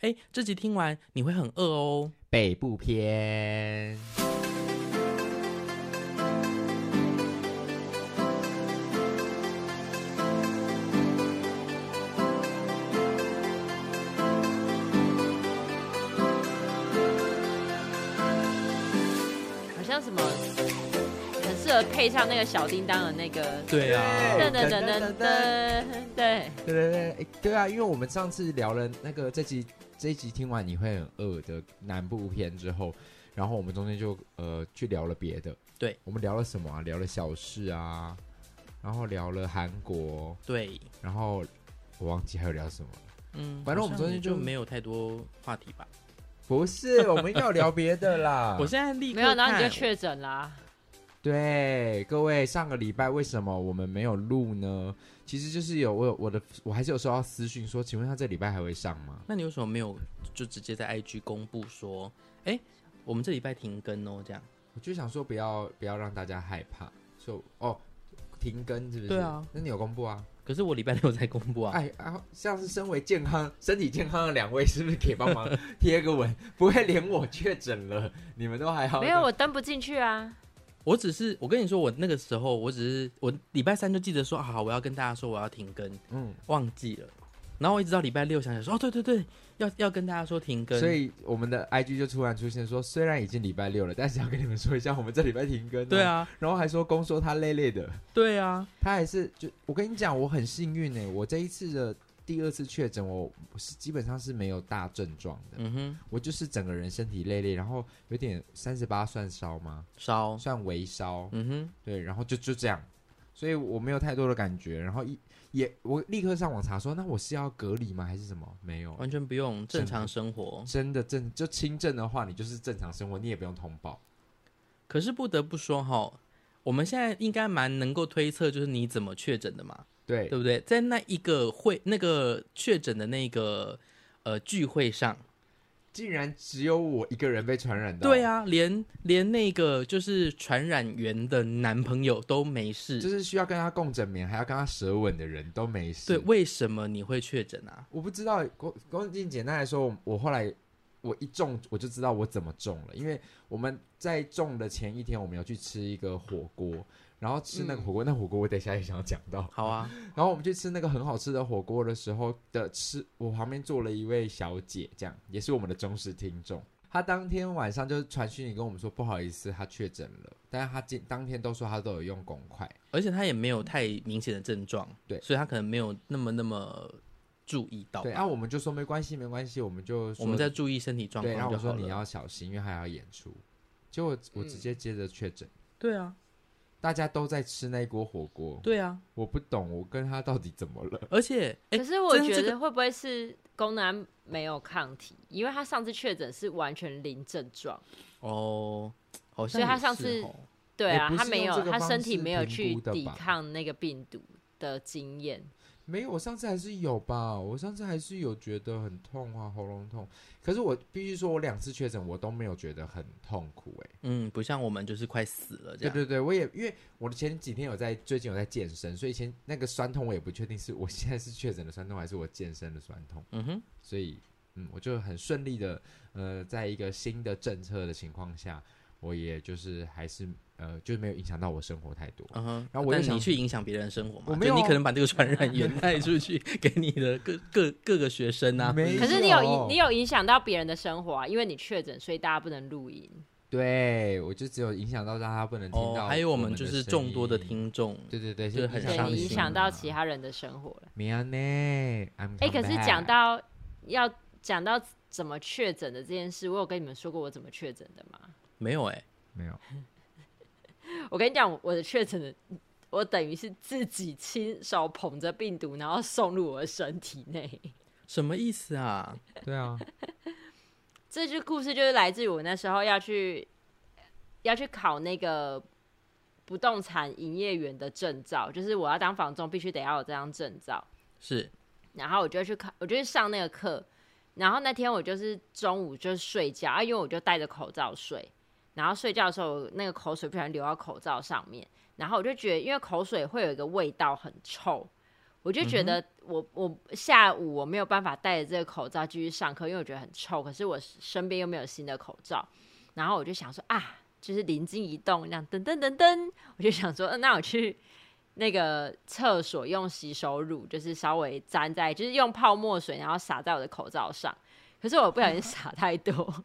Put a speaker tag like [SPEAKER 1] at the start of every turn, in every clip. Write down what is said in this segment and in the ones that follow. [SPEAKER 1] 哎，这集听完你会很饿哦。
[SPEAKER 2] 北部篇。
[SPEAKER 3] 好像什么很适合配上那个小叮当的那个
[SPEAKER 1] 对啊，
[SPEAKER 3] 噔噔噔噔噔，对，
[SPEAKER 2] 对对对，诶对啊，因为我们上次聊了那个这集这一集听完你会很饿的南部篇之后，然后我们中间就呃去聊了别的，
[SPEAKER 1] 对
[SPEAKER 2] 我们聊了什么啊？聊了小事啊，然后聊了韩国，
[SPEAKER 1] 对，
[SPEAKER 2] 然后我忘记还有聊什么了。
[SPEAKER 1] 嗯，
[SPEAKER 2] 反正我们
[SPEAKER 1] 好像
[SPEAKER 2] 昨天
[SPEAKER 1] 也
[SPEAKER 2] 就
[SPEAKER 1] 就没有太多话题吧。。
[SPEAKER 2] 不是，我们要聊别的啦
[SPEAKER 1] 我现在立刻
[SPEAKER 3] 没有，然后你就
[SPEAKER 1] 看
[SPEAKER 3] 确诊啦。
[SPEAKER 2] 对各位，上个礼拜为什么我们没有录呢？其实就是有我有我的我还是有收到私讯说，请问他这礼拜还会上吗？
[SPEAKER 1] 那你为什么没有就直接在 IG 公布说，哎，我们这礼拜停更哦？这样
[SPEAKER 2] 我就想说不要不要让大家害怕，就哦停更是不是？
[SPEAKER 1] 对啊，
[SPEAKER 2] 那你有公布啊？
[SPEAKER 1] 可是我礼拜六才公布啊。
[SPEAKER 2] 哎啊，像是身为健康、身体健康的两位，是不是可以帮 忙贴个吻？不会连我确诊了，你们都还好？
[SPEAKER 3] 没有，我登不进去啊。
[SPEAKER 1] 我只是我跟你说，我那个时候我只是我礼拜三就记得说，啊好，我要跟大家说我要停更，
[SPEAKER 2] 嗯，
[SPEAKER 1] 忘记了。然后我一直到礼拜六想想说，哦，对对对，要要跟大家说停更。
[SPEAKER 2] 所以我们的 IG 就突然出现说，虽然已经礼拜六了，但是要跟你们说一下，我们这礼拜停更、哦
[SPEAKER 1] 对，啊，
[SPEAKER 2] 然后还说公说他累累的，
[SPEAKER 1] 对啊，
[SPEAKER 2] 他还是就我跟你讲，我很幸运呢、我这一次的第二次确诊，我我是基本上是没有大症状的。
[SPEAKER 1] 嗯哼，
[SPEAKER 2] 我就是整个人身体累累，然后有点三十八算烧吗？
[SPEAKER 1] 烧，
[SPEAKER 2] 算微烧，
[SPEAKER 1] 哦嗯哼，
[SPEAKER 2] 对，然后就就这样，所以我没有太多的感觉。然后一也我立刻上网查说，那我是要隔离吗？还是什么？没有，
[SPEAKER 1] 完全不用正常生活。
[SPEAKER 2] 真的正就轻症的话，你就是正常生活，你也不用通报。
[SPEAKER 1] 可是不得不说哈，我们现在应该蛮能够推测，就是你怎么确诊的嘛，
[SPEAKER 2] 对，
[SPEAKER 1] 对不对？在那一个会那个确诊的那个呃聚会上，
[SPEAKER 2] 竟然只有我一个人被传染到，
[SPEAKER 1] 对，啊，连连那个就是传染源的男朋友都没事，
[SPEAKER 2] 就是需要跟他共枕眠，还要跟他舌吻的人都没事。
[SPEAKER 1] 对，为什么你会确诊啊？
[SPEAKER 2] 我不知道，光光进简单来说，我我后来我一中我就知道我怎么中了，因为我们在中的前一天，我们有去吃一个火锅，然后吃那
[SPEAKER 1] 嗯
[SPEAKER 2] 个火锅，那火锅我等一下也想要讲 到。
[SPEAKER 1] 好啊，
[SPEAKER 2] 然后我们去吃那个很好吃的火锅的时候的吃，我旁边坐了一位小姐，这样也是我们的忠实听众。她当天晚上就传讯息跟我们说，不好意思，她确诊了，但是她今当天都说她都有用公筷，
[SPEAKER 1] 而且他也没有太明显的症状，
[SPEAKER 2] 嗯对
[SPEAKER 1] 所以他可能没有那么那么注意到吧。
[SPEAKER 2] 对，然、啊、后我们就说没关系，没关系，我们就说
[SPEAKER 1] 我们在注意身体状
[SPEAKER 2] 对，
[SPEAKER 1] 况
[SPEAKER 2] 然后
[SPEAKER 1] 就
[SPEAKER 2] 我
[SPEAKER 1] 好
[SPEAKER 2] 说
[SPEAKER 1] 了。
[SPEAKER 2] 你要小心，因为还要演出。结果我直接接着确诊，
[SPEAKER 1] 对啊，
[SPEAKER 2] 大家都在吃那一锅火锅，
[SPEAKER 1] 对啊，
[SPEAKER 2] 我不懂，我跟他到底怎么了？
[SPEAKER 1] 而且哎
[SPEAKER 3] 可，是我
[SPEAKER 1] 真的
[SPEAKER 3] 觉
[SPEAKER 1] 这
[SPEAKER 3] 得会不会是宫南没有抗体？因为他上次确诊是完全零症状，
[SPEAKER 1] 哦，好
[SPEAKER 3] 所
[SPEAKER 1] 像
[SPEAKER 3] 以他
[SPEAKER 1] 也
[SPEAKER 3] 上
[SPEAKER 1] 是
[SPEAKER 3] 次
[SPEAKER 1] 哦
[SPEAKER 3] 对
[SPEAKER 2] 也
[SPEAKER 3] 啊
[SPEAKER 2] 不，
[SPEAKER 3] 他
[SPEAKER 2] 是
[SPEAKER 3] 没
[SPEAKER 2] 用
[SPEAKER 3] 有
[SPEAKER 2] 这，个
[SPEAKER 3] 他
[SPEAKER 2] 方
[SPEAKER 3] 身
[SPEAKER 2] 式
[SPEAKER 3] 体没有
[SPEAKER 2] 评
[SPEAKER 3] 去
[SPEAKER 2] 估的
[SPEAKER 3] 抵
[SPEAKER 2] 吧
[SPEAKER 3] 抗那个病毒的经验。
[SPEAKER 2] 没有，我上次还是有吧，我上次还是有觉得很痛啊，喉咙痛。可是我必须说，我两次确诊我都没有觉得很痛苦、欸，
[SPEAKER 1] 嗯，不像我们就是快死了这
[SPEAKER 2] 对
[SPEAKER 1] 样。
[SPEAKER 2] 对对，我也因为我的前几天有在最近有在健身，所以前那个酸痛我也不确定是我现在是确诊的酸痛还是我健身的酸痛。
[SPEAKER 1] 嗯哼，
[SPEAKER 2] 所以嗯，我就很顺利的呃，在一个新的政策的情况下，我也就是还是呃，就是没有影响到我生活太多。
[SPEAKER 1] 嗯哼，
[SPEAKER 2] 然后我又
[SPEAKER 1] 但
[SPEAKER 2] 想
[SPEAKER 1] 你去影响别人生活嘛？
[SPEAKER 2] 我没有
[SPEAKER 1] 就你
[SPEAKER 2] 啊
[SPEAKER 1] 可能把这个传染源带出去给你的各各各个学生啊。
[SPEAKER 2] 没
[SPEAKER 3] 可是你有影，
[SPEAKER 2] 有
[SPEAKER 3] 你有影响到别人的生活啊，因为你确诊，所以大家不能露营。
[SPEAKER 2] 对我就只有影响到大家不能听到、
[SPEAKER 1] 哦，还有
[SPEAKER 2] 我
[SPEAKER 1] 我们就是
[SPEAKER 2] 声
[SPEAKER 1] 众多的
[SPEAKER 2] 音，
[SPEAKER 1] 听众，
[SPEAKER 2] 对对对，
[SPEAKER 1] 就是很
[SPEAKER 3] 对
[SPEAKER 1] 伤
[SPEAKER 3] 你影
[SPEAKER 1] 心
[SPEAKER 3] 响
[SPEAKER 2] 啊
[SPEAKER 3] 到其他人的生活了。
[SPEAKER 2] 米安呢？哎
[SPEAKER 3] 哎、可是讲到要讲到怎么确诊的这件事，我有跟你们说过我怎么确诊的吗？
[SPEAKER 1] 没有哎、
[SPEAKER 2] 没有，
[SPEAKER 3] 我跟你讲，我的确诊的，我等于是自己亲手捧着病毒，然后送入我的身体内。
[SPEAKER 1] 什么意思啊？
[SPEAKER 2] 对 啊，
[SPEAKER 3] 这句故事就是来自于我那时候要去要去考那个不动产营业员的证照，就是我要当房仲，必须得要有这张证照。
[SPEAKER 1] 是
[SPEAKER 3] 然后我就去考，我就去上那个课。然后那天我就是中午就睡觉，啊，因为我就戴着口罩睡。然后睡觉的时候，那个口水不小心流到口罩上面，然后我就觉得，因为口水会有一个味道很臭，我就觉得我、我下午我没有办法戴着这个口罩继续上课，因为我觉得很臭。可是我身边又没有新的口罩，然后我就想说啊，就是灵机一动，这样噔噔噔噔，我就想说，呃那我去那个厕所用洗手乳，就是稍微沾在，就是用泡沫水，然后洒在我的口罩上。可是我不小心洒太多，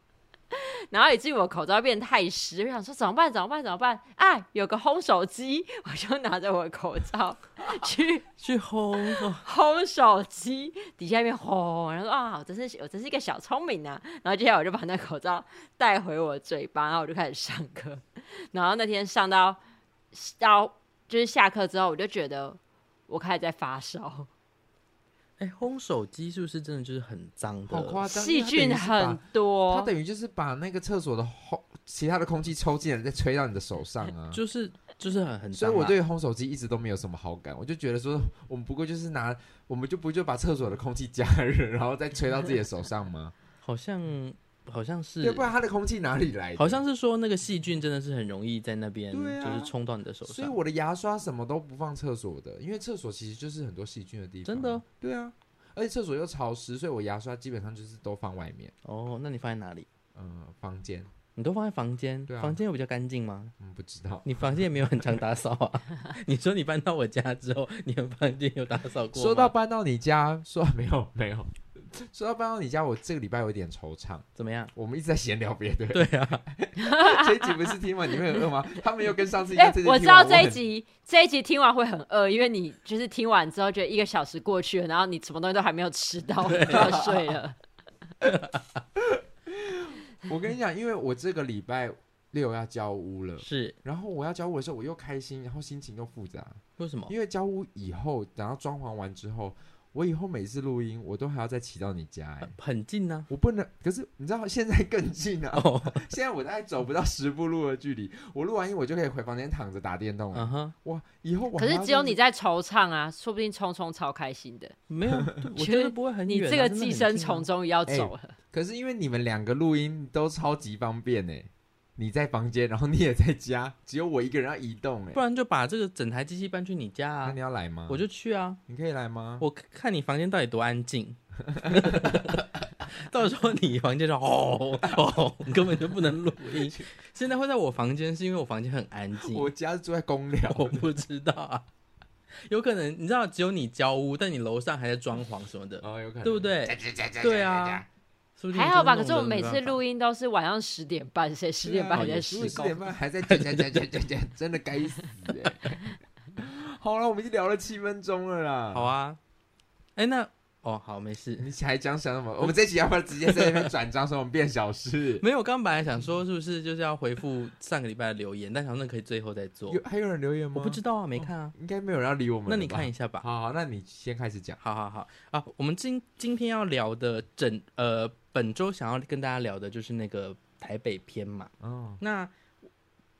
[SPEAKER 3] 然后以至于我口罩变太湿，我想说怎么办？怎么办？怎么办？啊，有个烘手机，我就拿着我的口罩 去
[SPEAKER 1] 去烘哦，
[SPEAKER 3] 烘手机，底下一边轰，然后说啊，我真是我真是一个小聪明啊。然后接下来我就把那口罩带回我嘴巴，然后我就开始上课。然后那天上到到就是下课之后，我就觉得我开始在发烧，
[SPEAKER 1] 哎、烘手机是不是真的就是很脏的？
[SPEAKER 2] 好夸张，因
[SPEAKER 3] 细
[SPEAKER 2] 为它等于
[SPEAKER 3] 菌
[SPEAKER 2] 是把
[SPEAKER 3] 很多，
[SPEAKER 2] 它等于就是把那个厕所的空其他的空气抽进来，再吹到你的手上啊。
[SPEAKER 1] 就是就是很很
[SPEAKER 2] 所
[SPEAKER 1] 脏啊
[SPEAKER 2] 以
[SPEAKER 1] 啦。
[SPEAKER 2] 我对烘手机一直都没有什么好感，我就觉得说，我们不过就是拿，我们就不就把厕所的空气加热，然后再吹到自己的手上吗？
[SPEAKER 1] 好像好像 是
[SPEAKER 2] 对，不然它的空气哪里来的？
[SPEAKER 1] 好像是说那个细菌真的是很容易在那边，
[SPEAKER 2] 对啊
[SPEAKER 1] 就是冲到你的手
[SPEAKER 2] 所以
[SPEAKER 1] 上。
[SPEAKER 2] 我的牙刷什么都不放厕所的，因为厕所其实就是很多细菌的地方。
[SPEAKER 1] 真的？哦
[SPEAKER 2] 对啊，而且厕所又潮湿，所以我牙刷基本上就是都放外面，
[SPEAKER 1] 哦，那你放在哪里？
[SPEAKER 2] 嗯、房间，
[SPEAKER 1] 你都放在房间，
[SPEAKER 2] 对啊
[SPEAKER 1] 房间有比较干净吗？
[SPEAKER 2] 嗯，不知道。
[SPEAKER 1] 你房间也没有很常打扫啊。 你说你搬到我家之后，你们房间有打扫过吗？
[SPEAKER 2] 说到搬到你家，说 没有没有，说到搬到你家，我这个礼拜有点惆怅。
[SPEAKER 1] 怎么样？
[SPEAKER 2] 我们一直在闲聊别的，
[SPEAKER 1] 对啊，
[SPEAKER 2] 这一集不是听完你会很饿 吗？他们又跟上次一
[SPEAKER 3] 哎、
[SPEAKER 2] 样，这集
[SPEAKER 3] 我
[SPEAKER 2] 听
[SPEAKER 3] 知
[SPEAKER 2] 完
[SPEAKER 3] 道这一
[SPEAKER 2] 很
[SPEAKER 3] 集，这一集听完会很饿，因为你就是听完之后，觉得一个小时过去了，然后你什么东西都还没有吃 到，就要睡了。
[SPEAKER 2] 我跟你讲，因为我这个礼拜六要交屋了，
[SPEAKER 1] 是
[SPEAKER 2] 然后我要交屋的时候，我又开心，然后心情又复杂，
[SPEAKER 1] 为
[SPEAKER 3] 哦
[SPEAKER 1] 什么？
[SPEAKER 2] 因为交屋以后，等到装潢完之后，我以后每次录音，我都还要再骑到你家、哎
[SPEAKER 3] 嗯
[SPEAKER 1] 很，很近啊呢、
[SPEAKER 2] 我不能，可是你知道现在更近啊！
[SPEAKER 1] 哦，
[SPEAKER 2] 现在我大概走不到十步路的距离，我录完音我就可以回房间躺着打电动了。
[SPEAKER 1] 嗯哼，
[SPEAKER 2] 哇，以后我
[SPEAKER 3] 可
[SPEAKER 2] 还
[SPEAKER 3] 是
[SPEAKER 2] 要
[SPEAKER 3] 只有
[SPEAKER 2] 这样
[SPEAKER 3] 你
[SPEAKER 2] 子
[SPEAKER 3] 在惆怅啊，说不定聪聪超开心的，
[SPEAKER 1] 没 有，我觉得不会很
[SPEAKER 3] 你
[SPEAKER 1] 远啊、
[SPEAKER 3] 这个
[SPEAKER 1] 真的很
[SPEAKER 3] 寄
[SPEAKER 1] 近啊
[SPEAKER 3] 生虫终于要走了。
[SPEAKER 2] 可是因为你们两个录音都超级方便哎、你在房间，然后你也在家，只有我一个人要移动哎、
[SPEAKER 1] 不然就把这个整台机器搬去你家
[SPEAKER 2] 那嗯
[SPEAKER 1] 啊
[SPEAKER 2] 你，要来吗？
[SPEAKER 1] 我就去啊。
[SPEAKER 2] 你可以来吗？
[SPEAKER 1] 我看你房间到底多安 静，到时候你房间就哦哦，你根本就不能录 音。现在会在我房间，是因为我房间很安静，
[SPEAKER 2] 我家是住在公寮，
[SPEAKER 1] 我不知道啊，有可能你知道只有你交屋，但你楼上还在装潢什么的，
[SPEAKER 2] 哦，有可能
[SPEAKER 1] 对不？对？对啊，是不是？
[SPEAKER 3] 还好吧，可是我每次录音都是晚上十点半，谁十点半还
[SPEAKER 1] 哦
[SPEAKER 3] 在
[SPEAKER 1] 也
[SPEAKER 2] 十
[SPEAKER 3] 施
[SPEAKER 2] 十
[SPEAKER 3] 工
[SPEAKER 2] 点？半还在讲讲讲讲讲讲，真的该死哎、好了，我们已经聊了七分钟了啦。
[SPEAKER 1] 好，啊。哎，那哦好，没事。
[SPEAKER 2] 你还讲想什么？我们这期要不要直接在那边转章，说我们变小事？
[SPEAKER 1] 没有，我刚本来想说是不是就是要回复上个礼拜的留言，但想说那可以最后再做
[SPEAKER 2] 有。还有人留言吗？哦
[SPEAKER 1] 我不知
[SPEAKER 2] 道，
[SPEAKER 1] 道啊，没看啊。
[SPEAKER 2] 应该没有人要理我们。
[SPEAKER 1] 那你看一
[SPEAKER 2] 下
[SPEAKER 1] 下吧。
[SPEAKER 2] 好好，那你先开始讲。
[SPEAKER 1] 好好好啊，我们今今天要聊的整呃本周想要跟大家聊的就是那个台北篇嘛。
[SPEAKER 2] 哦，
[SPEAKER 1] 那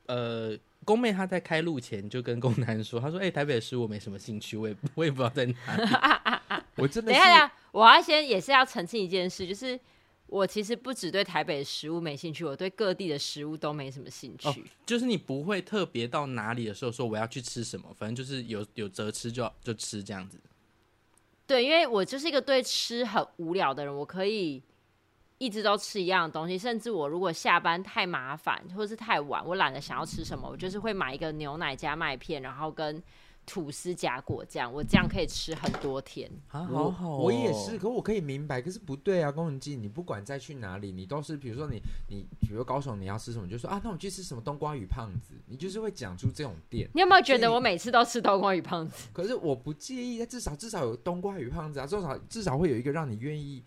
[SPEAKER 1] 呃，宫妹她在开录前就跟宫南说，她说：“哎、台北市我没什么兴趣，我也我也不知道在哪里。
[SPEAKER 2] 我真的
[SPEAKER 3] 等一
[SPEAKER 2] 是
[SPEAKER 3] 下，等一下，我要先也是要澄清一件事，就是我其实不只对台北的食物没兴趣，我对各地的食物都没什么兴趣。
[SPEAKER 1] 哦就是你不会特别到哪里的时候说我要去吃什么，反正就是有有折吃就要就吃这样子。
[SPEAKER 3] 对，因为我就是一个对吃很无聊的人，我可以一直都吃一样的东西，甚至我如果下班太麻烦或是太晚，我懒得想要吃什么，我就是会买一个牛奶加麦片，然后跟吐司夹果酱，我这样可以吃很多天。
[SPEAKER 1] 啊，好
[SPEAKER 2] 我
[SPEAKER 1] 好、哦，
[SPEAKER 2] 我也是，可我可以明白，可是不对啊，宫文静，你不管再去哪里，你都是比如说你你比如高雄你要吃什么，你就说啊，那我去吃什么冬瓜与胖子，你就是会讲出这种店。
[SPEAKER 3] 你有没有觉
[SPEAKER 2] 所
[SPEAKER 3] 得
[SPEAKER 2] 以
[SPEAKER 3] 我每次都吃冬瓜与胖子？
[SPEAKER 2] 可是我不介意，至少至少有冬瓜与胖子啊，至少至少会有一个让你愿意。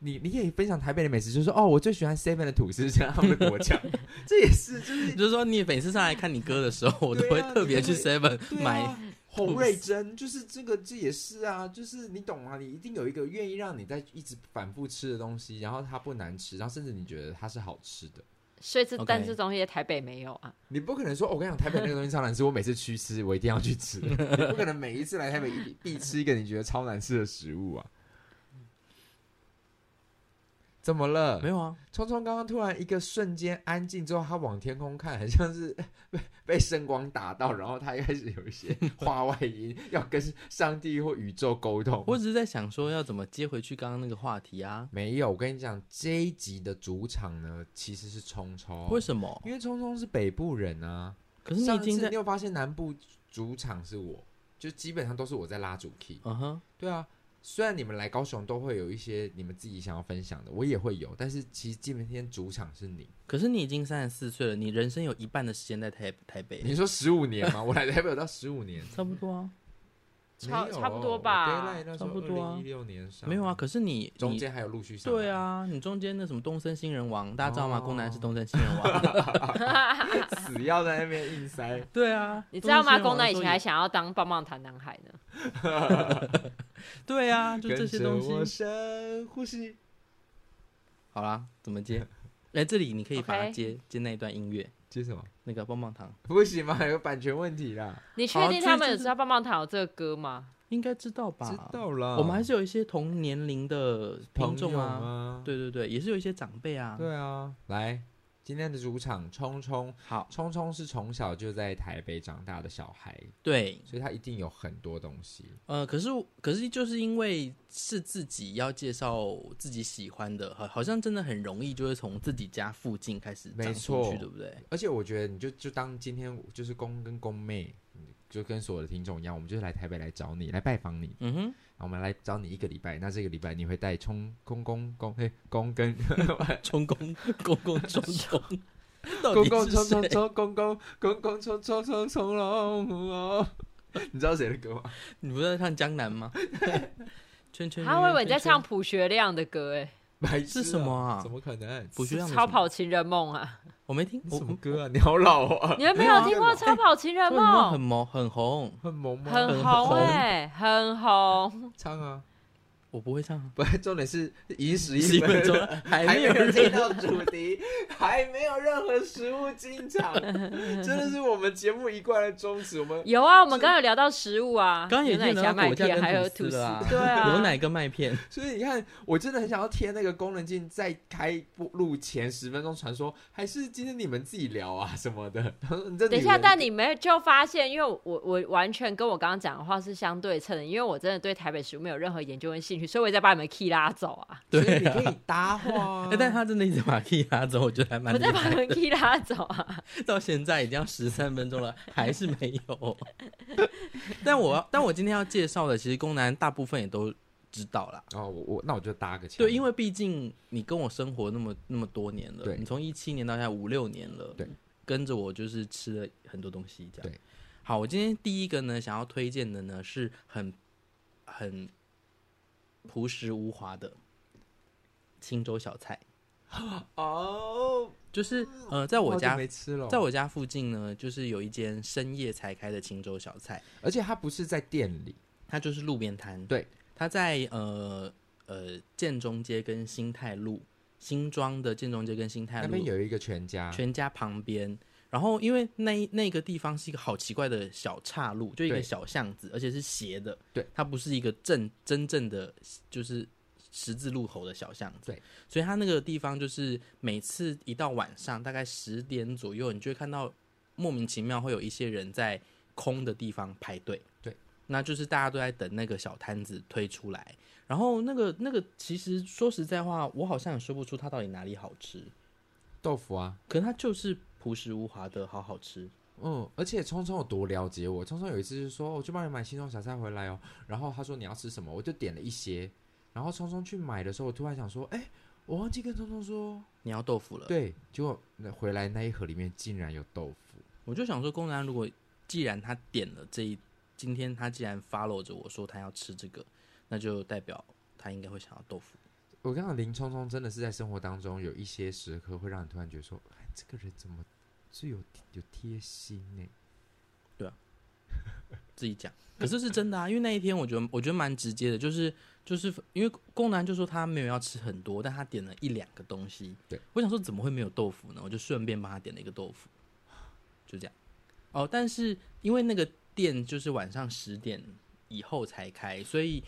[SPEAKER 2] 你你可以分享台北的美食，就是说哦，我最喜欢 Seven 的吐司加他们的果酱， 这也是就是
[SPEAKER 1] 就是说你每次上来看你哥的时候，我都
[SPEAKER 2] 对
[SPEAKER 1] 会
[SPEAKER 2] 啊
[SPEAKER 1] 特别去
[SPEAKER 2] 你就
[SPEAKER 1] Seven
[SPEAKER 2] 对
[SPEAKER 1] 买。
[SPEAKER 2] 啊，洪瑞珍就是这个，这也是啊，就是你懂吗？你一定有一个愿意让你在一直反复吃的东西，然后它不难吃，然后甚至你觉得它是好吃的。
[SPEAKER 3] 所以这
[SPEAKER 1] OK
[SPEAKER 3] 但这东西在台北没有啊。
[SPEAKER 2] 你不可能说，哦我 跟你讲，台北那个东西超难吃，我每次去吃，我一定要去 吃。你不可能每一次来台北一必吃一个你觉得超难吃的食物啊。怎么了？
[SPEAKER 1] 没有啊，
[SPEAKER 2] 聪聪刚刚突然一个瞬间安静之后，他往天空看，很像是 被被圣光打到，然后他开始有一些话外音，要跟上帝或宇宙沟通。
[SPEAKER 1] 我只是在想说要怎么接回去刚刚那个话题啊？
[SPEAKER 2] 没有，我跟你讲，这一集的主场呢其实是聪聪，
[SPEAKER 1] 哦为什么？
[SPEAKER 2] 因为聪聪是北部人啊。
[SPEAKER 1] 可是你已
[SPEAKER 2] 上
[SPEAKER 1] 经
[SPEAKER 2] 次
[SPEAKER 1] 在
[SPEAKER 2] 你，有发现南部主场是我，就基本上都是我在拉主 key。
[SPEAKER 1] 嗯哼，
[SPEAKER 2] 对啊，虽然你们来高雄都会有一些你们自己想要分享的，我也会有，但是其实今天主场是你。
[SPEAKER 1] 可是你已经三十四岁了，你人生有一半的时间在台台北，
[SPEAKER 2] 你说十五年吗？我来台北有到十五年，
[SPEAKER 1] 差不多啊，
[SPEAKER 3] 差
[SPEAKER 2] 没有
[SPEAKER 3] 差不多吧
[SPEAKER 2] 我 deadline 那时候
[SPEAKER 1] 差不多啊
[SPEAKER 2] 一六年上
[SPEAKER 1] 没有啊。，可是你
[SPEAKER 2] 中
[SPEAKER 1] 你
[SPEAKER 2] 间还有陆续上。
[SPEAKER 1] 对，啊，你中间那什么东森新人王，大家知道吗？
[SPEAKER 2] 哦
[SPEAKER 1] 宫南是东森新人 王，
[SPEAKER 2] 死要在那边硬塞。
[SPEAKER 1] 对啊，
[SPEAKER 3] 你知道吗？宫
[SPEAKER 1] 宫
[SPEAKER 3] 南以前还想要当棒棒糖男孩呢。
[SPEAKER 1] 对啊， 就
[SPEAKER 2] 跟
[SPEAKER 1] 这些
[SPEAKER 2] 着
[SPEAKER 1] 东
[SPEAKER 2] 我
[SPEAKER 1] 西。
[SPEAKER 2] 深呼吸。
[SPEAKER 1] 好啦，怎么 接？哎，这里你可以把它
[SPEAKER 3] OK
[SPEAKER 1] 接接那一段音乐，
[SPEAKER 2] 接什么？
[SPEAKER 1] 那个棒棒糖
[SPEAKER 2] 不行吗？有版权问题啦。
[SPEAKER 3] 你确
[SPEAKER 1] 好
[SPEAKER 3] 定
[SPEAKER 1] 这
[SPEAKER 3] 他们
[SPEAKER 1] 就
[SPEAKER 3] 有
[SPEAKER 1] 是
[SPEAKER 3] 知道棒棒糖有这个歌吗？
[SPEAKER 1] 应该知道吧？
[SPEAKER 2] 知道啦。
[SPEAKER 1] 我们还是有一些同年龄的听
[SPEAKER 2] 朋
[SPEAKER 1] 众
[SPEAKER 2] 友
[SPEAKER 1] 啊，
[SPEAKER 2] 啊。
[SPEAKER 1] 对对对，也是有一些长辈啊。
[SPEAKER 2] 对啊，来。今天的主场冲冲，
[SPEAKER 1] 好，
[SPEAKER 2] 冲冲是从小就在台北长大的小孩，
[SPEAKER 1] 对，
[SPEAKER 2] 所以他一定有很多东西。
[SPEAKER 1] 呃，可是可是就是因为是自己要介绍自己喜欢的，好，好像真的很容易，就是从自己家附近开始
[SPEAKER 2] 没
[SPEAKER 1] 长出
[SPEAKER 2] 错
[SPEAKER 1] 去，对不对？
[SPEAKER 2] 而且我觉得你就就当今天就是公跟公妹，嗯就跟所有的听众一样，我们就是来台北来找你，来拜访你，
[SPEAKER 1] 嗯哼，
[SPEAKER 2] 然后我们来找你一个礼拜。那这个礼拜你会带冲公公公嘿公跟
[SPEAKER 1] 冲公公公冲 冲，到
[SPEAKER 2] 公
[SPEAKER 1] 底
[SPEAKER 2] 公
[SPEAKER 1] 是
[SPEAKER 2] 冲冲
[SPEAKER 1] 谁
[SPEAKER 2] 冲公公公公冲冲冲冲龙哦，你知道谁的歌吗？
[SPEAKER 1] 你不是在唱江南吗？圈圈，
[SPEAKER 3] 他会以为你在
[SPEAKER 1] 圈圈
[SPEAKER 3] 唱朴学亮的歌，哎，
[SPEAKER 2] 白痴
[SPEAKER 1] 是什么
[SPEAKER 2] 啊？
[SPEAKER 1] 啊
[SPEAKER 2] 怎么可能？
[SPEAKER 1] 不学
[SPEAKER 3] 是
[SPEAKER 1] 亮的
[SPEAKER 3] 超
[SPEAKER 1] 什么，
[SPEAKER 3] 跑情人梦啊！
[SPEAKER 1] 我没听，
[SPEAKER 2] 你
[SPEAKER 1] 我
[SPEAKER 2] 什么歌啊？你好老啊！
[SPEAKER 3] 你们没
[SPEAKER 1] 没有
[SPEAKER 3] 有
[SPEAKER 1] 啊
[SPEAKER 3] 听过超跑情人
[SPEAKER 1] 我我很
[SPEAKER 3] 梦？
[SPEAKER 1] 萌很红，
[SPEAKER 2] 很萌吗？
[SPEAKER 3] 很
[SPEAKER 1] 很
[SPEAKER 3] 红
[SPEAKER 1] 红
[SPEAKER 3] 哎，很红。
[SPEAKER 2] 唱啊！
[SPEAKER 1] 我不会唱啊，
[SPEAKER 2] 不，重点是已经十
[SPEAKER 1] 十
[SPEAKER 2] 一
[SPEAKER 1] 一分
[SPEAKER 2] 分
[SPEAKER 1] 钟
[SPEAKER 2] 了
[SPEAKER 1] 还
[SPEAKER 2] 还
[SPEAKER 1] 没
[SPEAKER 2] 没
[SPEAKER 1] 有
[SPEAKER 2] 有
[SPEAKER 1] 人
[SPEAKER 2] 进到主题，还没有任何食物进场，真的是我们节目一贯的宗旨。我们
[SPEAKER 3] 有啊，我们刚刚有聊到食物啊，
[SPEAKER 1] 刚刚也
[SPEAKER 3] 牛奶
[SPEAKER 1] 听
[SPEAKER 3] 加
[SPEAKER 1] 到
[SPEAKER 3] 麦
[SPEAKER 1] 果酱
[SPEAKER 3] 片，还有
[SPEAKER 1] 跟
[SPEAKER 3] 吐
[SPEAKER 1] 吐
[SPEAKER 3] 司
[SPEAKER 1] 司了，，
[SPEAKER 3] 对啊，
[SPEAKER 1] 牛奶跟麦片，
[SPEAKER 2] 所以你看，我真的很想要贴那个功能镜，在开播录前十分钟传说，还是今天你们自己聊啊什么的。然后说你这
[SPEAKER 3] 等一
[SPEAKER 2] 女
[SPEAKER 3] 下，
[SPEAKER 2] 人
[SPEAKER 3] 但你没有就发现，因为我我我完全跟我刚刚讲的话是相对称的，因为我真的对台北食物没有任何研究跟兴趣，所以我也在把你们 key 拉走啊，
[SPEAKER 2] 所以
[SPEAKER 1] 对
[SPEAKER 2] 你
[SPEAKER 1] 啊。
[SPEAKER 2] 可以搭话啊、
[SPEAKER 1] 哎，但他真的一直把 key 拉走，我觉得还蛮
[SPEAKER 3] 嗯我
[SPEAKER 1] 厉
[SPEAKER 3] 在把
[SPEAKER 1] 害
[SPEAKER 3] 你
[SPEAKER 1] 的。
[SPEAKER 3] 们 key 拉走啊，
[SPEAKER 1] 到现在已经要十三分钟了，还是没有。 但我要但我今天要介绍的，其实宫南大部分也都知道啦。
[SPEAKER 2] 哦，我我那我就搭个腔。
[SPEAKER 1] 对，因
[SPEAKER 2] 为
[SPEAKER 1] 为毕竟你跟我生活那么那么多年了，
[SPEAKER 2] 对
[SPEAKER 1] 你从一七年到现在五六年了，
[SPEAKER 2] 对，
[SPEAKER 1] 跟着我就是吃了很多东西，这样。
[SPEAKER 2] 对，
[SPEAKER 1] 好，我今天第一个呢，想要推荐的呢是很很朴实无华的青州小菜，
[SPEAKER 2] 哦，
[SPEAKER 1] 就是呃，在我
[SPEAKER 2] 好久
[SPEAKER 1] 家
[SPEAKER 2] 哦没吃了，
[SPEAKER 1] 在我家附近呢，就是有一间深夜才开的青州小菜，
[SPEAKER 2] 而且它不是在店里，
[SPEAKER 1] 它就是路边摊。
[SPEAKER 2] 对，
[SPEAKER 1] 它在呃呃建中街跟新泰路新庄的建中街跟新泰
[SPEAKER 2] 那边
[SPEAKER 1] 路
[SPEAKER 2] 有一个全家，
[SPEAKER 1] 全家旁边。然后因为那一那个地方是一个好奇怪的小岔路，就一个
[SPEAKER 2] 对
[SPEAKER 1] 小巷子，而且是斜的。
[SPEAKER 2] 对，
[SPEAKER 1] 它不是一个正真正的就是十字路口的小巷子。
[SPEAKER 2] 对，
[SPEAKER 1] 所以它那个地方就是每次一到晚上大概十点左右，你就会看到莫名其妙会有一些人在空的地方排队。
[SPEAKER 2] 对，
[SPEAKER 1] 那就是大家都在等那个小摊子推出来。然后那个那个，其实说实在话，我好像也说不出它到底哪里好吃。
[SPEAKER 2] 豆腐啊。
[SPEAKER 1] 可它就是朴实无华的好好吃。
[SPEAKER 2] 嗯，而且聪聪有多了解我？聪聪有一次就说，我去帮你买新装小菜回来哦。然后他说你要吃什么，我就点了一些。然后聪聪去买的时候，我突然想说，哎，我忘记跟聪聪说，
[SPEAKER 1] 你要豆腐了，
[SPEAKER 2] 对，结果那回来那一盒里面竟然有豆腐，
[SPEAKER 1] 我就想说，公然如果既然他点了这一，今天他既然 follow 着我说他要吃这个，那就代表他应该会想要豆腐。
[SPEAKER 2] 我跟你讲，林聪聪真的是在生活当中有一些时刻会让你突然觉得说，哎，这个人怎么是有有贴心呢？
[SPEAKER 1] 自己讲，可是是真的啊，因为那一天我觉得我觉得蛮直接的，就是就是因为公然就说他没有要吃很多，但他点了一两个东西。
[SPEAKER 2] 对，
[SPEAKER 1] 我想说怎么会没有豆腐呢？我就顺便帮他点了一个豆腐，就这样。哦，但是因为那个店就是晚上十点以后才开，所以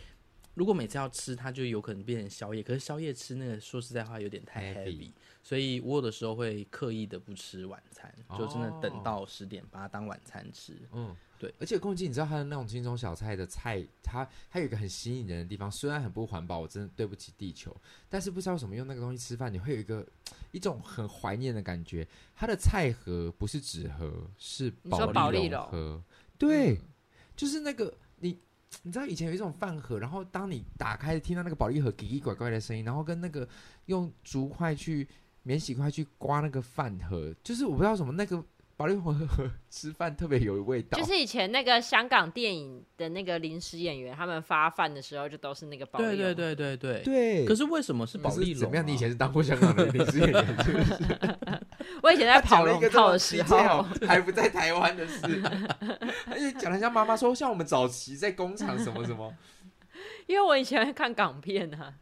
[SPEAKER 1] 如果每次要吃，它就有可能变成宵夜。可是宵夜吃那个，说实在话有点太
[SPEAKER 2] Heavy
[SPEAKER 1] heavy，所以我有的时候会刻意的不吃晚餐，就真的
[SPEAKER 2] 哦
[SPEAKER 1] 等到十点把它当晚餐吃。
[SPEAKER 2] 嗯，
[SPEAKER 1] 对。
[SPEAKER 2] 而且宫崎，你知道它的那种轻松小菜的菜，它它有一个很吸引人的地方，虽然很不环保，我真的对不起地球，但是不知道为什么用那个东西吃饭，你会有一个一种很怀念的感觉。它的菜盒不是纸盒，是
[SPEAKER 3] 你说保利
[SPEAKER 2] 龙
[SPEAKER 3] 龙嗯
[SPEAKER 2] 盒，对，就是那个你。你知道以前有一种饭盒，然后当你打开听到那个保利盒叽叽拐拐的声音，然后跟那个用竹筷去免洗筷去刮那个饭盒，就是我不知道为什么那个保利龙盒 吃饭特别有味道，
[SPEAKER 3] 就是以前那个香港电影的那个临时演员，他们发饭的时候就都是那个保利
[SPEAKER 1] 对对
[SPEAKER 3] 龙
[SPEAKER 1] 对对对。
[SPEAKER 2] 对，
[SPEAKER 1] 可是
[SPEAKER 2] 是
[SPEAKER 1] 为什么是保利龙、啊？
[SPEAKER 2] 怎么样？你以前是当过香港的临时演员， 是不是
[SPEAKER 3] 我以前在跑
[SPEAKER 2] 讲了
[SPEAKER 3] 龙
[SPEAKER 2] 一个
[SPEAKER 3] 套的
[SPEAKER 2] 这
[SPEAKER 3] 时
[SPEAKER 2] 种你最好
[SPEAKER 1] 哦
[SPEAKER 3] 候，
[SPEAKER 2] 还不在台湾的事，而且讲人家妈妈说，像我们早期在工厂什么什么，
[SPEAKER 3] 因为我以前会看港片啊，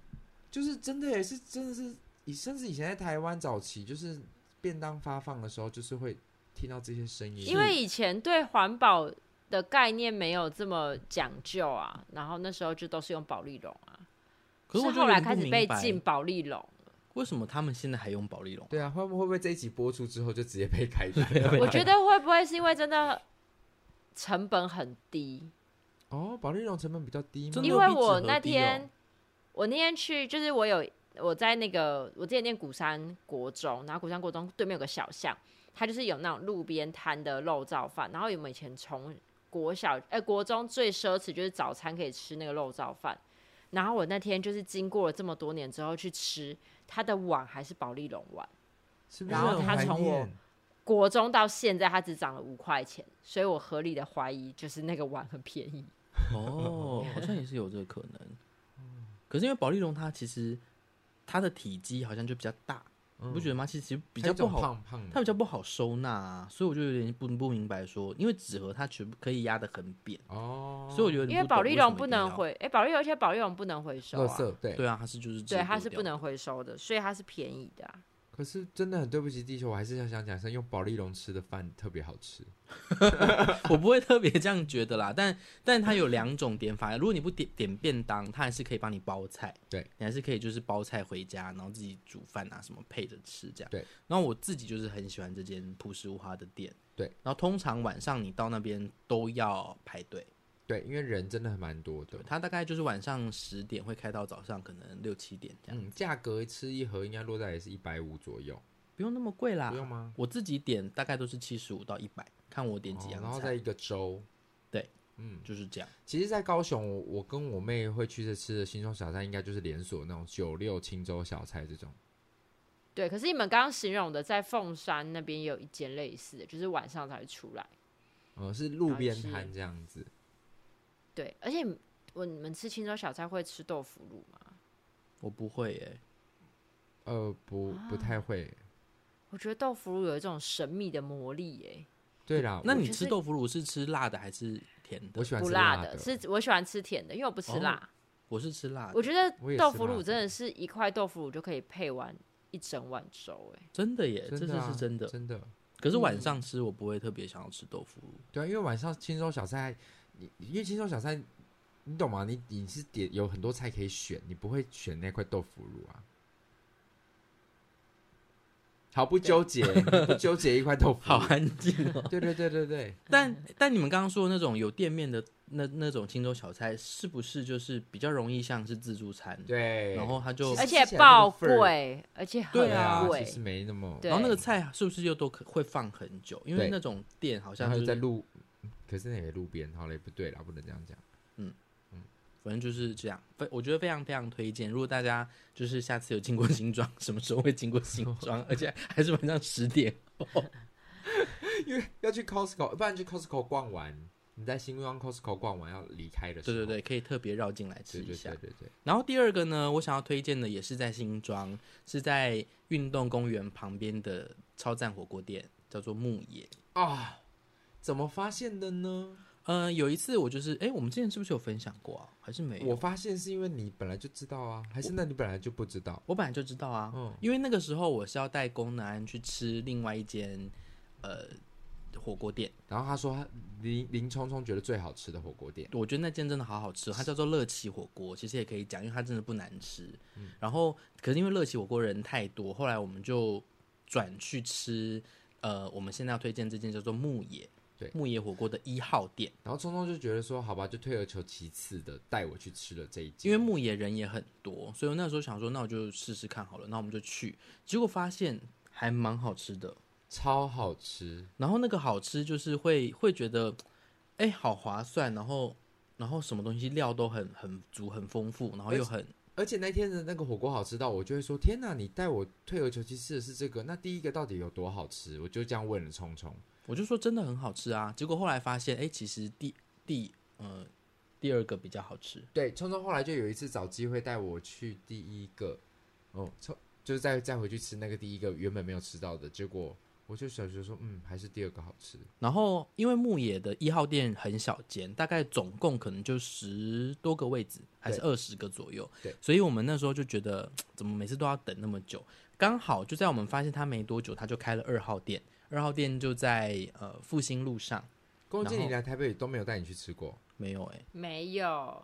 [SPEAKER 2] 就是真的也是真的是，以甚至以前在台湾早期，就是便当发放的时候，就是会听到这些声音，
[SPEAKER 3] 因为以前对环保的概念没有这么讲究啊，然后那时候就都是用保利龙啊，
[SPEAKER 1] 可是我就
[SPEAKER 3] 后来
[SPEAKER 1] 有点
[SPEAKER 3] 开
[SPEAKER 1] 不
[SPEAKER 3] 始被
[SPEAKER 1] 明白
[SPEAKER 3] 禁保利龙。
[SPEAKER 1] 为什么他们现在还用保利龙？
[SPEAKER 2] 对啊，会不会不会这一集播出之后就直接被开单？
[SPEAKER 1] 啊
[SPEAKER 3] 我 觉得会不会是因为真的成本很低？
[SPEAKER 2] 哦，保利龙成本比较低吗
[SPEAKER 1] 真？的
[SPEAKER 3] 因
[SPEAKER 1] 有
[SPEAKER 3] 为
[SPEAKER 1] 比纸
[SPEAKER 3] 我
[SPEAKER 1] 盒
[SPEAKER 3] 那
[SPEAKER 1] 低
[SPEAKER 3] 天、
[SPEAKER 1] 哦
[SPEAKER 3] 我那天去，就是我有我在那个我之前念古山国中，然后古山国中对面有个小巷，它就是有那种路边摊的肉燥饭，然后我们以前从国小哎、国中最奢侈就是早餐可以吃那个肉燥饭，然后我那天就是经过了这么多年之后去吃，它的碗还是保利龙碗。
[SPEAKER 2] 是不是
[SPEAKER 1] 然后
[SPEAKER 2] 很
[SPEAKER 1] 他
[SPEAKER 2] 怀
[SPEAKER 3] 从
[SPEAKER 2] 念
[SPEAKER 3] 我国中到现在，它只涨了五块钱，所以我合理的怀疑就是那个碗很便宜。
[SPEAKER 1] 哦，好像也是有这个可能。可是因为保利龙它其实它的体积好像就比较大，
[SPEAKER 2] 嗯
[SPEAKER 1] 你不觉得吗？其实比
[SPEAKER 2] 比
[SPEAKER 1] 较不好，
[SPEAKER 2] 胖胖
[SPEAKER 1] 它
[SPEAKER 2] 的
[SPEAKER 1] 比较不好收纳啊，所以我就有点不不明白说，因为纸盒它全部可以压得很扁，
[SPEAKER 2] 哦，
[SPEAKER 1] 所以我有点
[SPEAKER 3] 因为
[SPEAKER 1] 不懂
[SPEAKER 3] 保利
[SPEAKER 1] 为什么
[SPEAKER 3] 龙不
[SPEAKER 1] 一定
[SPEAKER 3] 能
[SPEAKER 1] 要，
[SPEAKER 3] 回，哎、保利龙而且保利龙不能回收
[SPEAKER 2] 垃
[SPEAKER 3] 啊，
[SPEAKER 2] 圾对。
[SPEAKER 1] 对啊，它是就是直
[SPEAKER 3] 对，
[SPEAKER 1] 接
[SPEAKER 3] 它
[SPEAKER 1] 丢
[SPEAKER 3] 是
[SPEAKER 1] 掉
[SPEAKER 3] 不能回收的，所以它是便宜的、啊。
[SPEAKER 2] 可是真的很对不起地球，我还是想想讲一声，用保利龙吃的饭特别好吃。
[SPEAKER 1] 我不会特别这样觉得啦，但但它有两种点法，如果你不点点便当，它还是可以帮你包菜，
[SPEAKER 2] 对
[SPEAKER 1] 你还是可以就是包菜回家，然后自己煮饭啊什么配着吃这样。
[SPEAKER 2] 对，
[SPEAKER 1] 然后我自己就是很喜欢这间朴实无华的店，
[SPEAKER 2] 对，
[SPEAKER 1] 然后通常晚上你到那边都要排队，
[SPEAKER 2] 对，因为人真的还蛮多的。
[SPEAKER 1] 它大概就是晚上十点会开到早上可能六七点这样，
[SPEAKER 2] 嗯，价格吃一盒应该落在也是一百五左右，
[SPEAKER 1] 不用那么贵啦
[SPEAKER 2] 不，用吗？
[SPEAKER 1] 我自己点大概都是七十五到一百，看我点
[SPEAKER 2] 哦
[SPEAKER 1] 几
[SPEAKER 2] 然后
[SPEAKER 1] 样
[SPEAKER 2] 再
[SPEAKER 1] 菜，
[SPEAKER 2] 一个粥。
[SPEAKER 1] 对，
[SPEAKER 2] 嗯，
[SPEAKER 1] 就是这样。
[SPEAKER 2] 其实，在高雄，我我跟我妹会去这吃的新中小菜，应该就是连锁那种九六青州小菜这种。
[SPEAKER 3] 对，可是你们刚刚形容的，在凤山那边也有一间类似的，就是晚上才会出来。
[SPEAKER 2] 呃，是路边
[SPEAKER 3] 好
[SPEAKER 2] 摊
[SPEAKER 3] 吃
[SPEAKER 2] 这样子，
[SPEAKER 3] 对，而且你我你们吃青州小菜会吃豆腐乳吗？
[SPEAKER 1] 我不会耶、
[SPEAKER 2] 呃，不
[SPEAKER 1] 啊
[SPEAKER 2] 不太会。
[SPEAKER 3] 我觉得豆腐乳有一种神秘的魔力耶、
[SPEAKER 2] 对啦，
[SPEAKER 1] 那
[SPEAKER 2] 我
[SPEAKER 1] 你
[SPEAKER 3] 就是
[SPEAKER 1] 吃豆腐乳是吃辣的还是甜的？
[SPEAKER 2] 我喜欢
[SPEAKER 3] 不
[SPEAKER 2] 吃
[SPEAKER 3] 辣
[SPEAKER 2] 的，
[SPEAKER 3] 是我喜欢吃甜的，因为我不吃
[SPEAKER 1] 哦
[SPEAKER 3] 辣。
[SPEAKER 1] 我是吃辣的
[SPEAKER 3] 我觉得
[SPEAKER 2] 啊我也
[SPEAKER 3] 豆
[SPEAKER 2] 是
[SPEAKER 3] 腐
[SPEAKER 2] 辣
[SPEAKER 3] 乳
[SPEAKER 2] 的
[SPEAKER 3] 真的是一块豆腐乳就可以配完一整碗粥、哎，
[SPEAKER 1] 真的耶，这
[SPEAKER 2] 真的啊
[SPEAKER 1] 是是真的。
[SPEAKER 2] 真的。
[SPEAKER 1] 可是
[SPEAKER 3] 嗯
[SPEAKER 1] 晚上吃我不会特别想要吃豆腐乳，
[SPEAKER 2] 对啊，因为晚上轻松小菜，你因为轻松小菜，你懂吗？你你是点有很多菜可以选，你不会选那块豆腐乳啊。好，不纠结，不纠结一块豆腐 乳。
[SPEAKER 1] 好安静 哦。
[SPEAKER 2] 对对对对 对，
[SPEAKER 1] 但但你们刚刚说的那种有店面的那那种青州小菜，是不是就是比较容易像是自助餐？
[SPEAKER 2] 对。
[SPEAKER 1] 然后它就
[SPEAKER 2] 其
[SPEAKER 3] 而
[SPEAKER 2] 实
[SPEAKER 3] 且
[SPEAKER 2] 吃起来那个
[SPEAKER 3] 爆
[SPEAKER 2] 份儿
[SPEAKER 3] 贵，而且很
[SPEAKER 2] 对啊，
[SPEAKER 3] 贵
[SPEAKER 2] 其。实没那么，
[SPEAKER 3] 对
[SPEAKER 1] 然后那个菜是不是又都可会放很久？因为
[SPEAKER 2] 对
[SPEAKER 1] 那种店好
[SPEAKER 2] 然
[SPEAKER 1] 像
[SPEAKER 2] 后
[SPEAKER 1] 就
[SPEAKER 2] 又在
[SPEAKER 1] 是
[SPEAKER 2] 路，可是那也路边，好嘞，不对啦，不能这样讲。
[SPEAKER 1] 反正就是这样，非我觉得非常非常推荐。如果大家就是下次有经过新庄， 什么时候会经过新庄， 而且还是晚上十点，
[SPEAKER 2] 因为要去 Costco，不然去 Costco 逛完，你在新光 Costco 逛完要离开的时
[SPEAKER 1] 对
[SPEAKER 2] 候，
[SPEAKER 1] 对对，可以特别绕进来吃
[SPEAKER 2] 对
[SPEAKER 1] 一
[SPEAKER 2] 对
[SPEAKER 1] 下
[SPEAKER 2] 对。对对。
[SPEAKER 1] 然后第二个呢，我想要推荐的也是在新庄，是在运动公园旁边的超赞火锅店，叫做牧野。
[SPEAKER 2] 啊，怎么发现的呢？
[SPEAKER 1] 嗯、有一次我就是，哎，我们之前是不是有分享过啊？还是没有？
[SPEAKER 2] 我
[SPEAKER 1] 我
[SPEAKER 2] 发现是因为你本来就知道啊，还是那你本来就不知道？
[SPEAKER 1] 本来就知道啊，
[SPEAKER 2] 嗯
[SPEAKER 1] 因为那个时候我是要带宫南去吃另外一间，呃，火锅店，
[SPEAKER 2] 然后他说他林林冲冲觉得最好吃的火锅店，
[SPEAKER 1] 我觉得那间真的好好吃，它叫做乐奇火锅，其实也可以讲，因为它真的不难吃。
[SPEAKER 2] 嗯
[SPEAKER 1] 然后，可是因为乐奇火锅人太多，后来我们就转去吃，呃，我们现在要推荐这间叫做牧野，
[SPEAKER 2] 对
[SPEAKER 1] 牧野火锅的一号店，
[SPEAKER 2] 然后冲冲就觉得说好吧，就退而求其次的带我去吃了这一间，
[SPEAKER 1] 因为牧野人也很多，所以我那时候想说，那我就试试看好了，那我们就去，结果发现还蛮好吃的。
[SPEAKER 2] 超好吃，
[SPEAKER 1] 然后那个好吃就是会会觉得，哎，好划算，然后然后什么东西料都很很足很丰富，然后又很
[SPEAKER 2] 而且那天的那个火锅好吃到我就会说天哪，你带我退而求其次的是这个，那第一个到底有多好吃？我就这样问了冲冲，
[SPEAKER 1] 我就说真的很好吃啊，结果后来发现，哎、其实第第呃第二个比较好吃，
[SPEAKER 2] 对，冲冲后来就有一次找机会带我去第一个，哦，冲就是再再回去吃那个第一个原本没有吃到的，结果我就想觉得说，嗯，还是第二个好吃。
[SPEAKER 1] 然后因为牧野的一号店很小间，大概总共可能就十多个位置，还是二十个左右。
[SPEAKER 2] 对，
[SPEAKER 1] 所以我们那时候就觉得，怎么每次都要等那么久？刚好就在我们发现他没多久，他就开了二号店。二号店就在呃复兴路上，
[SPEAKER 2] 宫崎
[SPEAKER 1] 然
[SPEAKER 2] 你
[SPEAKER 1] 后
[SPEAKER 2] 来台北都没有带你去吃过，
[SPEAKER 1] 没有哎、
[SPEAKER 3] 没有，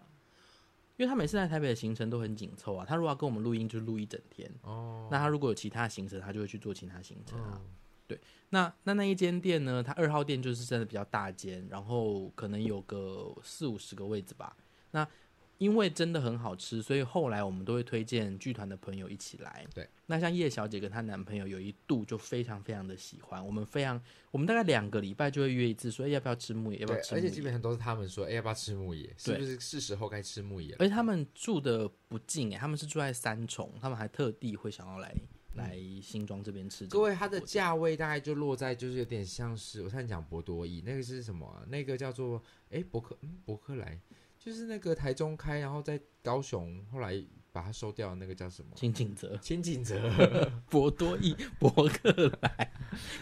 [SPEAKER 1] 因为他每次来台北的行程都很紧凑啊。他如果要跟我们录音，就录一整天。哦，那他如果有其他行程，他就会去做其他行程
[SPEAKER 2] 哦
[SPEAKER 1] 啊。
[SPEAKER 2] 嗯
[SPEAKER 1] 对，那那那一间店呢？它二号店就是真的比较大间，然后可能有个四五十个位置吧。那因为真的很好吃，所以后来我们都会推荐剧团的朋友一起来。
[SPEAKER 2] 对，
[SPEAKER 1] 那像叶小姐跟她男朋友有一度就非常非常的喜欢，我们非常，我们大概两个礼拜就会约一次，说哎要不要吃木野，要不
[SPEAKER 2] 对
[SPEAKER 1] 要，吃
[SPEAKER 2] 而
[SPEAKER 1] 木
[SPEAKER 2] 且基
[SPEAKER 1] 野。
[SPEAKER 2] 本上都是他们说，哎，要不要吃木野？是
[SPEAKER 1] 对
[SPEAKER 2] 不是是时候该吃木野了？
[SPEAKER 1] 而且他们住的不近哎、他们是住在三重，他们还特地会想要来来新庄这边吃这个
[SPEAKER 2] 各
[SPEAKER 1] 火锅
[SPEAKER 2] 位，
[SPEAKER 1] 店。
[SPEAKER 2] 它的价位大概就落在就是有点像是我上次讲博多意那个是什么啊、那个叫做哎伯克嗯伯克莱，就是那个台中开，然后在高雄后来把它收掉的那个叫什么？
[SPEAKER 1] 清景泽、
[SPEAKER 2] 清景泽，
[SPEAKER 1] 博多益、博客来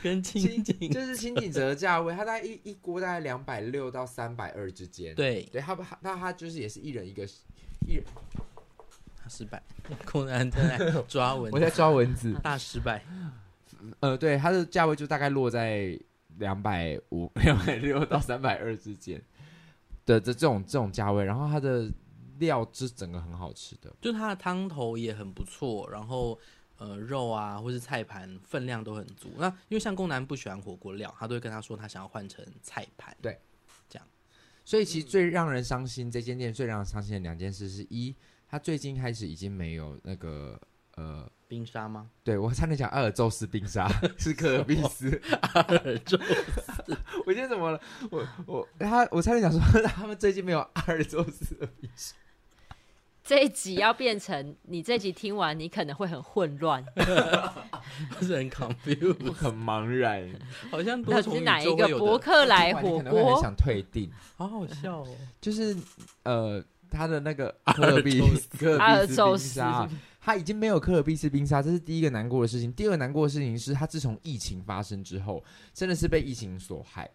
[SPEAKER 1] 跟清景
[SPEAKER 2] 清就是清景泽的价位，它大概一一锅大概两百六到三百二之间。，
[SPEAKER 1] 对，
[SPEAKER 2] 对，它不它那它就是也是一人一个，一人
[SPEAKER 1] 他失败，柯南正在抓蚊
[SPEAKER 2] 我在
[SPEAKER 1] 子，
[SPEAKER 2] 抓蚊子。
[SPEAKER 1] 大失败。
[SPEAKER 2] 呃，对，它的价位就大概落在两百五、 两百六到三百二之间的这这种这种价位，然后它的料是整个很好吃的，
[SPEAKER 1] 就它的汤头也很不错，然后呃肉啊或是菜盘分量都很足。那因为像宫南不喜欢火锅料，他都会跟他说他想要换成菜盘。
[SPEAKER 2] 所以其实最让人伤心，这间店最让人伤心的两件事是一，它最近开始已经没有那个呃。
[SPEAKER 1] 冰沙吗？
[SPEAKER 2] 对，我差点讲阿尔宙斯冰沙是科尔必斯，我今天怎么了？我我他我差点讲说他们最近没有阿尔宙斯的冰沙，
[SPEAKER 3] 这一集要变成你这集听完，你可能会很混 乱，
[SPEAKER 1] 不是很 confused，
[SPEAKER 2] 我很茫然，
[SPEAKER 1] 好像
[SPEAKER 3] 到
[SPEAKER 1] 多
[SPEAKER 3] 底
[SPEAKER 1] 重
[SPEAKER 3] 是
[SPEAKER 1] 宇
[SPEAKER 3] 哪一
[SPEAKER 1] 宙会
[SPEAKER 3] 个
[SPEAKER 1] 有的，
[SPEAKER 3] 伯克莱
[SPEAKER 2] 不然你
[SPEAKER 3] 火
[SPEAKER 2] 可能会很
[SPEAKER 3] 锅？
[SPEAKER 2] 想退订。
[SPEAKER 1] 好好笑哦。
[SPEAKER 2] 就是呃，它的那个科尔必
[SPEAKER 1] 阿尔宙
[SPEAKER 2] 科
[SPEAKER 3] 阿
[SPEAKER 2] 尔
[SPEAKER 3] 尔
[SPEAKER 2] 必斯
[SPEAKER 3] 宙
[SPEAKER 2] 冰
[SPEAKER 3] 斯
[SPEAKER 2] 沙，它已经没有科尔必斯冰沙，这是第一个难过的事情。第二个难过的事情是，它自从疫情发生之后，真的是被疫情所害。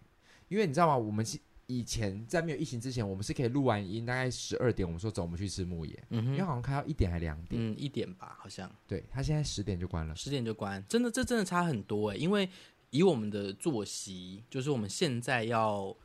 [SPEAKER 2] 因为你知道吗？我们是以前在没有疫情之前，我们是可以录完音，大概十二点，我们说走，我们去吃木野，
[SPEAKER 1] 嗯
[SPEAKER 2] 因为
[SPEAKER 1] 哼，
[SPEAKER 2] 好像开到一点还两点。
[SPEAKER 1] 嗯，一点吧，好像。
[SPEAKER 2] 对，它现在十点就关了。
[SPEAKER 1] 十点就关，真的这真的差很多哎、因为以我们的作息，就是我们现在要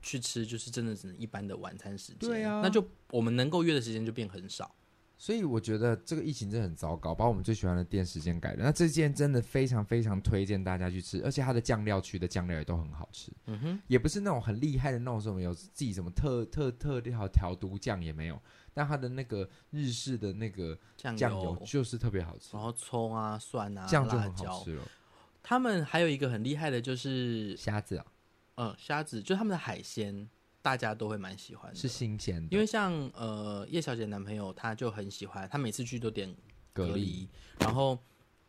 [SPEAKER 1] 去吃，就是真的只能一般的晚餐时间，
[SPEAKER 2] 对啊
[SPEAKER 1] 那就我们能够约的时间就变很少。
[SPEAKER 2] 所以我觉得这个疫情真的很糟糕，把我们最喜欢的店时间改了。那这件真的非常非常推荐大家去吃，而且它的酱料区的酱料也都很好吃。
[SPEAKER 1] 嗯哼，
[SPEAKER 2] 也不是那种很厉害的那种什么有自己什么特特特调调毒酱也没有，但它的那个日式的那个
[SPEAKER 1] 酱
[SPEAKER 2] 酱油就是特别好吃
[SPEAKER 1] 然，后葱啊、蒜啊、
[SPEAKER 2] 这样就
[SPEAKER 1] 辣
[SPEAKER 2] 很好
[SPEAKER 1] 椒。
[SPEAKER 2] 吃了。哦
[SPEAKER 1] 他们还有一个很厉害的，就是
[SPEAKER 2] 虾子啊
[SPEAKER 1] 嗯，虾子，就他们的海鲜，大家都会蛮喜欢的。
[SPEAKER 2] 是新鲜
[SPEAKER 1] 嗯
[SPEAKER 2] 的，
[SPEAKER 1] 因为像呃叶小姐男朋友他就很喜欢，他每次去都点
[SPEAKER 2] 蛤
[SPEAKER 1] 隔
[SPEAKER 2] 蜊
[SPEAKER 1] 离。然后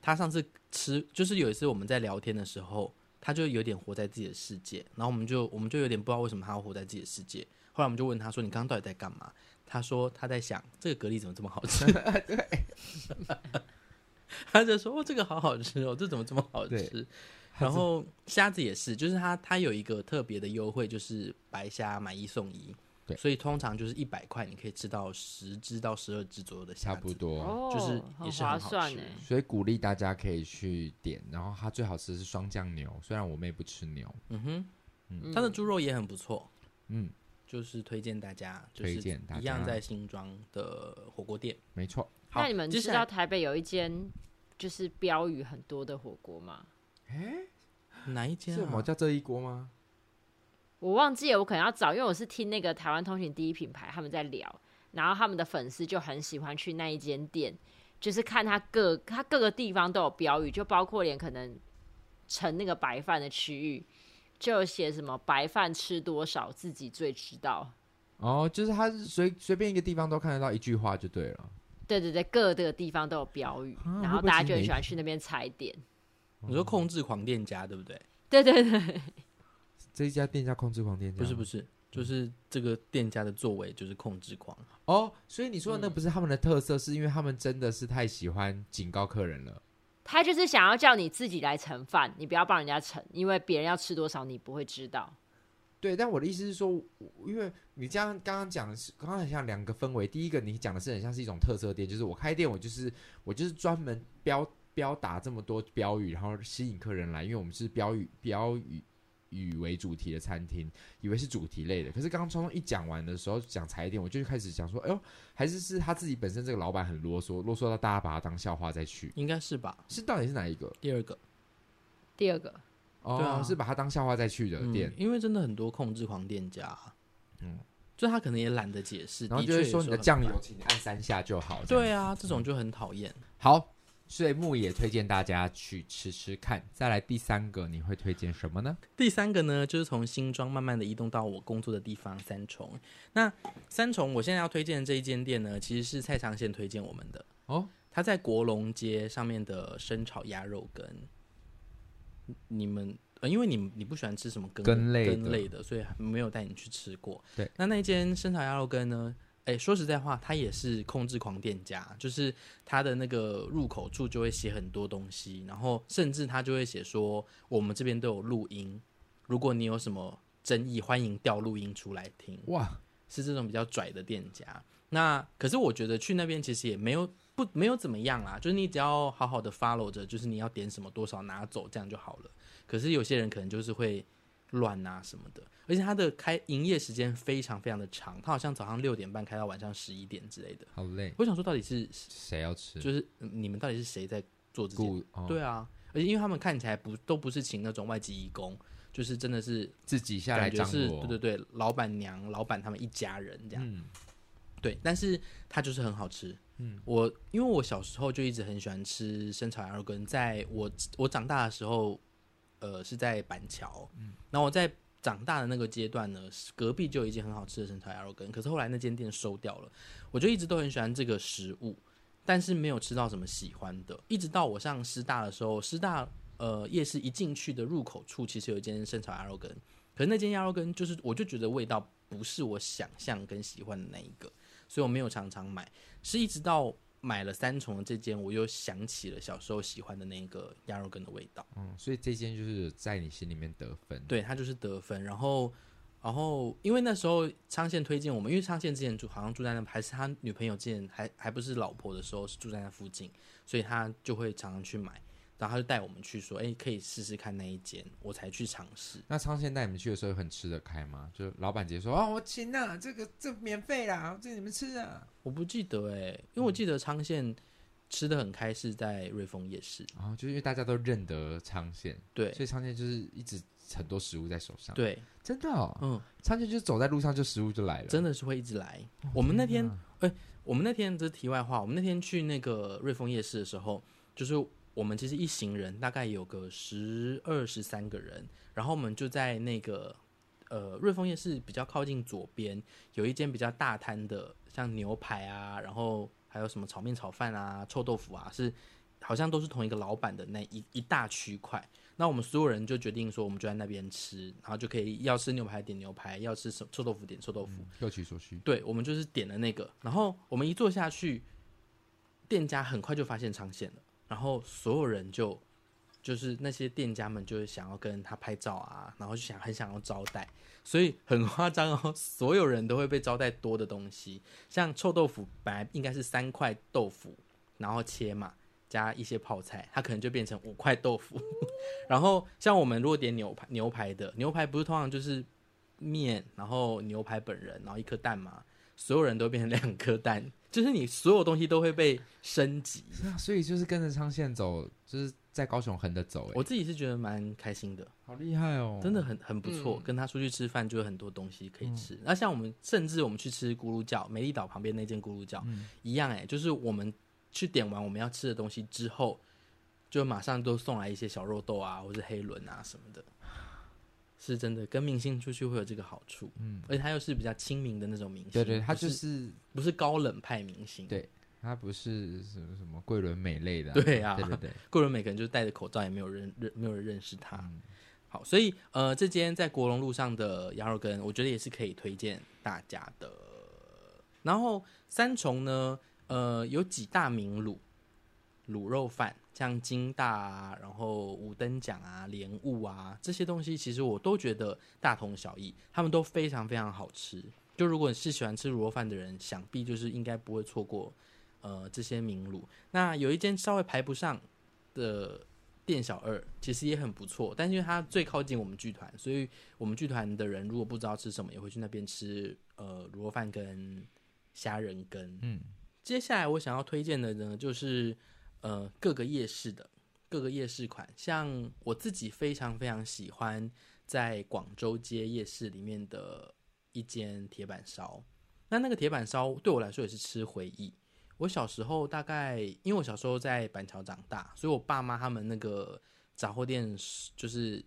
[SPEAKER 1] 他上次吃，就是有一次我们在聊天的时候，他就有点活在自己的世界，然后我们就我们就有点不知道为什么他要活在自己的世界。后来我们就问他说：“你刚刚到底在干嘛？”他说他在想这个蛤蜊怎么这么好 吃。他就说：“哦，这个好好吃哦，这怎么这么好吃
[SPEAKER 2] 对？”
[SPEAKER 1] 然后虾子也是，就是它它有一个特别的优惠，就是白虾买一送一。
[SPEAKER 2] 对
[SPEAKER 1] 所以通常就是一百块，你可以吃到十只到十二只左右的虾
[SPEAKER 2] 差
[SPEAKER 1] 子
[SPEAKER 2] 不。多。
[SPEAKER 3] 哦，
[SPEAKER 1] 就是也
[SPEAKER 3] 很
[SPEAKER 1] 是
[SPEAKER 3] 划
[SPEAKER 1] 很好
[SPEAKER 3] 算欸
[SPEAKER 1] 吃
[SPEAKER 3] 呢。
[SPEAKER 2] 所以鼓励大家可以去点，然后它最好吃的是双酱牛，虽然我妹不吃牛，
[SPEAKER 1] 嗯哼，
[SPEAKER 3] 嗯
[SPEAKER 1] 它的猪肉也很不错，
[SPEAKER 2] 嗯，
[SPEAKER 1] 就是推荐大家，就
[SPEAKER 2] 推
[SPEAKER 1] 是
[SPEAKER 2] 荐大家
[SPEAKER 1] 一样在新庄的火锅店。
[SPEAKER 2] 没错。
[SPEAKER 1] 好
[SPEAKER 3] 那你们
[SPEAKER 1] 接
[SPEAKER 3] 知
[SPEAKER 1] 下来
[SPEAKER 3] 道台北有一间就是标语很多的火锅吗？
[SPEAKER 1] 哪一间
[SPEAKER 2] 是
[SPEAKER 1] 啊？
[SPEAKER 2] 我们叫这一锅吗？
[SPEAKER 3] 我忘记了，我可能要找，因为我是听那个台湾通勤第一品牌他们在聊，然后他们的粉丝就很喜欢去那一间店，就是看他各他各个地方都有标语，就包括连可能盛那个白饭的区域，就有写什么白饭吃多少自己最知道。
[SPEAKER 2] 哦，就是它是随随便一个地方都看得到一句话就对了。
[SPEAKER 3] 对对对，各个地方都有标语，
[SPEAKER 2] 啊
[SPEAKER 3] 然
[SPEAKER 2] 会
[SPEAKER 3] 后
[SPEAKER 2] 不会
[SPEAKER 3] 大家
[SPEAKER 2] 是
[SPEAKER 3] 就很
[SPEAKER 2] 媒
[SPEAKER 3] 喜欢
[SPEAKER 2] 体
[SPEAKER 3] 去那边踩点。
[SPEAKER 1] 你说控制狂店家对不对？
[SPEAKER 3] 对对对，
[SPEAKER 2] 这一家店叫控制狂店家，
[SPEAKER 1] 不是不是，就是这个店家的作为就是控制狂。
[SPEAKER 2] 哦，所以你说的那不是他们的特色，是因为他们真的是太喜欢警告客人了。
[SPEAKER 3] 他就是想要叫你自己来盛饭，你不要帮人家盛，因为别人要吃多少你不会知道。
[SPEAKER 2] 对，但我的意思是说，我因为你这样刚刚讲的是，刚刚很像两个氛围。第一个你讲的是很像是一种特色店，就是我开店，我就是我就是专门标标打这么多标语，然后吸引客人来，因为我们是标语标语语为主题的餐厅，以为是主题类的。可是刚刚聪聪一讲完的时候讲踩点，我就开始讲说，哎呦，还是是他自己本身这个老板很啰嗦，啰嗦到大家把他当笑话再去。
[SPEAKER 1] 应该是吧？
[SPEAKER 2] 是到底是哪一个？
[SPEAKER 1] 第二个
[SPEAKER 3] 第二个，
[SPEAKER 2] 哦，
[SPEAKER 1] 对啊
[SPEAKER 2] 是把它当笑话再去的店
[SPEAKER 1] 嗯，，因为真的很多控制狂店家，
[SPEAKER 2] 嗯
[SPEAKER 1] 嗯，就他可能也懒得解释，
[SPEAKER 2] 然后
[SPEAKER 1] 的
[SPEAKER 2] 就会
[SPEAKER 1] 确
[SPEAKER 2] 说
[SPEAKER 1] 有
[SPEAKER 2] 你
[SPEAKER 1] 时
[SPEAKER 2] 的
[SPEAKER 1] 候很
[SPEAKER 2] 酱
[SPEAKER 1] 烦
[SPEAKER 2] 油，请你按三下就好。这样
[SPEAKER 1] 对啊，这种就很讨厌。
[SPEAKER 2] 好，所以木也推荐大家去吃吃看。再来第三个，你会推荐什么呢？
[SPEAKER 1] 第三个呢，就是从新庄慢慢的移动到我工作的地方三重。那三重我现在要推荐的这一间店呢，其实是蔡长宪推荐我们的
[SPEAKER 2] 哦。
[SPEAKER 1] 他在国龙街上面的生炒鸭肉羹，你们呃，因为你你不喜欢吃什么羹
[SPEAKER 2] 羹类的
[SPEAKER 1] 羹类的，所以没有带你去吃过。
[SPEAKER 2] 对，
[SPEAKER 1] 那那间生炒鸭肉羹呢？哎，说实在话，它也是控制狂店家，就是它的那个入口处就会写很多东西，然后甚至它就会写说我们这边都有录音，如果你有什么争议，欢迎调录音出来听。
[SPEAKER 2] 哇，
[SPEAKER 1] 是这种比较拽的店家。那可是我觉得去那边其实也没有不没有怎么样啦，就是你只要好好的 follow 着，就是你要点什么多少拿走这样就好了。可是有些人可能就是会乱拿什么的，而且它的开营业时间非常非常的长，它好像早上六点半开到晚上十一点之类的。
[SPEAKER 2] 好累，
[SPEAKER 1] 我想说到底是
[SPEAKER 2] 谁要吃？
[SPEAKER 1] 就是嗯你们到底是谁在做这件？
[SPEAKER 2] 顾哦，
[SPEAKER 1] 对啊，而且因为他们看起来不都不是请那种外籍义工，就是真的是
[SPEAKER 2] 自己下来
[SPEAKER 1] 感觉
[SPEAKER 2] 张
[SPEAKER 1] 是
[SPEAKER 2] 罗。
[SPEAKER 1] 对对对，老板娘、老板他们一家人这样。
[SPEAKER 2] 嗯，
[SPEAKER 1] 对，但是它就是很好吃。嗯，我因为我小时候就一直很喜欢吃生炒鸭肉羹，在我我长大的时候，呃，是在板桥。嗯，然后我在长大的那个阶段呢，是隔壁就有一间很好吃的生炒鸭肉羹，可是后来那间店收掉了，我就一直都很喜欢这个食物，但是没有吃到什么喜欢的。一直到我上师大的时候，师大呃夜市一进去的入口处，其实有一间生炒鸭肉羹，可是那间鸭肉羹就是我就觉得味道不是我想象跟喜欢的那一个。所以我没有常常买，是一直到买了三重的这间，我又想起了小时候喜欢的那个鸭肉羹的味道。
[SPEAKER 2] 嗯，所以这间就是在你心里面得分。，
[SPEAKER 1] 对，它就是得分。然后，然后因为那时候昌宪推荐我们，因为昌宪之前住好像住在那，还是他女朋友之前还还不是老婆的时候是住在那附近，所以他就会常常去买。然后他就带我们去说，哎，可以试试看那一间，我才去尝试。
[SPEAKER 2] 那昌宪带你们去的时候很吃得开吗？就老板直接说哦，我请啊，这个这免费啦，这你们吃啊。
[SPEAKER 1] 我不记得哎、因为我记得昌宪吃的很开是在瑞丰夜市，
[SPEAKER 2] 然后、就是因为大家都认得昌宪，
[SPEAKER 1] 对
[SPEAKER 2] 所以昌宪就是一直很多食物在手上。，
[SPEAKER 1] 对，
[SPEAKER 2] 真的哦，
[SPEAKER 1] 嗯，
[SPEAKER 2] 昌宪就是走在路上就食物就来了。哦
[SPEAKER 1] 真的是会一直来。我们那天，哎、我们那天这是题外话，我们那天去那个瑞丰夜市的时候，就是我们其实一行人大概有个十二十三个人，然后我们就在那个呃瑞丰夜市比较靠近左边有一间比较大摊的，像牛排啊，然后还有什么炒面、炒饭啊、臭豆腐啊，是好像都是同一个老板的那一一大区块。那我们所有人就决定说，我们就在那边吃，然后就可以要吃牛排点牛排，要吃什臭豆腐点臭豆腐，
[SPEAKER 2] 各取所需。
[SPEAKER 1] 对，我们就是点了那个，然后我们一坐下去，店家很快就发现长线了，然后所有人就就是那些店家们就是想要跟他拍照啊，然后就想很想要招待，所以很夸张哦， 所有人都会被招待多的东西，像臭豆腐本来应该是三块豆腐，然后切嘛。加一些泡菜，它可能就变成五块豆腐。 然后像我们如果点牛排，牛排的牛排不是通常就是面，然后牛排本人，然后一颗蛋嘛，所有人都变成两颗蛋，就是你所有东西都会被升级。
[SPEAKER 2] 是啊，所以就是跟着昌宪走，就是在高雄横着走、欸，
[SPEAKER 1] 我自己是觉得蛮开心的，
[SPEAKER 2] 好厉害哦！
[SPEAKER 1] 真的很很不错。跟他出去吃饭，就有很多东西可
[SPEAKER 2] 嗯
[SPEAKER 1] 以吃。那、像我们，甚至我们去吃咕噜叫，美丽岛旁边那间咕噜叫、
[SPEAKER 2] 嗯
[SPEAKER 1] 一样、欸，哎，就是我们去点完我们要吃的东西之后，就马上都送来一些小肉豆啊，或是黑轮啊什么的。是真的，跟明星出去会有这个好处，嗯，而且他又是比较亲民的那种明星，
[SPEAKER 2] 对对，他
[SPEAKER 1] 不
[SPEAKER 2] 就是是
[SPEAKER 1] 不是高冷派明星，
[SPEAKER 2] 对他不是什么什么桂纶镁类的、
[SPEAKER 1] 对啊
[SPEAKER 2] 对对对，
[SPEAKER 1] 桂纶镁可能就戴着口罩，也没有人认，没有人认识他。好，所以呃，这间在国龙路上的羊肉羹，我觉得也是可以推荐大家的。然后三重呢，呃，有几大名卤卤肉饭，像金大啊，然后五等奖啊、莲雾啊这些东西，其实我都觉得大同小异，他们都非常非常好吃。就如果你是喜欢吃卤肉饭的人，想必就是应该不会错过呃这些名卤。那有一间稍微排不上的店小二，其实也很不错，但是因为它最靠近我们剧团，所以我们剧团的人如果不知道吃什么，也会去那边吃呃卤肉饭跟虾仁羹。
[SPEAKER 2] 嗯，
[SPEAKER 1] 接下来我想要推荐的呢，就是呃各个夜市的各个夜市款，像我自己非常非常喜欢在广州街夜市里面的一间铁板烧。那那个铁板烧对我来说也是吃回忆。我小时候大概，因为我小时候在板桥长大，所以我爸妈他们那个杂货店是就是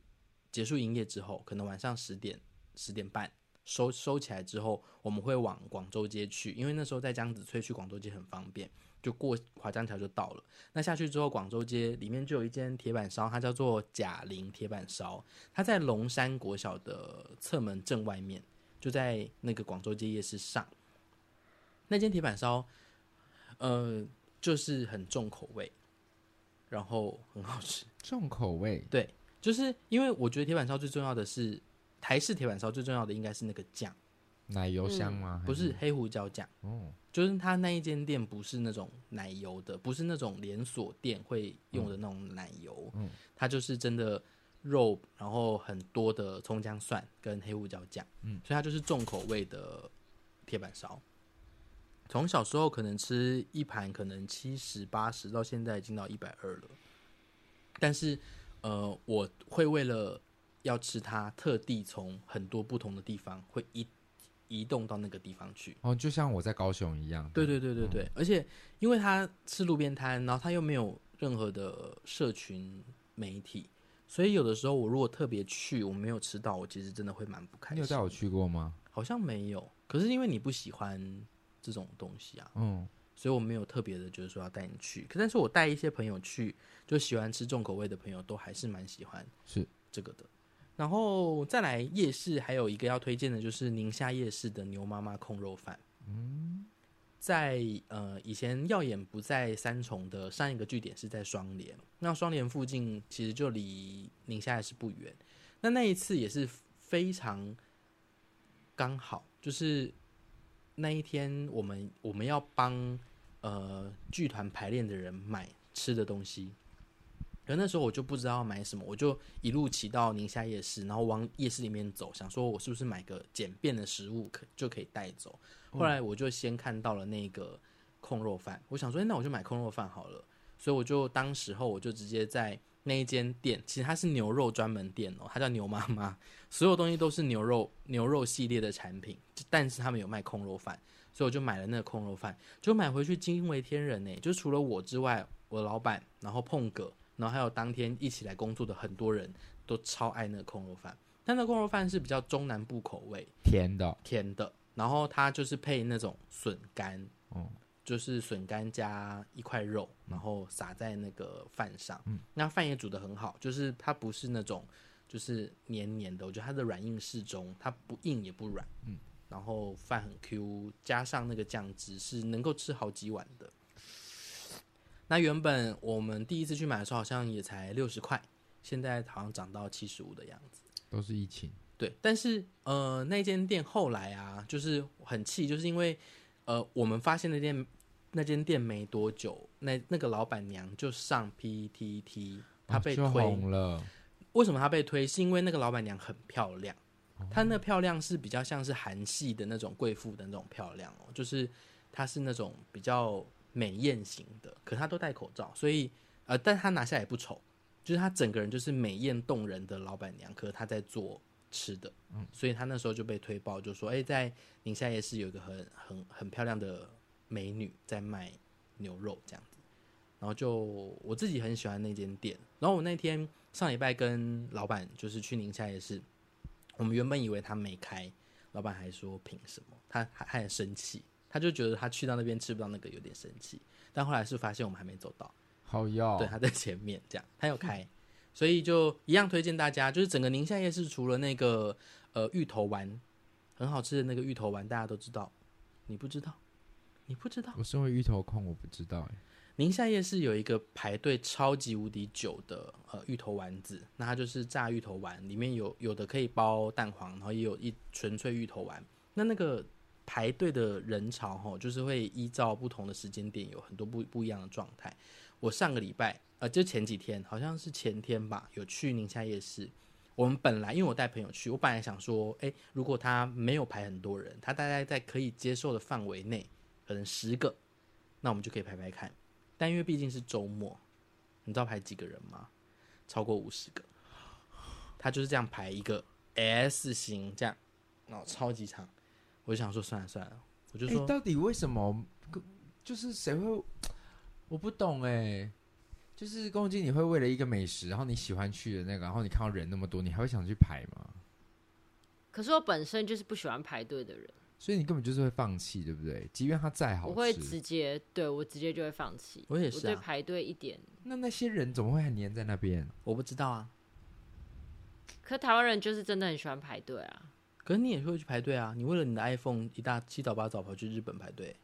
[SPEAKER 1] 结束营业之后，可能晚上十点十点半收收起来之后，我们会往广州街去，因为那时候在江子翠去广州街很方便，就过华江桥就到了。那下去之后，广州街里面就有一间铁板烧，它叫做贾玲铁板烧，它在龙山国小的侧门正外面，就在那个广州街夜市上。那间铁板烧，呃，就是很重口味，然后很好吃。
[SPEAKER 2] 重口味，
[SPEAKER 1] 对，就是因为我觉得铁板烧最重要的是台式铁板烧最重要的应该是那个酱，
[SPEAKER 2] 奶油香吗？
[SPEAKER 1] 嗯不是黑胡椒酱，
[SPEAKER 2] 还是，哦，
[SPEAKER 1] 就是它那一间店不是那种奶油的，不是那种连锁店会用的那种奶油，
[SPEAKER 2] 嗯
[SPEAKER 1] 它就是真的肉，然后很多的葱姜蒜跟黑胡椒酱，
[SPEAKER 2] 嗯，
[SPEAKER 1] 所以它就是重口味的铁板烧。从小时候可能吃一盘可能七十八十，到现在已经到一百二了，但是呃，我会为了要吃它，特地从很多不同的地方会移移动到那个地方去。
[SPEAKER 2] 哦，就像我在高雄一样，
[SPEAKER 1] 对对对对对，而且因为他是路边摊，然后他又没有任何的社群媒体，所以有的时候我如果特别去，我没有吃到，我其实真的会蛮不开
[SPEAKER 2] 你有带
[SPEAKER 1] 心。
[SPEAKER 2] 我去过吗？
[SPEAKER 1] 好像没有，可是因为你不喜欢这种东西啊，
[SPEAKER 2] 嗯，
[SPEAKER 1] 所以我没有特别的，就是说要带你去。可但是我带一些朋友去，就喜欢吃重口味的朋友，都还是蛮喜欢
[SPEAKER 2] 是
[SPEAKER 1] 这个的。然后再来夜市，还有一个要推荐的就是宁夏夜市的牛妈妈控肉饭。嗯，在呃以前耀眼不在三重的上一个据点是在双连，那双连附近其实就离宁夏夜市不远。那那一次也是非常刚好，就是那一天我们我们要帮呃剧团排练的人买吃的东西，可那时候我就不知道要买什么，我就一路骑到宁夏夜市，然后往夜市里面走，想说我是不是买个简便的食物可就可以带走。后来我就先看到了那个控肉饭，我想说，诶那我就买控肉饭好了。所以我就当时候我就直接在那一间店，其实它是牛肉专门店哦，它叫牛妈妈，所有东西都是牛肉牛肉系列的产品，但是他们有卖控肉饭，所以我就买了那个控肉饭，就买回去惊为天人呢。就除了我之外，我的老板，然后碰哥，然后还有当天一起来工作的很多人都超爱那个控肉饭，但那个控肉饭是比较中南部口味，
[SPEAKER 2] 甜的哦，
[SPEAKER 1] 甜的，然后它就是配那种笋干，
[SPEAKER 2] 哦
[SPEAKER 1] 就是笋干加一块肉，然后撒在那个饭上。那饭也煮得很好，就是它不是那种就是黏黏的，我觉得它的软硬适中，它不硬也不软。嗯，然后饭很 Q，加上那个酱汁是能够吃好几碗的。那原本我们第一次去买的时候好像也才六十块，现在好像涨到七十五的样子。
[SPEAKER 2] 都是疫情，
[SPEAKER 1] 对，但是呃，那间店后来啊，就是很气，就是因为呃，我们发现那间那间店没多久，那那个老板娘就上 PTT，她
[SPEAKER 2] 哦
[SPEAKER 1] 被推、
[SPEAKER 2] 就红了，
[SPEAKER 1] 为什么她被推？是因为那个老板娘很漂亮，她那漂亮是比较像是韩系的那种贵妇的那种漂亮哦，就是她是那种比较美艳型的，可她都戴口罩，所以呃，但她拿下也不丑，就是她整个人就是美艳动人的老板娘，可是她在做吃的，所以她那时候就被推爆，就说哎、在宁夏夜市有一个很很很漂亮的美女在卖牛肉这样子。然后就我自己很喜欢那间店。然后我那天上礼拜跟老板就是去宁夏夜市，我们原本以为他没开，老板还说凭什么？他还还很生气，他就觉得他去到那边吃不到那个有点生气。但后来是发现我们还没走到，
[SPEAKER 2] 好哟
[SPEAKER 1] 对，，他在前面这样，他有开，所以就一样推荐大家，就是整个宁夏夜市除了那个呃芋头丸很好吃的那个芋头丸，大家都知道，你不知道，你不知道。
[SPEAKER 2] 我身为芋头控，我不知道哎、
[SPEAKER 1] 宁夏夜市有一个排队超级无敌久的呃芋头丸子，那它就是炸芋头丸，里面有有的可以包蛋黄，然后也有一纯粹芋头丸。那那个排队的人潮吼，就是会依照不同的时间点有很多不不一样的状态。我上个礼拜呃，就前几天好像是前天吧，有去宁夏夜市。我们本来因为我带朋友去，我本来想说，诶，如果他没有排很多人，他大概在可以接受的范围内，可能十个，那我们就可以排排看。但因为毕竟是周末，你知道排几个人吗？超过五十个。他就是这样排一个 S 型这样，然后超级长。我就想说算了算了，我就
[SPEAKER 2] 欸
[SPEAKER 1] 说、
[SPEAKER 2] 到底为什么？就是谁会？我不懂哎、就是公鸡，你会为了一个美食，然后你喜欢去的那个，然后你看到人那么多，你还会想去排吗？
[SPEAKER 3] 可是我本身就是不喜欢排队的人，
[SPEAKER 2] 所以你根本就是会放弃，对不对？即便它再好吃，
[SPEAKER 3] 我会直接对我直接就会放弃。
[SPEAKER 1] 我也是啊
[SPEAKER 3] 对排队一点。
[SPEAKER 2] 那那些人怎么会还黏在那边？
[SPEAKER 1] 我不知道啊，
[SPEAKER 3] 可台湾人就是真的很喜欢排队啊，
[SPEAKER 1] 可是你也会去排队啊，你为了你的 iPhone 一大七早八早跑去日本排队，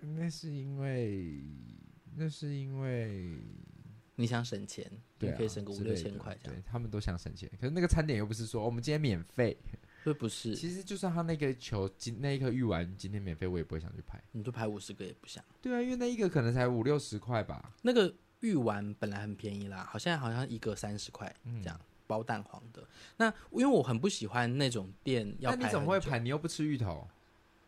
[SPEAKER 2] 那是因为，那是因为
[SPEAKER 1] 你想省钱，
[SPEAKER 2] 对、
[SPEAKER 1] 你
[SPEAKER 2] 啊，
[SPEAKER 1] 可以省个五
[SPEAKER 2] 之
[SPEAKER 1] 六
[SPEAKER 2] 类的
[SPEAKER 1] 千块这样，
[SPEAKER 2] 对他们都想省钱。可是那个餐点又不是说我们今天免费，
[SPEAKER 1] 对，不是？
[SPEAKER 2] 其实就算他那个球今那一颗玉丸今天免费，我也不会想去排。
[SPEAKER 1] 你就排五十个也不想。
[SPEAKER 2] 对啊，因为那一个可能才五六十块吧。
[SPEAKER 1] 那个玉丸本来很便宜啦，好像好像一个三十块
[SPEAKER 2] 嗯
[SPEAKER 1] 这样、包蛋黄的。那因为我很不喜欢那种店要
[SPEAKER 2] 那
[SPEAKER 1] 排，
[SPEAKER 2] 你怎么会？排？你又不吃芋头，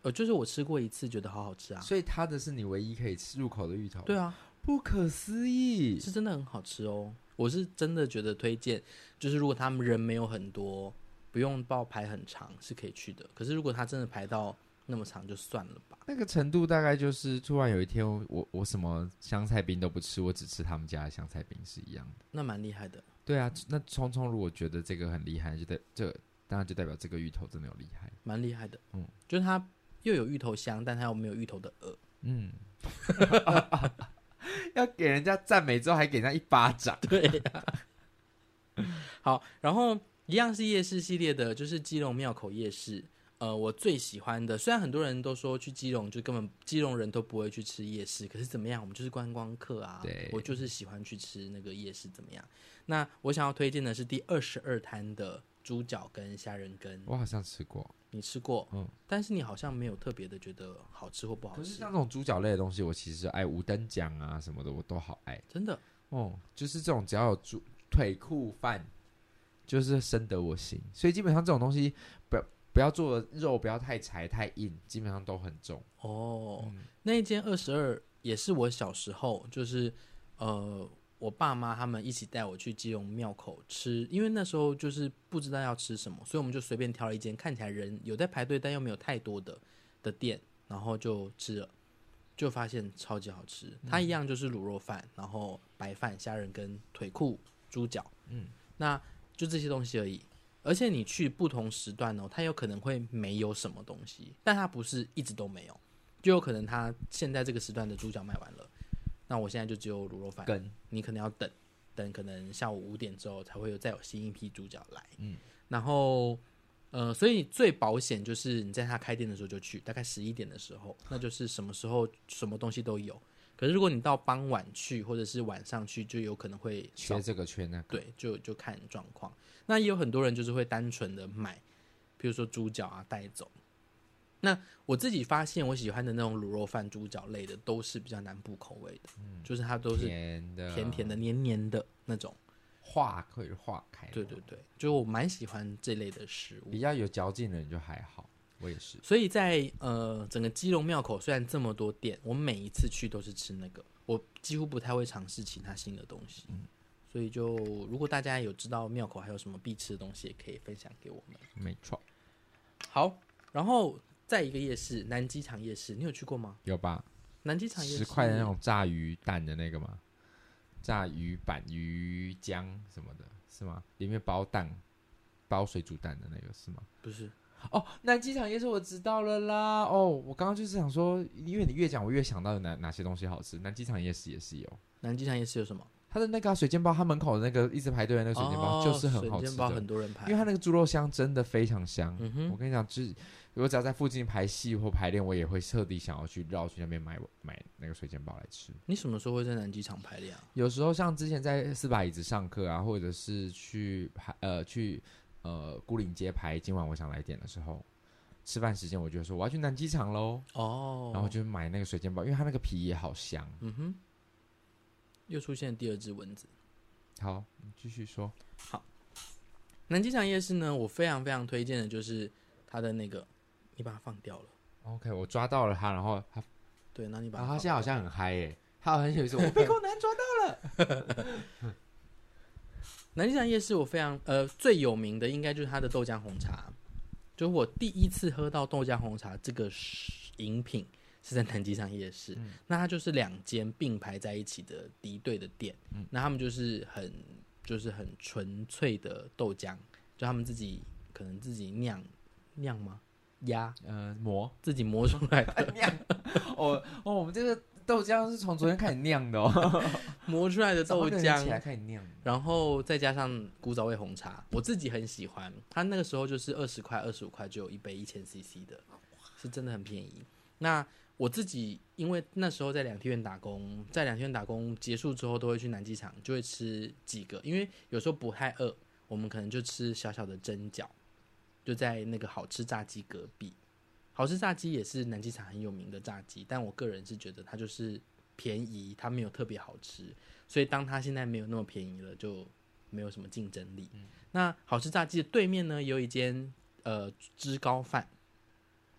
[SPEAKER 1] 呃，就是我吃过一次，觉得好好吃啊。
[SPEAKER 2] 所以它的是你唯一可以吃入口的芋头。
[SPEAKER 1] 对，啊，
[SPEAKER 2] 不可思议。
[SPEAKER 1] 是真的很好吃哦。我是真的觉得推荐，就是如果他们人没有很多，不用报排很长是可以去的。可是如果他真的排到那么长，就算了吧。
[SPEAKER 2] 那个程度大概就是，突然有一天我我我什么香菜冰都不吃，我只吃他们家的香菜冰是一样的。
[SPEAKER 1] 那蛮厉害的，
[SPEAKER 2] 对
[SPEAKER 1] 嗯
[SPEAKER 2] 啊，那聪聪如果觉得这个很厉害，就代这当然就代表这个芋头真的有厉害。
[SPEAKER 1] 蛮厉害的。
[SPEAKER 2] 嗯
[SPEAKER 1] 嗯，就是它又有芋头香，但它又没有芋头的饵。
[SPEAKER 2] 嗯，要给人家赞美之后还给人家一巴掌，
[SPEAKER 1] 对呀、好，然后一样是夜市系列的，就是基隆庙口夜市。呃，我最喜欢的，虽然很多人都说去基隆就根本基隆人都不会去吃夜市，可是怎么样，我们就是观光客啊。
[SPEAKER 2] 对
[SPEAKER 1] 我就是喜欢去吃那个夜市，怎么样？那我想要推荐的是第二十二摊的猪脚跟虾仁羹，
[SPEAKER 2] 我好像吃过。
[SPEAKER 1] 你吃过？
[SPEAKER 2] 嗯
[SPEAKER 1] 嗯，但是你好像没有特别的觉得好吃或不好
[SPEAKER 2] 可是
[SPEAKER 1] 吃
[SPEAKER 2] 像，这种猪脚类的东西，我其实爱五等奖啊什么的，我都好爱。
[SPEAKER 1] 真的。
[SPEAKER 2] 哦，就是这种只要有猪腿裤饭，就是深得我心。所以基本上这种东西，不要不要做的肉不要太柴太硬，基本上都很重。
[SPEAKER 1] 哦，那一间二十二也是我小时候，就是呃，我爸妈他们一起带我去基隆庙口吃，因为那时候就是不知道要吃什么，所以我们就随便挑了一间看起来人有在排队但又没有太多的的店，然后就吃了，就发现超级好吃。它一样就是卤肉饭，然后白饭、虾仁跟腿裤、猪脚，嗯，那就这些东西而已。而且你去不同时段哦，它有可能会没有什么东西，但它不是一直都没有。就有可能他现在这个时段的猪脚卖完了，那我现在就只有卤肉饭，
[SPEAKER 2] 跟
[SPEAKER 1] 你可能要等等，可能下午五点之后才会有再有新一批猪脚来。嗯，然后呃，所以最保险就是你在他开店的时候就去，大概十一点的时候，那就是什么时候什么东西都有。可是如果你到傍晚去或者是晚上去，就有可能会少
[SPEAKER 2] 缺这个缺那个，
[SPEAKER 1] 对，就就看状况。那也有很多人就是会单纯的买，比如说猪脚啊带走。那我自己发现，我喜欢的那种卤肉饭、猪脚类的都是比较南部口味的，就是它都是
[SPEAKER 2] 甜的
[SPEAKER 1] 甜甜的、黏黏的那种。
[SPEAKER 2] 化可以化开的，
[SPEAKER 1] 对对对，就我蛮喜欢这类的食物
[SPEAKER 2] 比。较有嚼劲的人就还好，我也是。
[SPEAKER 1] 所以在呃整个基隆庙口，虽然这么多店，我每一次去都是吃那个，我几乎不太会尝试其他新的东西。
[SPEAKER 2] 嗯
[SPEAKER 1] 所以就如果大家有知道庙口还有什么必吃的东西，也可以分享给我们。
[SPEAKER 2] 没错，
[SPEAKER 1] 好，然后再一个夜市，南机场夜市，你有去过吗？
[SPEAKER 2] 有吧？
[SPEAKER 1] 南机场夜市
[SPEAKER 2] 十块的那种炸鱼蛋的那个吗？炸鱼板、鱼浆什么的，是吗？里面包蛋、包水煮蛋的那个是吗？
[SPEAKER 1] 不是
[SPEAKER 2] 哦，南机场夜市我知道了啦。哦，我刚刚就是想说，因为你越讲，我越想到有哪哪些东西好吃。南机场夜市也是有，
[SPEAKER 1] 南机场夜市有什么？
[SPEAKER 2] 它的那个啊、水煎包，它门口的那个一直排队的那个水煎包、
[SPEAKER 1] 哦
[SPEAKER 2] 就是很好
[SPEAKER 1] 水
[SPEAKER 2] 吃
[SPEAKER 1] 煎包
[SPEAKER 2] 的，
[SPEAKER 1] 很多人
[SPEAKER 2] 因
[SPEAKER 1] 排。
[SPEAKER 2] 为它那个猪肉香真的非常香。
[SPEAKER 1] 嗯
[SPEAKER 2] 我
[SPEAKER 1] 哼，
[SPEAKER 2] 跟你讲，就是我只要在附近排戏或排练，我也会特地想要去绕去那边买买那个水煎包来吃。
[SPEAKER 1] 你什么时候会在南机场排练啊？
[SPEAKER 2] 有时候像之前在四把椅子上课啊，或者是去排呃去呃孤岭街排，今晚我想来点的时候，吃饭时间我就说我要去南机场喽，
[SPEAKER 1] 哦，
[SPEAKER 2] 然后就买那个水煎包，因为它那个皮也好香。
[SPEAKER 1] 嗯哼，又出现第二只蚊子。
[SPEAKER 2] 好，你继续说。
[SPEAKER 1] 南机场夜市呢，我非常非常推荐的就是它的那个，你把它放掉了，
[SPEAKER 2] OK，我抓到了它，然后它，
[SPEAKER 1] 对，那你把
[SPEAKER 2] 然
[SPEAKER 1] 它放
[SPEAKER 2] 后啊它现在好像很嗨耶、它好像有 一种我被空难抓到。
[SPEAKER 1] 南机场夜市我非常呃最有名的应该就是它的豆浆红茶，就是我第一次喝到豆浆红茶这个食饮品是在南机场夜市，
[SPEAKER 2] 嗯
[SPEAKER 1] 那它就是两间并排在一起的敌对的店，
[SPEAKER 2] 嗯
[SPEAKER 1] 那他们就是很就是很纯粹的豆浆，就他们自己可能自己酿酿吗？压
[SPEAKER 2] 嗯、呃，磨。
[SPEAKER 1] 自己磨出来的
[SPEAKER 2] 哦哦，我们这个豆浆是从昨天开始酿的哦，
[SPEAKER 1] 磨出来的 豆
[SPEAKER 2] 早上
[SPEAKER 1] 浆
[SPEAKER 2] 起，来开始酿的。
[SPEAKER 1] 然后再加上古早味红茶，我自己很喜欢。它那个时候就是二十块、二十五块就有一杯一千 CC 的，是真的很便宜。那我自己因为那时候在两天院打工，在两天院打工结束之后都会去南机场，就会吃几个，因为有时候不太饿，我们可能就吃小小的蒸饺，就在那个好吃炸鸡隔壁。好吃炸鸡也是南机场很有名的炸鸡，但我个人是觉得它就是便宜，它没有特别好吃。所以当它现在没有那么便宜了，就没有什么竞争力。那好吃炸鸡的对面呢，有一间呃芝高饭，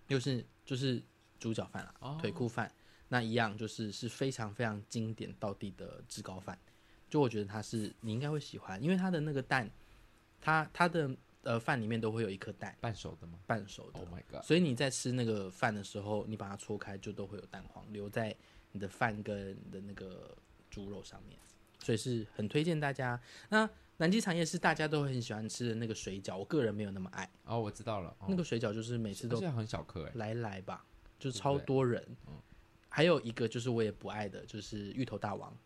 [SPEAKER 1] 又是就是猪脚饭啦，啊
[SPEAKER 2] 哦
[SPEAKER 1] 腿裤饭，那一样就是是非常非常经典到地的芝高饭。就我觉得它是你应该会喜欢，因为它的那个蛋，它它的呃饭里面都会有一颗蛋
[SPEAKER 2] 半熟的吗
[SPEAKER 1] 半熟的
[SPEAKER 2] ？Oh，my god！
[SPEAKER 1] 所以你在吃那个饭的时候，你把它搓开，就都会有蛋黄留在你的饭跟你的那个猪肉上面，所以是很推荐大家。那南机场夜市大家都很喜欢吃的那个水饺，我个人没有那么爱。
[SPEAKER 2] 哦，我知道了，哦、
[SPEAKER 1] 那个水饺就是每次
[SPEAKER 2] 而
[SPEAKER 1] 都
[SPEAKER 2] 且很小颗哎，
[SPEAKER 1] 来来吧，就
[SPEAKER 2] 对
[SPEAKER 1] 超多人
[SPEAKER 2] 嗯。
[SPEAKER 1] 还有一个就是我也不爱的，就是芋头大王，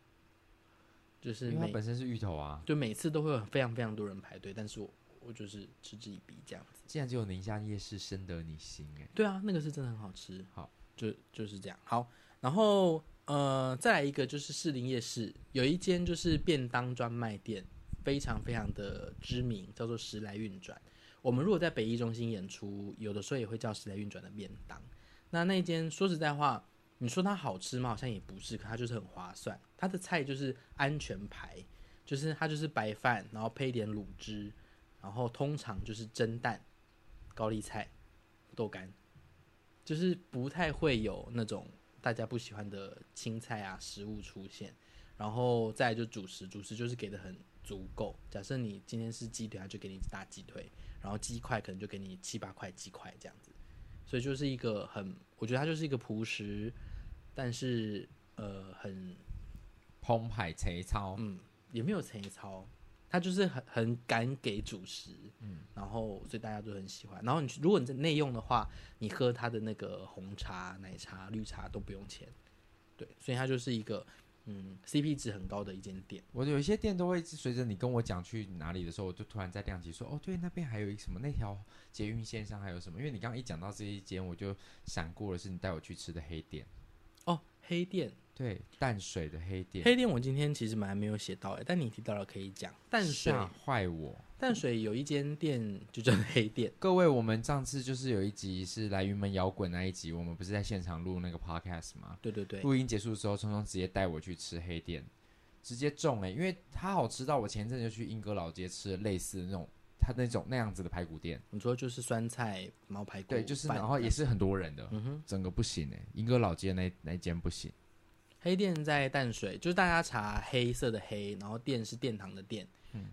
[SPEAKER 1] 就是
[SPEAKER 2] 因为它
[SPEAKER 1] 每
[SPEAKER 2] 本身是芋头啊。
[SPEAKER 1] 就每次都会有非常非常多人排队，但是我我就是嗤之以鼻这样子。
[SPEAKER 2] 竟然只有宁夏夜市深得你心哎，
[SPEAKER 1] 对啊，那个是真的很好吃。
[SPEAKER 2] 好，
[SPEAKER 1] 就就是这样。好，然后呃，再来一个就是士林夜市，有一间就是便当专卖店，非常非常的知名，叫做时来运转。我们如果在北艺中心演出，有的时候也会叫时来运转的便当。那那间说实在话，你说它好吃吗？好像也不是，可它就是很划算。它的菜就是安全牌，就是它就是白饭，然后配一点卤汁，然后通常就是蒸蛋、高丽菜、豆干，就是不太会有那种大家不喜欢的青菜啊食物出现。然后再来就主食，主食就是给的很足够。假设你今天是鸡腿，它就给你大鸡腿，然后鸡块可能就给你七八块鸡块这样子。所以就是一个很，我觉得它就是一个朴实，但是呃很
[SPEAKER 2] 澎湃贼操，
[SPEAKER 1] 嗯，也没有陈一超，他就是很很敢给主食，嗯，然后所以大家都很喜欢。然后你去如果你在内用的话，你喝他的那个红茶、奶茶、绿茶都不用钱，对，所以它就是一个嗯 CP 值很高的一间店。
[SPEAKER 2] 我有一些店都会随着你跟我讲去哪里的时候，我就突然在亮起说，哦，对，那边还有一什么，那条捷运线上还有什么？因为你刚刚一讲到这一间，我就闪过了是你带我去吃的黑店，
[SPEAKER 1] 哦，黑店，
[SPEAKER 2] 对，淡水的黑店，
[SPEAKER 1] 黑店我今天其实本来没有写到哎、但你提到了可以讲。淡水，
[SPEAKER 2] 吓坏我。
[SPEAKER 1] 淡水有一间店就叫黑店，
[SPEAKER 2] 各位，我们上次就是有一集是来云门摇滚那一集，我们不是在现场录那个 podcast 吗？
[SPEAKER 1] 对对对，
[SPEAKER 2] 录音结束之后，聪聪直接带我去吃黑店，直接中哎、因为它好吃到我前阵子就去英哥老街吃了类似的那种它那种那样子的排骨店，
[SPEAKER 1] 你说就是酸菜毛排骨饭，嗯
[SPEAKER 2] 对，就是然后也是很多人的，整个不行哎、英哥老街那那间不行，
[SPEAKER 1] 黑店在淡水，就是大家查黑色的黑，然后店是殿堂的店，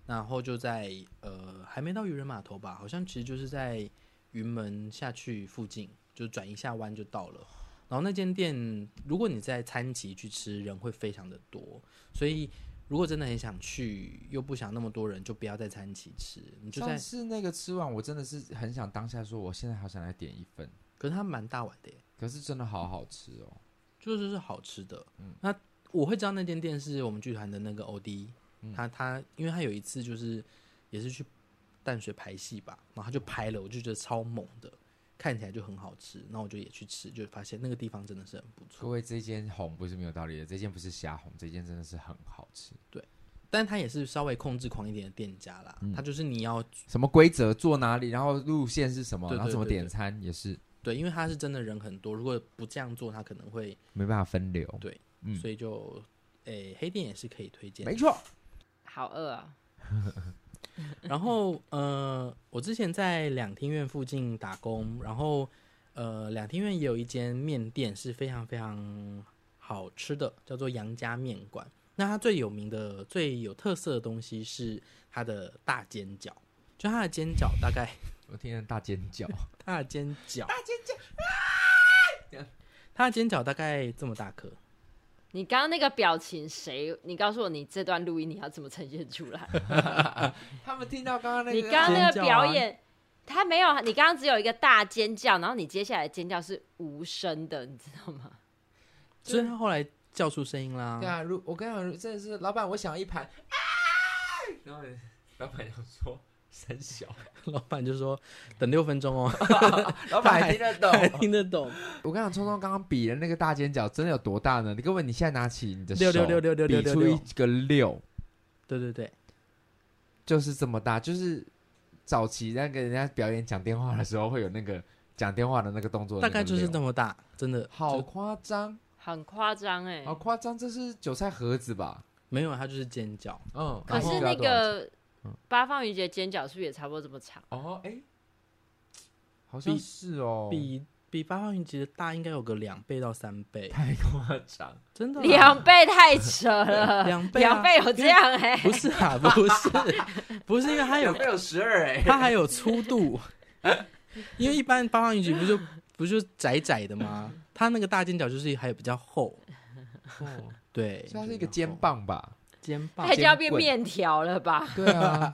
[SPEAKER 1] 然后就在呃还没到渔人码头吧，好像其实就是在云门下去附近，就转一下弯就到了。然后那间店，如果你在餐期去吃，人会非常的多，所以如果真的很想去，又不想那么多人，就不要在餐期吃，你就
[SPEAKER 2] 上
[SPEAKER 1] 在。
[SPEAKER 2] 次那个吃完，我真的是很想当下说，我现在好想来点一份，
[SPEAKER 1] 可是它蛮大碗的耶，
[SPEAKER 2] 可是真的好好吃哦。
[SPEAKER 1] 就是是好吃的。
[SPEAKER 2] 嗯
[SPEAKER 1] 那我会知道那间店是我们剧团的那个 OD，、他
[SPEAKER 2] 嗯
[SPEAKER 1] 他因为他有一次就是也是去淡水排戏吧，然后他就拍了，我就觉得超猛的，看起来就很好吃，那我就也去吃，就发现那个地方真的是很不
[SPEAKER 2] 各
[SPEAKER 1] 错。
[SPEAKER 2] 位，这间红不是没有道理的，这间不是瞎红，这间真的是很好吃。
[SPEAKER 1] 但他也是稍微控制狂一点的店家啦，
[SPEAKER 2] 嗯
[SPEAKER 1] 他就是你要
[SPEAKER 2] 什么规则坐哪里，然后路线是什么，
[SPEAKER 1] 对对
[SPEAKER 2] 然后怎么
[SPEAKER 1] 对对
[SPEAKER 2] 点餐也是
[SPEAKER 1] 对，因为他是真的人很多，如果不这样做，他可能会，
[SPEAKER 2] 没办法分流。
[SPEAKER 1] 对
[SPEAKER 2] 嗯
[SPEAKER 1] 所以就诶、黑店也是可以推荐的
[SPEAKER 2] 没。错，
[SPEAKER 3] 好饿啊！
[SPEAKER 1] 然后呃，我之前在两厅院附近打工，然后呃，两厅院也有一间面店是非常非常好吃的，叫做杨家面馆。那它最有名的、最有特色的东西是它的大煎饺，就它的煎饺大概
[SPEAKER 2] 我听见大尖叫，
[SPEAKER 1] 它的煎饺，大煎饺，它的煎饺大概这么大颗，
[SPEAKER 3] 你刚刚那个表情，谁？你告诉我，你这段录音你要怎么呈现出来？
[SPEAKER 2] 他们听到刚刚那
[SPEAKER 3] 你
[SPEAKER 2] 个，
[SPEAKER 3] 刚刚那
[SPEAKER 1] 尖
[SPEAKER 3] 个
[SPEAKER 1] 叫啊
[SPEAKER 3] 表演，他没有，啊你刚刚只有一个大尖叫，然后你接下来的尖叫是无声的，你知道吗？
[SPEAKER 1] 所以它后来叫出声音啦。
[SPEAKER 2] 对啊，如我跟你讲，真的是老板，我想要一盘，啊、然后老板想说三小，
[SPEAKER 1] 老板就说等六分钟哦，
[SPEAKER 2] 老板还听得懂。
[SPEAKER 1] 还听得懂。
[SPEAKER 2] 我跟你讲，聪聪刚刚比的那个大尖角真的有多大呢？你各位，你现在拿起你的
[SPEAKER 1] 六
[SPEAKER 2] 手，
[SPEAKER 1] 六六六六六
[SPEAKER 2] 比
[SPEAKER 1] 六
[SPEAKER 2] 出
[SPEAKER 1] 六
[SPEAKER 2] 一，个六，
[SPEAKER 1] 对对对。
[SPEAKER 2] 就是这么大，就是早期那个人家表演讲电话的时候会有那个讲电话的那个动作的
[SPEAKER 1] 大
[SPEAKER 2] 那个六，
[SPEAKER 1] 概就是这么大，真的
[SPEAKER 2] 好
[SPEAKER 1] 就
[SPEAKER 2] 夸张，
[SPEAKER 3] 很夸张哎、
[SPEAKER 2] 好夸张，这是韭菜盒子吧？
[SPEAKER 1] 没有，它就是尖叫，
[SPEAKER 2] 嗯，
[SPEAKER 3] 可
[SPEAKER 2] 然
[SPEAKER 3] 是
[SPEAKER 2] 后要
[SPEAKER 3] 那
[SPEAKER 2] 多少钱
[SPEAKER 3] 个
[SPEAKER 1] 嗯
[SPEAKER 3] 八方云集的尖角是不是也差不多这么长？
[SPEAKER 2] 哦，哎，好像是哦，
[SPEAKER 1] 比比八方云集的大，应该有个两倍到三倍，
[SPEAKER 2] 太夸张，
[SPEAKER 1] 真的啦啊
[SPEAKER 3] 两倍太扯了，
[SPEAKER 1] 两倍啊
[SPEAKER 3] 两倍有这样哎、
[SPEAKER 1] 不是啊，不 是，不是因为它 有
[SPEAKER 2] 有十二哎？
[SPEAKER 1] 它还有粗度， 因为一般八方云集不就不就窄窄的吗？它那个大尖角就是还有比较厚，
[SPEAKER 2] 哦
[SPEAKER 1] 对，
[SPEAKER 2] 所以它是一
[SPEAKER 1] 比较
[SPEAKER 2] 个肩
[SPEAKER 1] 厚
[SPEAKER 2] 膀吧？
[SPEAKER 1] 肩膀
[SPEAKER 3] 那，就要变
[SPEAKER 2] 棍
[SPEAKER 3] 面条了吧？
[SPEAKER 2] 对啊，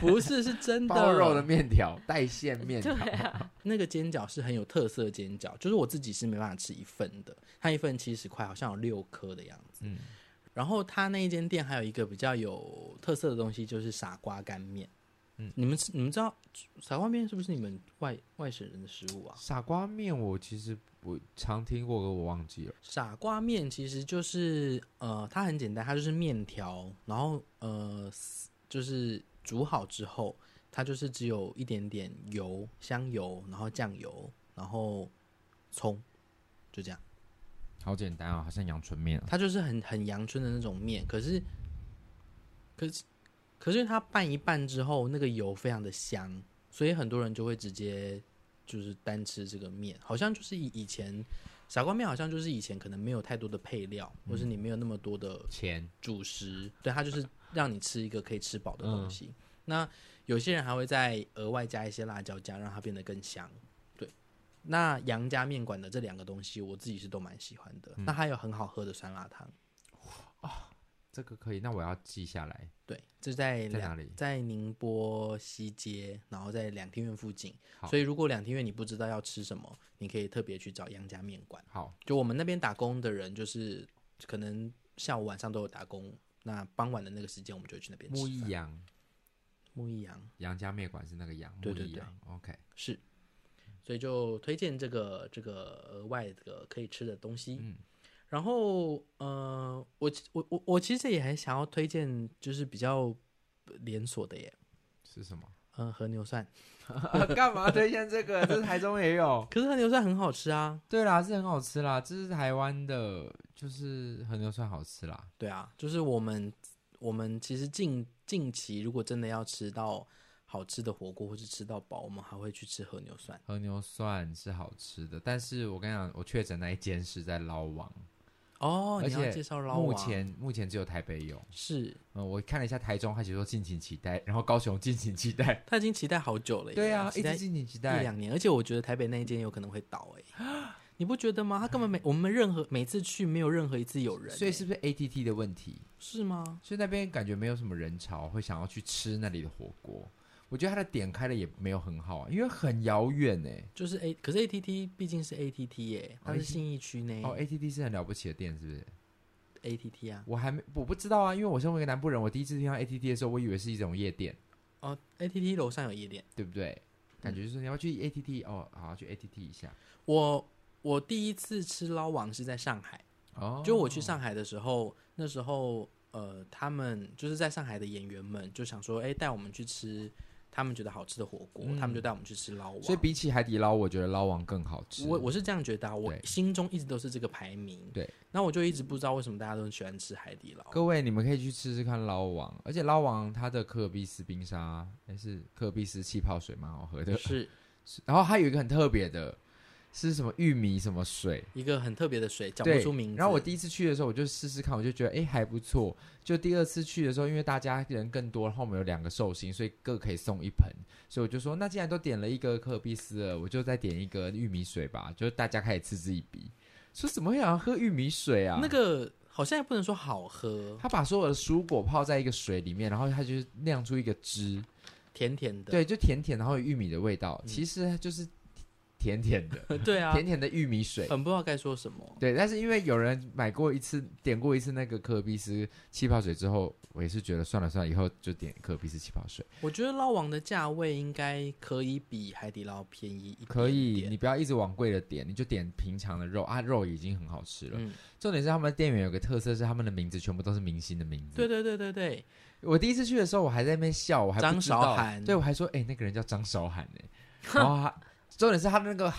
[SPEAKER 1] 不是是真的
[SPEAKER 2] 包肉的面条，带馅面条，
[SPEAKER 1] 那个煎饺是很有特色的煎饺，就是我自己是没办法吃一份的，它一份七十块，好像有六颗的样子。
[SPEAKER 2] 嗯
[SPEAKER 1] 然后它那一间店还有一个比较有特色的东西，就是傻瓜干面。
[SPEAKER 2] 嗯
[SPEAKER 1] 你们吃你们知道傻瓜面是不是你们外外省人的食物啊？
[SPEAKER 2] 傻瓜面我其实我常听过，可我忘记了。
[SPEAKER 1] 傻瓜面其实就是呃，它很简单，它就是面条，然后呃，丝就是煮好之后，它就是只有一点点油、香油，然后酱油，然后葱，就这样。
[SPEAKER 2] 好简单啊，好像阳春面啊。
[SPEAKER 1] 它就是很很阳春的那种面，可是，可是，可是它拌一拌之后，那个油非常的香，所以很多人就会直接就是单吃这个面，好像就是以以前傻瓜面好像就是以前可能没有太多的配料，或是你没有那么多的
[SPEAKER 2] 钱
[SPEAKER 1] 主食，对，它就是让你吃一个可以吃饱的东西。那有些人还会再额外加一些辣椒酱，让它变得更香。对，那杨家面馆的这两个东西，我自己是都蛮喜欢的。那还有很好喝的酸辣汤，
[SPEAKER 2] 这个可以，那我要记下来。
[SPEAKER 1] 对，这在
[SPEAKER 2] 在
[SPEAKER 1] 两
[SPEAKER 2] 哪里
[SPEAKER 1] 在宁波西街，然后在两厅院附近。
[SPEAKER 2] 好
[SPEAKER 1] 所以如果两厅院你不知道要吃什么，你可以特别去找杨家面馆。
[SPEAKER 2] 好，
[SPEAKER 1] 就我们那边打工的人，就是可能下午晚上都有打工，那傍晚的那个时间，我们就会去那边吃
[SPEAKER 2] 木易
[SPEAKER 1] 饭。
[SPEAKER 2] 阳
[SPEAKER 1] 木易阳。
[SPEAKER 2] 杨家面馆是那个杨，
[SPEAKER 1] 对
[SPEAKER 2] 木
[SPEAKER 1] 对
[SPEAKER 2] 易阳。OK，
[SPEAKER 1] 是，所以就推荐这个这个额外这个可以吃的东西。
[SPEAKER 2] 嗯
[SPEAKER 1] 然后呃，我我我我其实也很想要推荐，就是比较连锁的耶，
[SPEAKER 2] 是 什么？
[SPEAKER 1] 嗯、和牛涮。
[SPEAKER 2] 干嘛推荐这个？这是台中也有。
[SPEAKER 1] 可是和牛涮很好吃啊，
[SPEAKER 2] 对啦，是很好吃啦，这是台湾的，就是和牛涮好吃啦。
[SPEAKER 1] 对啊，就是我们我们其实近近期如果真的要吃到好吃的火锅或是吃到饱，我们还会去吃和牛涮。
[SPEAKER 2] 和牛涮是好吃的，但是我跟你讲，我确诊那一间是在捞王，
[SPEAKER 1] 哦，
[SPEAKER 2] 而
[SPEAKER 1] 你要
[SPEAKER 2] 且
[SPEAKER 1] 介绍捞
[SPEAKER 2] 目
[SPEAKER 1] 王
[SPEAKER 2] 前目前只有台北有。
[SPEAKER 1] 是
[SPEAKER 2] 嗯，我看了一下台中，他写说敬请期待，然后高雄敬请 期待。
[SPEAKER 1] 他已经期待好久了耶，
[SPEAKER 2] 对啊，
[SPEAKER 1] 期
[SPEAKER 2] 一
[SPEAKER 1] 待
[SPEAKER 2] 直敬请期
[SPEAKER 1] 一
[SPEAKER 2] 待。
[SPEAKER 1] 两年，而且我觉得台北那一间有可能会倒哎、你不觉得 吗？他根本没我们任何每次去没有任何一次有人欸、
[SPEAKER 2] 所以是不是 ATT 的问题？
[SPEAKER 1] 是吗？
[SPEAKER 2] 所以那边感觉没有什么人潮会想要去吃那里的火锅。我觉得它的点开的也没有很好啊，因为很遥远欸呢。
[SPEAKER 1] 就是 A，可是 ATT 毕竟是 ATT 耶、它是信义区呢、
[SPEAKER 2] 哦，ATT 是很了不起的店，是不是？
[SPEAKER 1] ATT 啊，
[SPEAKER 2] 我还没我不知道啊，因为我身为一个南部人，我第一次听到 ATT 的时候，我以为是一种夜店，
[SPEAKER 1] 哦 ATT 楼上有夜店。
[SPEAKER 2] 对不对？感觉就是你要去 ATT 哦，好去 ATT 一下。
[SPEAKER 1] 我我第一次吃捞王是在上海，
[SPEAKER 2] 哦，
[SPEAKER 1] 就我去上海的时候，那时候呃，他们就是在上海的演员们就想说，哎、带我们去吃他们觉得好吃的火锅，
[SPEAKER 2] 嗯
[SPEAKER 1] 他们就带我们去吃捞王。
[SPEAKER 2] 所以比起海底捞，我觉得捞王更好吃。
[SPEAKER 1] 我我是这样觉得、啊，我
[SPEAKER 2] 对
[SPEAKER 1] 心中一直都是这个排名。
[SPEAKER 2] 对，
[SPEAKER 1] 然后我就一直不知道为什么大家都很喜欢吃海底捞。
[SPEAKER 2] 各位，你们可以去吃吃看捞王，而且捞王它的可尔必斯冰沙还是可尔必斯气泡水蛮好喝的，
[SPEAKER 1] 是
[SPEAKER 2] 然后还有一个很特别的，是什么玉米什么水，
[SPEAKER 1] 一个很特别的水，讲不
[SPEAKER 2] 对
[SPEAKER 1] 出名字。
[SPEAKER 2] 然后我第一次去的时候，我就试试看，我就觉得哎还不错。就第二次去的时候，因为大家人更多，然后我们有两个寿星，所以各可以送一盆，所以我就说那既然都点了一个可尔必斯了，我就再点一个玉米水吧，就是大家开始嗤之以鼻，说怎么会想要喝玉米水啊？
[SPEAKER 1] 那个好像也不能说好喝，
[SPEAKER 2] 他把所有的蔬果泡在一个水里面，然后他就是酿出一个汁，
[SPEAKER 1] 甜甜的。
[SPEAKER 2] 对，就甜甜，然后有玉米的味道，其实就是甜甜 的，
[SPEAKER 1] 嗯 对对啊，
[SPEAKER 2] 甜甜的玉米 水。
[SPEAKER 1] 很不知道该说什么。
[SPEAKER 2] 对，但是因为有人买过一次，点过一次那个可尔必斯气泡水之后，我也是觉得算了算了，以后就点可尔必斯气泡水。
[SPEAKER 1] 我觉得捞王的价位应该可以比海底捞便宜一点点
[SPEAKER 2] 可以，你不要一直往贵的点，你就点平常的肉啊，肉已经很好吃了。
[SPEAKER 1] 嗯，
[SPEAKER 2] 重点是他们的店员有个特色是他们的名字全部都是明星的名字。
[SPEAKER 1] 对对对对对，
[SPEAKER 2] 我第一次去的时候，我还在那边笑，我还不知道
[SPEAKER 1] 张韶涵
[SPEAKER 2] 对我还说，哎、那个人叫张韶涵呢、 然后他重点是他那个，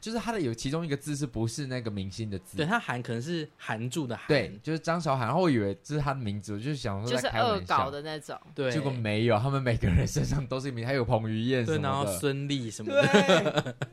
[SPEAKER 2] 就是他的有其中一个字是不是那个明星的字？
[SPEAKER 1] 对他含可能是含住的含，
[SPEAKER 2] 对，就是张韶涵。然后我以为这是他的名字，我就想说
[SPEAKER 3] 就是
[SPEAKER 2] 在开
[SPEAKER 3] 恶
[SPEAKER 2] 玩
[SPEAKER 3] 搞
[SPEAKER 2] 笑，
[SPEAKER 3] 的那种。
[SPEAKER 1] 对，
[SPEAKER 2] 结果没有，他们每个人身上都是名，还有彭于晏什
[SPEAKER 1] 对，然
[SPEAKER 2] 么
[SPEAKER 1] 后
[SPEAKER 2] 的。
[SPEAKER 1] 孙俪什么 的，
[SPEAKER 2] 对，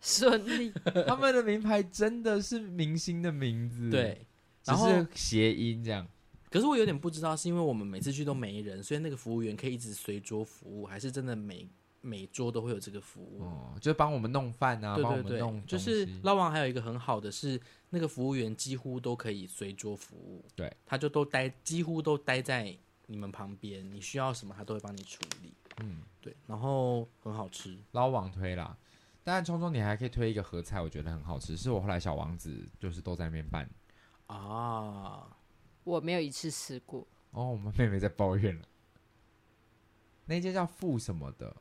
[SPEAKER 3] 顺利，
[SPEAKER 2] 他们的名牌真的是明星的名字，，
[SPEAKER 1] 对。
[SPEAKER 2] 只
[SPEAKER 1] 然后
[SPEAKER 2] 是谐音这样。
[SPEAKER 1] 可是我有点不知道，是因为我们每次去都没人，所以那个服务员可以一直随桌服务，还是真的每每桌都会有这个服务？
[SPEAKER 2] 哦，就是帮我们弄饭啊，
[SPEAKER 1] 对
[SPEAKER 2] 帮我
[SPEAKER 1] 对
[SPEAKER 2] 们弄
[SPEAKER 1] 对，就
[SPEAKER 2] 东
[SPEAKER 1] 是
[SPEAKER 2] 西
[SPEAKER 1] 捞王还有一个很好的是，那个服务员几乎都可以随桌服务，
[SPEAKER 2] 对，
[SPEAKER 1] 他就都待几乎都待在你们旁边，你需要什么他都会帮你处理，
[SPEAKER 2] 嗯。
[SPEAKER 1] 对，然后很好吃，
[SPEAKER 2] 捞网推啦。当然，冲冲你还可以推一个合菜，我觉得很好吃，是我后来小王子就是都在那边办。
[SPEAKER 1] 啊，
[SPEAKER 3] 我没有一次吃过。
[SPEAKER 2] 哦，我们妹妹在抱怨了，那间叫富什么的，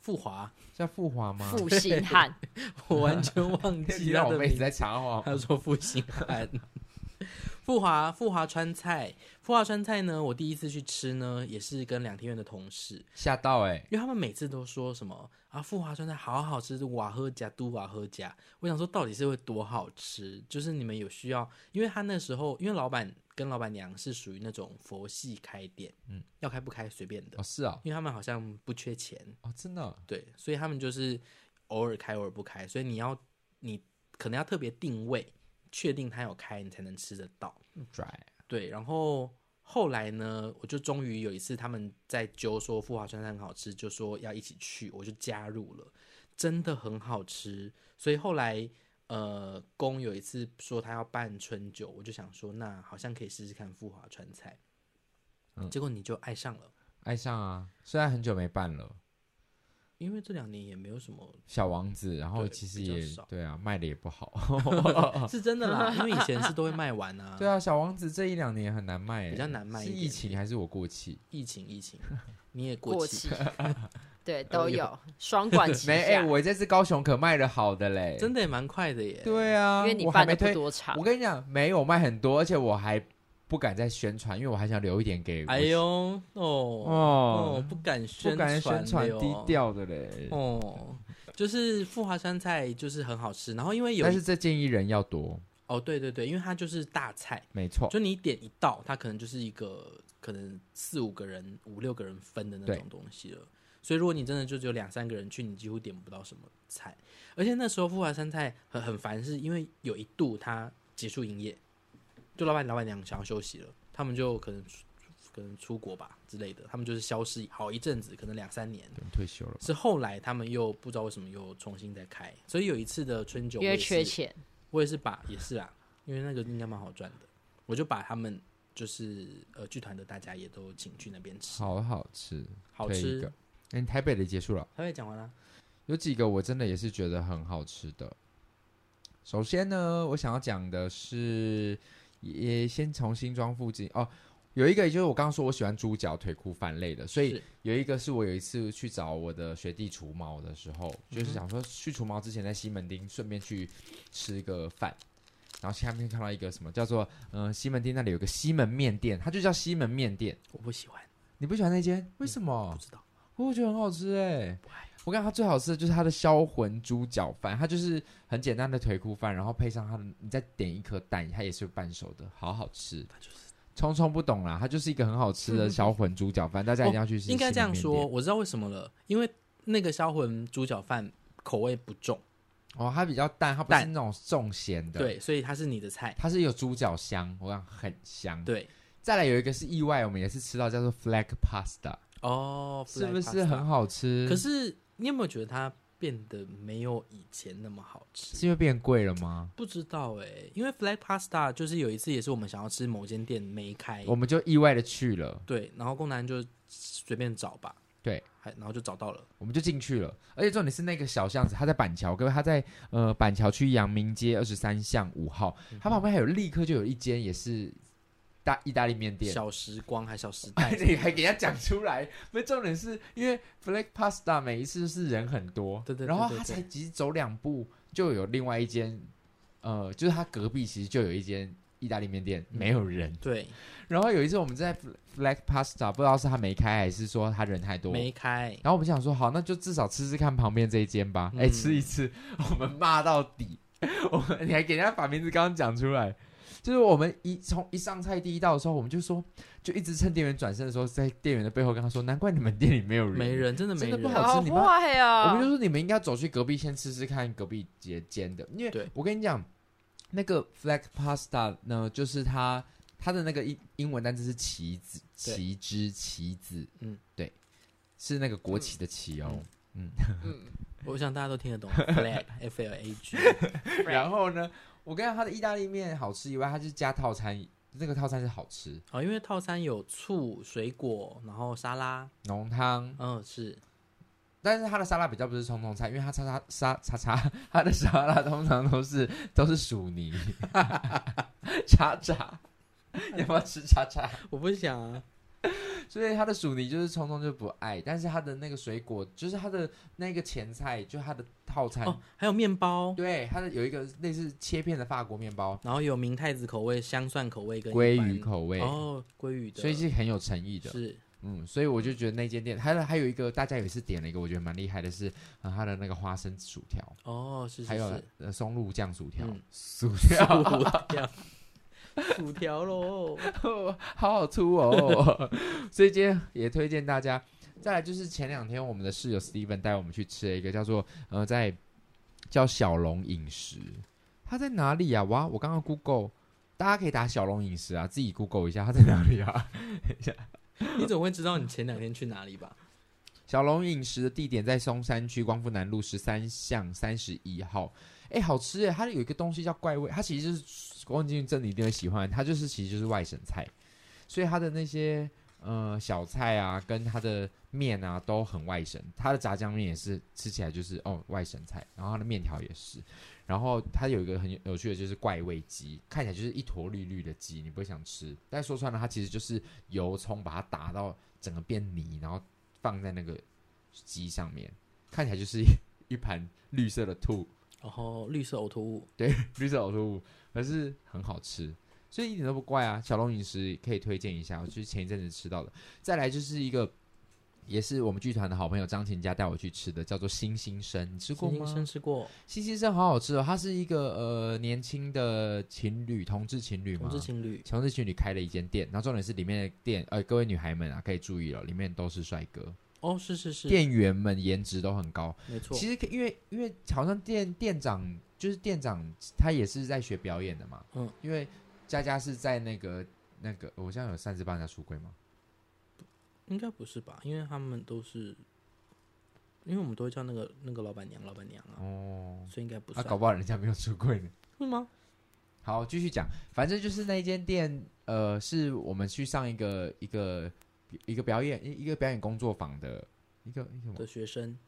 [SPEAKER 1] 富华，
[SPEAKER 2] 叫富华吗？
[SPEAKER 3] 负心汉，
[SPEAKER 1] 我完全忘
[SPEAKER 2] 你
[SPEAKER 1] 记他
[SPEAKER 2] 让我
[SPEAKER 1] 的
[SPEAKER 2] 妹
[SPEAKER 1] 名
[SPEAKER 2] 子
[SPEAKER 1] 字，
[SPEAKER 2] 在查哦。
[SPEAKER 1] 他说复兴汉。富华富华川菜，富华川菜呢，我第一次去吃呢，也是跟两天院的同事，
[SPEAKER 2] 吓到哎、欸，
[SPEAKER 1] 因为他们每次都说什么啊，富华川菜好好吃，是瓦喝加都瓦喝加。我想说，到底是会多好吃？就是你们有需要，因为他那时候，因为老板跟老板娘是属于那种佛系开店，嗯，要开不开随便的
[SPEAKER 2] 哦，是哦，
[SPEAKER 1] 因为他们好像不缺钱，
[SPEAKER 2] 哦真的哦，
[SPEAKER 1] 对，所以他们就是偶尔开，偶尔不开，所以你要你可能要特别定位，确定他有开，你才能吃得到。
[SPEAKER 2] 拽，
[SPEAKER 1] 对，然后后来呢，我就终于有一次他们在揪说富华川菜很好吃，就说要一起去，我就加入了，真的很好吃。所以后来呃，公有一次说他要办春酒，我就想说那好像可以试试看富华川菜，
[SPEAKER 2] 嗯
[SPEAKER 1] 结果你就爱上了，
[SPEAKER 2] 爱上啊！虽然很久没办了，
[SPEAKER 1] 因为这两年也没有什么
[SPEAKER 2] 小王子，然后
[SPEAKER 1] 对
[SPEAKER 2] 其实
[SPEAKER 1] 比较
[SPEAKER 2] 也
[SPEAKER 1] 少
[SPEAKER 2] 对啊，卖的也 不好。
[SPEAKER 1] 是真的 啦，因为以前是都会卖完啊，
[SPEAKER 2] 哦对啊，小王子这一两年很难卖欸、
[SPEAKER 1] 比较难卖一
[SPEAKER 2] 是
[SPEAKER 1] 点
[SPEAKER 2] 疫情
[SPEAKER 1] 点
[SPEAKER 2] 还是我过气？哎
[SPEAKER 1] 疫情疫情，你也过
[SPEAKER 3] 过
[SPEAKER 1] 气，
[SPEAKER 3] 气，对，都
[SPEAKER 1] 有
[SPEAKER 3] 有双管齐下，
[SPEAKER 2] 没哎、我这次高雄可卖的好的嘞，
[SPEAKER 1] 真的也蛮快的耶。
[SPEAKER 2] 对啊，
[SPEAKER 3] 因为你
[SPEAKER 2] 我还
[SPEAKER 3] 办的
[SPEAKER 2] 没
[SPEAKER 3] 不
[SPEAKER 2] 推，
[SPEAKER 3] 多场
[SPEAKER 2] 我，跟你讲，没有卖很多，而且我还不敢再宣传，因为我还想留一点给我。
[SPEAKER 1] 哎呦，哦哦
[SPEAKER 2] 哦，
[SPEAKER 1] 不敢宣
[SPEAKER 2] 不敢宣传
[SPEAKER 1] 的哟
[SPEAKER 2] 低调的嘞。
[SPEAKER 1] 哦，就是富华酸菜就是很好吃，然后因为有
[SPEAKER 2] 但是这建议人要多，
[SPEAKER 1] 哦，对对对，因为它就是大菜，
[SPEAKER 2] 没错，
[SPEAKER 1] 就你点一道，它可能就是一个可能四五个人、五六个人分的那
[SPEAKER 2] 对
[SPEAKER 1] 种东西了。所以如果你真的就只有两三个人去，你几乎点不到什么菜。而且那时候富华酸菜很很烦，是因为有一度它结束营业，就老板老板娘想要休息了，他们就可能出可能出国吧之类的，他们就是消失好一阵子，可能两三年。
[SPEAKER 2] 等退休了。
[SPEAKER 1] 是后来他们又不知道为什么又重新再开，所以有一次的春酒我
[SPEAKER 3] 因为
[SPEAKER 1] 也
[SPEAKER 3] 缺
[SPEAKER 1] 是
[SPEAKER 3] 钱，
[SPEAKER 1] 我也是把也是啦，因为那个应该蛮好赚的，我就把他们就是呃剧团的大家也都请去那边吃，
[SPEAKER 2] 好好吃，
[SPEAKER 1] 好
[SPEAKER 2] 推一
[SPEAKER 1] 吃
[SPEAKER 2] 个。。哎、台北的结束了，
[SPEAKER 1] 他会讲完啊啦、
[SPEAKER 2] 有几个我真的也是觉得很好吃的。首先呢，我想要讲的是，也先从新庄附近哦，有一个就是我刚刚说我喜欢猪脚腿骨饭类的，所以
[SPEAKER 1] 是
[SPEAKER 2] 有一个是我有一次去找我的学弟除毛的时候，就是想说去除毛之前在西门町顺便去吃个饭，然后下面看到一个什么叫做嗯、呃西门町那里有个西门面店，它就叫西门面店，
[SPEAKER 1] 我不喜欢，
[SPEAKER 2] 你不喜欢那间？为什么？
[SPEAKER 1] 不知道
[SPEAKER 2] 我觉得很好吃哎、我感觉它最好吃的就是它的销魂猪脚饭，它就是很简单的腿骨饭，然后配上它的，你再点一颗蛋，它也是半熟的，好好吃。聪聪不懂啦，它就是一个很好吃的销魂猪脚饭，大家一定要去吃。
[SPEAKER 1] 嗯哦应该这样
[SPEAKER 2] 西门
[SPEAKER 1] 说，
[SPEAKER 2] 面
[SPEAKER 1] 我知道为什么了，因为那个销魂猪脚饭口味不重，
[SPEAKER 2] 店，哦，它比较淡，它不是
[SPEAKER 1] 淡
[SPEAKER 2] 那种重咸的，，
[SPEAKER 1] 对，所以它是你的菜，
[SPEAKER 2] 它是有猪脚香，我讲很香。
[SPEAKER 1] 对
[SPEAKER 2] 再来有一个是意外，我们也是吃到叫做 flag pasta，
[SPEAKER 1] 哦，
[SPEAKER 2] 是不
[SPEAKER 1] fly
[SPEAKER 2] 是
[SPEAKER 1] pasta
[SPEAKER 2] 很？好吃？
[SPEAKER 1] 可是你有没有觉得它变得没有以前那么好吃？
[SPEAKER 2] 是因为变贵了吗？
[SPEAKER 1] 不知道哎、因为 flag pasta 就是有一次也是我们想要吃某间店没开，
[SPEAKER 2] 我们就意外的去了。
[SPEAKER 1] 对，然后工男就随便找吧，
[SPEAKER 2] 对，
[SPEAKER 1] 还然后就找到了，
[SPEAKER 2] 我们就进去了，而且重点是那个小巷子，它在板桥，各位，它在呃板桥区阳明街二十三巷五号，
[SPEAKER 1] 嗯
[SPEAKER 2] 它旁边还有立刻就有一间也是大意大利面店。
[SPEAKER 1] 小时光还小时 代，
[SPEAKER 2] 你还给人家讲出来，那重点是因为 Black Pasta 每一次都是人很多，
[SPEAKER 1] 对对对
[SPEAKER 2] 然后
[SPEAKER 1] 对
[SPEAKER 2] 他
[SPEAKER 1] 对
[SPEAKER 2] 才只走两步就有另外一间，呃，就是他隔壁其实就有一间意大利面店，
[SPEAKER 1] 嗯
[SPEAKER 2] 没有人。
[SPEAKER 1] 对，
[SPEAKER 2] 然后有一次我们在 Black Pasta 不知道是他没开还是说他人太多，
[SPEAKER 1] 没开，
[SPEAKER 2] 然后我们想说，好，那就至少吃吃看旁边这一间吧。
[SPEAKER 1] 嗯
[SPEAKER 2] 哎、吃一次，我们骂到底。 我们你还给人家把名字刚刚讲出来，就是我们一从一上菜第一道的时候，我们就说，就一直趁店员转身的时候，在店员的背后跟他说，难怪你们店里没有人，
[SPEAKER 1] 没。人，真的没
[SPEAKER 2] 真的
[SPEAKER 1] 人，
[SPEAKER 2] 不好吃你妈
[SPEAKER 3] 坏
[SPEAKER 2] 我
[SPEAKER 3] 啊！
[SPEAKER 2] 们就说你们应该走去隔壁先吃吃看隔壁街煎的，因
[SPEAKER 1] 对
[SPEAKER 2] 为我跟你讲，那个 flag pasta 呢，就是它它的那个英英文单词是旗子，
[SPEAKER 1] 对
[SPEAKER 2] 旗帜，旗子，
[SPEAKER 1] 嗯
[SPEAKER 2] 嗯，对，是那个国旗的旗哦。
[SPEAKER 3] 嗯，
[SPEAKER 1] 我想大家都听得 懂 flag f l a g，
[SPEAKER 2] 然后呢，我跟你讲，它的意大利面好吃以外，它就是加套餐，那个套餐是好吃，
[SPEAKER 1] 哦，因为套餐有醋、水果，然后沙拉，
[SPEAKER 2] 浓汤，
[SPEAKER 1] 嗯，是
[SPEAKER 2] 但是它的沙拉比较不是冲冲菜，因为它叉叉沙叉叉，它的沙拉通常都是都是薯泥， 叉叉，你要不要吃叉叉？
[SPEAKER 1] 我不想啊，
[SPEAKER 2] 所以它的薯泥就是冲冲就不爱，但是它的那个水果，就是它的那个前菜，就它的套餐，
[SPEAKER 1] 哦，还有面包，
[SPEAKER 2] 对，它的有一个类似切片的法国面包，
[SPEAKER 1] 然后有明太子口味、香蒜口味跟
[SPEAKER 2] 鲑
[SPEAKER 1] 一般
[SPEAKER 2] 鱼口味，
[SPEAKER 1] 哦，鲑鱼的，
[SPEAKER 2] 所以是很有诚意的。
[SPEAKER 1] 是
[SPEAKER 2] 嗯，所以我就觉得那间店，还有还有一个大家也是点了一个，我觉得蛮厉害的是，呃，它的那个花生薯条，
[SPEAKER 1] 哦，是是
[SPEAKER 2] 还有
[SPEAKER 1] 是
[SPEAKER 2] 呃松露酱薯条，
[SPEAKER 1] 嗯
[SPEAKER 2] 薯条
[SPEAKER 1] 薯条，薯条喽，
[SPEAKER 2] 好好粗哦， 所以今天也推荐大家。再来就是前两天我们的室友 Steven 带我们去吃了一个叫做呃在叫小龙饮食，它在哪里啊？哇，我刚刚 Google，大家可以打小龙饮食啊，自己 Google 一下它在哪里啊。
[SPEAKER 1] 你总会知道你前两天去哪里吧？
[SPEAKER 2] 小龙饮食的地点在松山区光复南路十三巷三十一号。哎、好吃哎！它有一个东西叫怪味，它其实就是光进去真的一定会喜欢，它就是其实就是外省菜，所以它的那些呃小菜啊，跟它的面啊都很外省。它的炸酱面也是吃起来就是哦外省菜，然后它的面条也是，然后它有一个很有趣的就是怪味鸡，看起来就是一坨绿绿的鸡，你不会想吃，但说穿了它其实就是油葱把它打到整个变泥，然后放在那个机上面，看起来就是一 一盘绿色的兔，
[SPEAKER 1] 然后绿色呕吐物，
[SPEAKER 2] 对，绿色呕吐物，可是很好吃，所以一点都不怪啊。小龙饮食可以推荐一下，我就是前一阵子吃到的。再来就是一个，也是我们剧团的好朋友张琴佳带我去吃的，叫做星星生，你吃过
[SPEAKER 1] 新
[SPEAKER 2] 吗？
[SPEAKER 1] 生吃过，
[SPEAKER 2] 星星生好好吃哦，它是一个呃年轻的情侣，同志情侣吗？
[SPEAKER 1] 同志情侣，
[SPEAKER 2] 同志情侣开了一间店，然后重点是里面的店，呃，各位女孩们啊，可以注意了，里面都是帅哥，
[SPEAKER 1] 哦，是是是，
[SPEAKER 2] 店员们颜值都很高。
[SPEAKER 1] 没错，
[SPEAKER 2] 其实可因为因为好像店店长就是店长，他也是在学表演的嘛。
[SPEAKER 1] 嗯，
[SPEAKER 2] 因为佳佳是在那个那个，我现在有擅自帮人家出柜吗？
[SPEAKER 1] 应该不是吧？因为他们都是，因为我们都会叫那个那个老板娘老板娘啊，
[SPEAKER 2] 哦，
[SPEAKER 1] 所以应该不
[SPEAKER 2] 啊，
[SPEAKER 1] 算，
[SPEAKER 2] 搞不好人家没有出柜呢。
[SPEAKER 1] 会吗？
[SPEAKER 2] 好，继续讲，反正就是那一间店，呃，是我们去上一个一个一个表演一一个表演工作坊的一个一个什么
[SPEAKER 1] 的学生，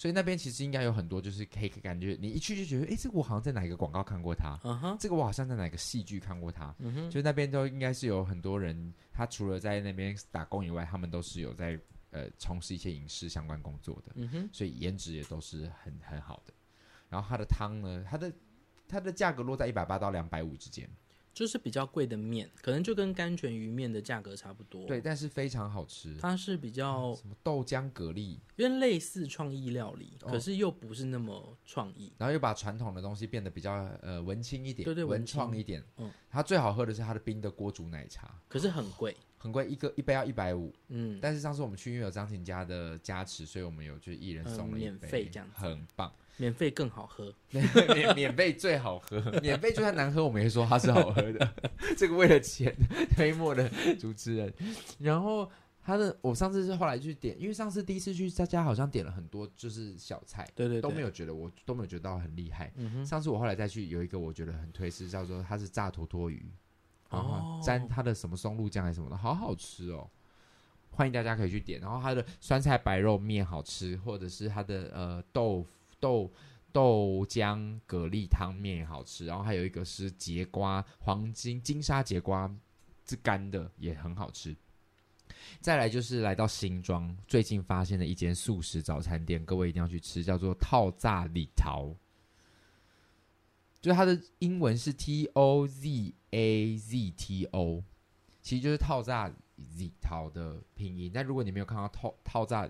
[SPEAKER 2] 所以那边其实应该有很多，就是可以感觉你一去就觉得，诶，这个我好像在哪一个广告看过它，
[SPEAKER 1] 嗯哼，
[SPEAKER 2] 这个我好像在哪个戏剧看过它。
[SPEAKER 1] 嗯哼，
[SPEAKER 2] 就那边都应该是有很多人，他除了在那边打工以外，他们都是有在呃从事一些影视相关工作的，
[SPEAKER 1] 嗯哼，
[SPEAKER 2] 所以颜值也都是很很好的。然后它的汤呢，它的它的价格落在一百八到两百五之间，
[SPEAKER 1] 就是比较贵的面，可能就跟甘泉鱼面的价格差不多，
[SPEAKER 2] 对，，但嗯是非常好吃。
[SPEAKER 1] 它是比较
[SPEAKER 2] 什么豆浆蛤蜊，
[SPEAKER 1] 有点类似创意料理，
[SPEAKER 2] 哦
[SPEAKER 1] 可是又不是那么创意，
[SPEAKER 2] 然后又把传统的东西变得比较呃文青一点，
[SPEAKER 1] 对对
[SPEAKER 2] 文
[SPEAKER 1] 文青
[SPEAKER 2] 创一点。
[SPEAKER 1] 嗯
[SPEAKER 2] 它最好喝的是它的冰的锅煮奶茶。
[SPEAKER 1] 可是很贵，
[SPEAKER 2] 很贵，一个一杯要一百五。
[SPEAKER 1] 嗯，
[SPEAKER 2] 但是上次我们去，因为有张琴家的加持，所以我们有就一人送了一杯，
[SPEAKER 1] 嗯免费这样子
[SPEAKER 2] 很棒。
[SPEAKER 1] 免费更好喝，
[SPEAKER 2] 免免费最好喝， 免费就算难喝，我们也说它是好喝的。 这个为了钱推磨的主持人，然后。他的我上次是后来去点，因为上次第一次去，大家好像点了很多就是小菜，
[SPEAKER 1] 对对对，
[SPEAKER 2] 都没有觉得我都没有觉得到很厉害。
[SPEAKER 1] 嗯哼，
[SPEAKER 2] 上次我后来再去有一个我觉得很推是叫做它是炸坨坨鱼，然后
[SPEAKER 1] 哦
[SPEAKER 2] 沾它的什么松露酱还是什么的，好好吃哦。欢迎大家可以去点，然后它的酸菜白肉面好吃，或者是它的呃豆腐豆豆浆蛤蜊汤面也好吃，然后还有一个是节瓜黄金金沙节瓜是干的也很好吃。再来就是来到新庄，最近发现的一间素食早餐店，各位一定要去吃，叫做套炸里桃。就是它的英文是 T O Z A Z T O，其实就是套炸 Z 桃的拼音。但如果你没有看到套套炸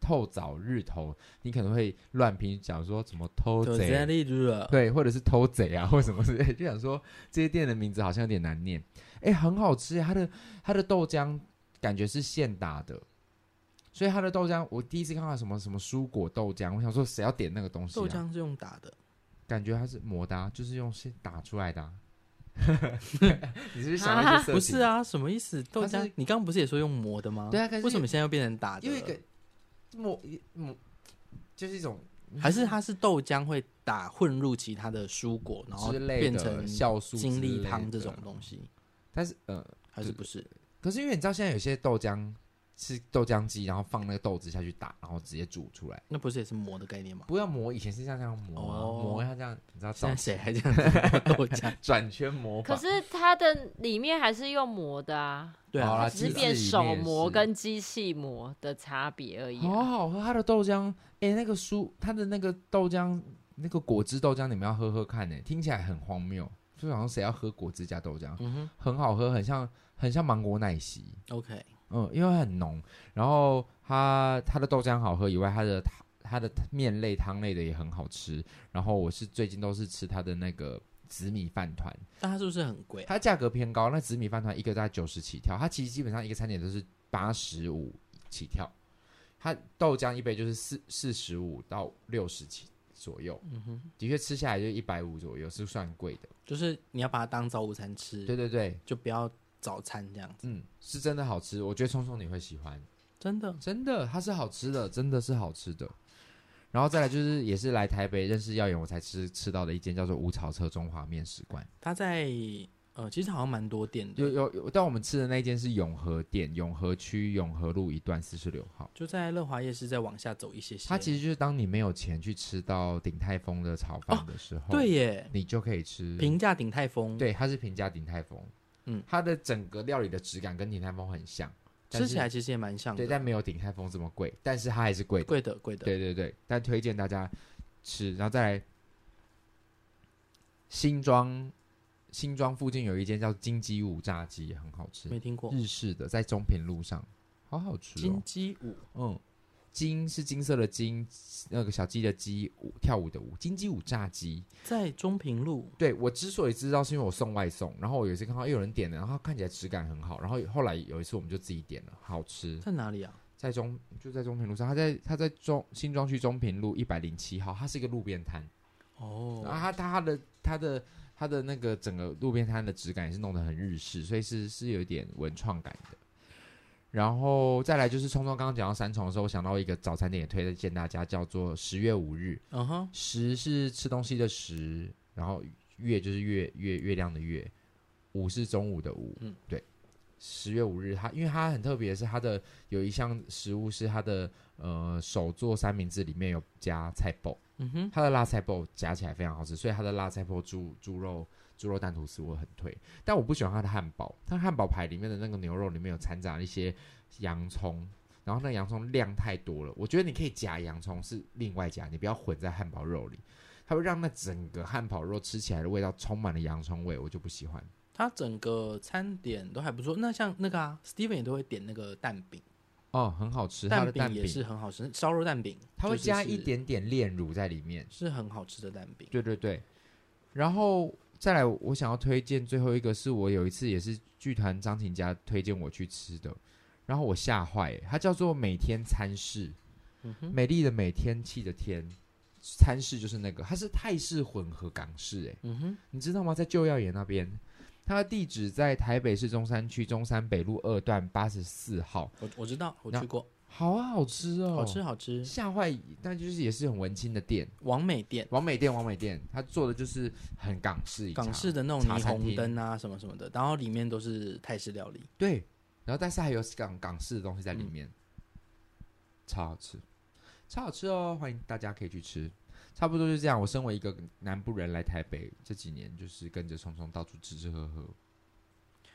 [SPEAKER 2] 透早日头，你可能会乱拼，讲说什么偷
[SPEAKER 1] 就
[SPEAKER 2] 贼啊
[SPEAKER 1] Zen 力如了，
[SPEAKER 2] 对，或者是偷贼啊，或什么之类，就想说这些店的名字好像有点难念。哎，很好吃，它的它的豆浆感觉是现打的，所以它的豆浆，我第一次看到什么什么蔬果豆浆，我想说谁要点那个东西、啊？
[SPEAKER 1] 豆浆是用打的，
[SPEAKER 2] 感觉它是磨的、啊，就是用现打出来 的、啊。你是不是想要一些色情？
[SPEAKER 1] 不是，啊，什么意思？豆
[SPEAKER 2] 它
[SPEAKER 1] 浆
[SPEAKER 2] 是，
[SPEAKER 1] 你刚刚不是也说用磨的吗？
[SPEAKER 2] 对啊可是
[SPEAKER 1] 为什么现在又变成打的？
[SPEAKER 2] 因为一个磨磨就是一种
[SPEAKER 1] 还是它是豆浆会打混入其他的蔬果，然后
[SPEAKER 2] 之类
[SPEAKER 1] 变
[SPEAKER 2] 的
[SPEAKER 1] 成
[SPEAKER 2] 酵素之
[SPEAKER 1] 精力汤
[SPEAKER 2] 类
[SPEAKER 1] 这
[SPEAKER 2] 的
[SPEAKER 1] 种东西，
[SPEAKER 2] 但是呃，
[SPEAKER 1] 还是不是？
[SPEAKER 2] 可是因为你知道现在有些豆浆是豆浆机，然后放那个豆子下去打，然后直接煮出来，
[SPEAKER 1] 那不是也是磨的概念吗？
[SPEAKER 2] 不要磨。以前是像这样磨啊，
[SPEAKER 1] 哦
[SPEAKER 2] 磨一下这样，你知道
[SPEAKER 1] 现
[SPEAKER 2] 转？
[SPEAKER 1] 在谁还这样子磨豆浆
[SPEAKER 2] 转圈磨
[SPEAKER 3] 可
[SPEAKER 2] 法。
[SPEAKER 3] 是它的里面还是用磨的啊，
[SPEAKER 1] 对
[SPEAKER 2] 好啦
[SPEAKER 1] 啊，
[SPEAKER 3] 只是
[SPEAKER 2] 机器
[SPEAKER 3] 变
[SPEAKER 2] 里面
[SPEAKER 3] 手
[SPEAKER 2] 也
[SPEAKER 3] 磨
[SPEAKER 2] 是哦
[SPEAKER 3] 跟机器磨的差别而已、
[SPEAKER 2] 好
[SPEAKER 3] 啊。
[SPEAKER 2] 好喝它的豆浆，哎、那个蔬它的那个豆浆，那个果汁豆浆，你们要喝喝看呢、听起来很荒谬，就好像谁要喝果汁加豆浆，
[SPEAKER 1] 嗯
[SPEAKER 2] 很好喝，很像很像芒果奶昔，
[SPEAKER 1] 哼，OK，
[SPEAKER 2] 嗯，因为很浓，然后它它的豆浆好喝以外，它的汤它的面类汤类的也很好吃，然后我是最近都是吃它的那个紫米饭团，
[SPEAKER 1] 但它是不是很贵啊？
[SPEAKER 2] 它价格偏高，那紫米饭团一个大概九十起跳，它其实基本上一个餐点都是八十五起跳，它豆浆一杯就是四四十五到六十起左右，
[SPEAKER 1] 嗯哼，
[SPEAKER 2] 的确吃下来就一百五左右是算贵的，
[SPEAKER 1] 就是你要把它当早午餐吃，
[SPEAKER 2] 对对对，
[SPEAKER 1] 就不要早餐这样子。
[SPEAKER 2] 嗯，是真的好吃，我觉得聪聪你会喜欢，
[SPEAKER 1] 真的，
[SPEAKER 2] 真的它是好吃的，真的是好吃的。然后再来就是也是来台北认识耀眼，我才吃吃到的一间叫做五草车中华面食馆。
[SPEAKER 1] 它在呃，其实好像蛮多店
[SPEAKER 2] 有
[SPEAKER 1] 的，
[SPEAKER 2] 有有，但我们吃的那一间是永和店，永和区永和路一段四十六号。
[SPEAKER 1] 就在乐华夜市再往下走一些些。
[SPEAKER 2] 它其实就是当你没有钱去吃到鼎泰丰的炒饭的时候，
[SPEAKER 1] 哦对，耶，
[SPEAKER 2] 你就可以吃。
[SPEAKER 1] 平价鼎泰丰，
[SPEAKER 2] 对，它是平价鼎泰丰，
[SPEAKER 1] 嗯
[SPEAKER 2] 它的整个料理的质感跟鼎泰丰很像，但
[SPEAKER 1] 吃
[SPEAKER 2] 是
[SPEAKER 1] 起来其实也蛮像
[SPEAKER 2] 对，
[SPEAKER 1] 的，
[SPEAKER 2] 但没有鼎泰丰这么贵，但是它还是贵的。
[SPEAKER 1] 贵的贵的。
[SPEAKER 2] 对对对，但推荐大家吃，然后再来新庄，新庄附近有一间叫金鸡五炸鸡，也很好吃，
[SPEAKER 1] 没听过
[SPEAKER 2] 日式的，在中平路上，好好吃
[SPEAKER 1] 金
[SPEAKER 2] 哦。
[SPEAKER 1] 鸡舞，
[SPEAKER 2] 嗯，金是金色的金，那个小鸡的鸡，舞跳舞的舞，金鸡舞炸鸡。
[SPEAKER 1] 在中平路
[SPEAKER 2] 对我之所以知道，是因为我送外送，然后我有一次看到哎有人点的，然后看起来质感很好，然后后来有一次我们就自己点了，好吃。
[SPEAKER 1] 在哪里啊？
[SPEAKER 2] 在中就在中平路上，他在他在中新庄区中平路一百零七号，它是一个路边摊，
[SPEAKER 1] 哦，
[SPEAKER 2] 然后它它的它的它的那个整个路边摊的质感也是弄得很日式，所以是是有一点文创感的。然后再来就是聪聪刚刚讲到三重的时候，我想到一个早餐店也推荐大家，叫做十月五日，
[SPEAKER 1] 嗯哼，
[SPEAKER 2] 十是吃东西的十，然后月就是月月月亮的月，五是中午的午，
[SPEAKER 1] 嗯
[SPEAKER 2] 对。十月五日，它因为它很特别，是它的有一项食物是它的呃手做三明治里面有加菜包，
[SPEAKER 1] 嗯哼，
[SPEAKER 2] 它的辣菜包夹起来非常好吃，所以它的辣菜包猪猪肉猪肉蛋吐司我很推，但我不喜欢它的汉堡，它汉堡排里面的那个牛肉里面有掺杂一些洋葱，然后那个洋葱量太多了，我觉得你可以夹洋葱是另外夹，你不要混在汉堡肉里，它会让那整个汉堡肉吃起来的味道充满了洋葱味，我就不喜欢。
[SPEAKER 1] 它整个餐点都还不错。那像那个啊，Steven 也都会点那个蛋饼，
[SPEAKER 2] 哦，很好吃，它的
[SPEAKER 1] 蛋
[SPEAKER 2] 蛋
[SPEAKER 1] 也
[SPEAKER 2] 饼，
[SPEAKER 1] 是很好吃，烧肉蛋饼，
[SPEAKER 2] 它会
[SPEAKER 1] 就是
[SPEAKER 2] 加
[SPEAKER 1] 是
[SPEAKER 2] 一，点点炼乳在里面，
[SPEAKER 1] 是很好吃的蛋饼。
[SPEAKER 2] 对对对，然后再来，我想要推荐最后一个是我有一次也是剧团张婷家推荐我去吃的，然后我吓坏了，它叫做每天餐室，
[SPEAKER 1] 嗯哼，
[SPEAKER 2] 美丽的每天气的天。餐室就是那个，它是泰式混合港式，哎，
[SPEAKER 1] 嗯哼，
[SPEAKER 2] 你知道吗？在旧耀岩那边，它的地址在台北市中山区中山北路二段八十四号，
[SPEAKER 1] 我我知道，我
[SPEAKER 2] 那
[SPEAKER 1] 去过，
[SPEAKER 2] 好好吃哦，
[SPEAKER 1] 好吃，好吃。
[SPEAKER 2] 吓坏，但就是也是很文青的店，
[SPEAKER 1] 王美店，
[SPEAKER 2] 王美店，王美店，它做的就是很港式，
[SPEAKER 1] 港式的那种霓
[SPEAKER 2] 茶餐
[SPEAKER 1] 虹
[SPEAKER 2] 厅
[SPEAKER 1] 灯啊什么什么的，然后里面都是泰式料理。
[SPEAKER 2] 对，然后但是还有港港式的东西在里面，超好吃，超好吃哦！欢迎大家可以去吃。差不多就这样。我身为一个南部人来台北这几年，就是跟着聪聪到处吃吃喝喝。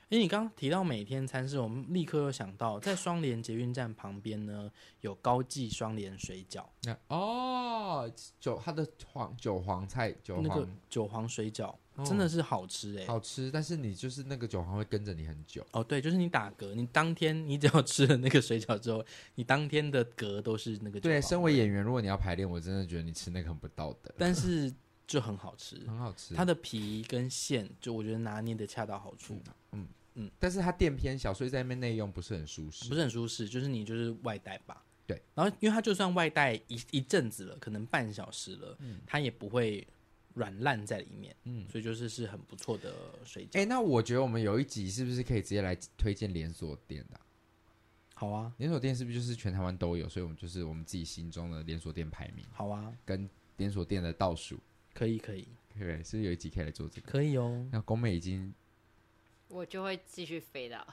[SPEAKER 1] 因为你刚刚提到每天餐市，我们立刻又想到，在双连捷运站旁边呢，有高记双连水饺，
[SPEAKER 2] 那、哦，韭它的黄韭黄菜韭
[SPEAKER 1] 那
[SPEAKER 2] 黄、
[SPEAKER 1] 个韭黄水饺真的是好吃哎、
[SPEAKER 2] 哦好吃，但是你就是那个韭黄会跟着你很久。
[SPEAKER 1] 哦，对，就是你打嗝，你当天你只要吃了那个水饺之后，你当天的嗝都是那个
[SPEAKER 2] 对，
[SPEAKER 1] 韭黄
[SPEAKER 2] 身为演员，如果你要排练，我真的觉得你吃那个很不道德，
[SPEAKER 1] 但是就很好吃，
[SPEAKER 2] 很好吃。
[SPEAKER 1] 它的皮跟馅就我觉得拿捏的恰到好处，
[SPEAKER 2] 嗯但是它店偏小，所以在那边内用不是很舒适。
[SPEAKER 1] 不是很舒适，就是你就是外带吧。
[SPEAKER 2] 对，
[SPEAKER 1] 然后因为它就算外带一一阵子了，可能半小时了，
[SPEAKER 2] 嗯
[SPEAKER 1] 它也不会软烂在里面，嗯，所以就是是很不错的水饺。
[SPEAKER 2] 哎、那我觉得我们有一集是不是可以直接来推荐连锁店的啊、
[SPEAKER 1] 好啊，
[SPEAKER 2] 连锁店是不是就是全台湾都有？所以我们就是我们自己心中的连锁店排名
[SPEAKER 1] 好啊，
[SPEAKER 2] 跟连锁店的倒数，
[SPEAKER 1] 可以，可以，
[SPEAKER 2] 对不对？是不是有一集可以来做这个？
[SPEAKER 1] 可以哦。
[SPEAKER 2] 那宫妹已经
[SPEAKER 3] 我就会继续飞到。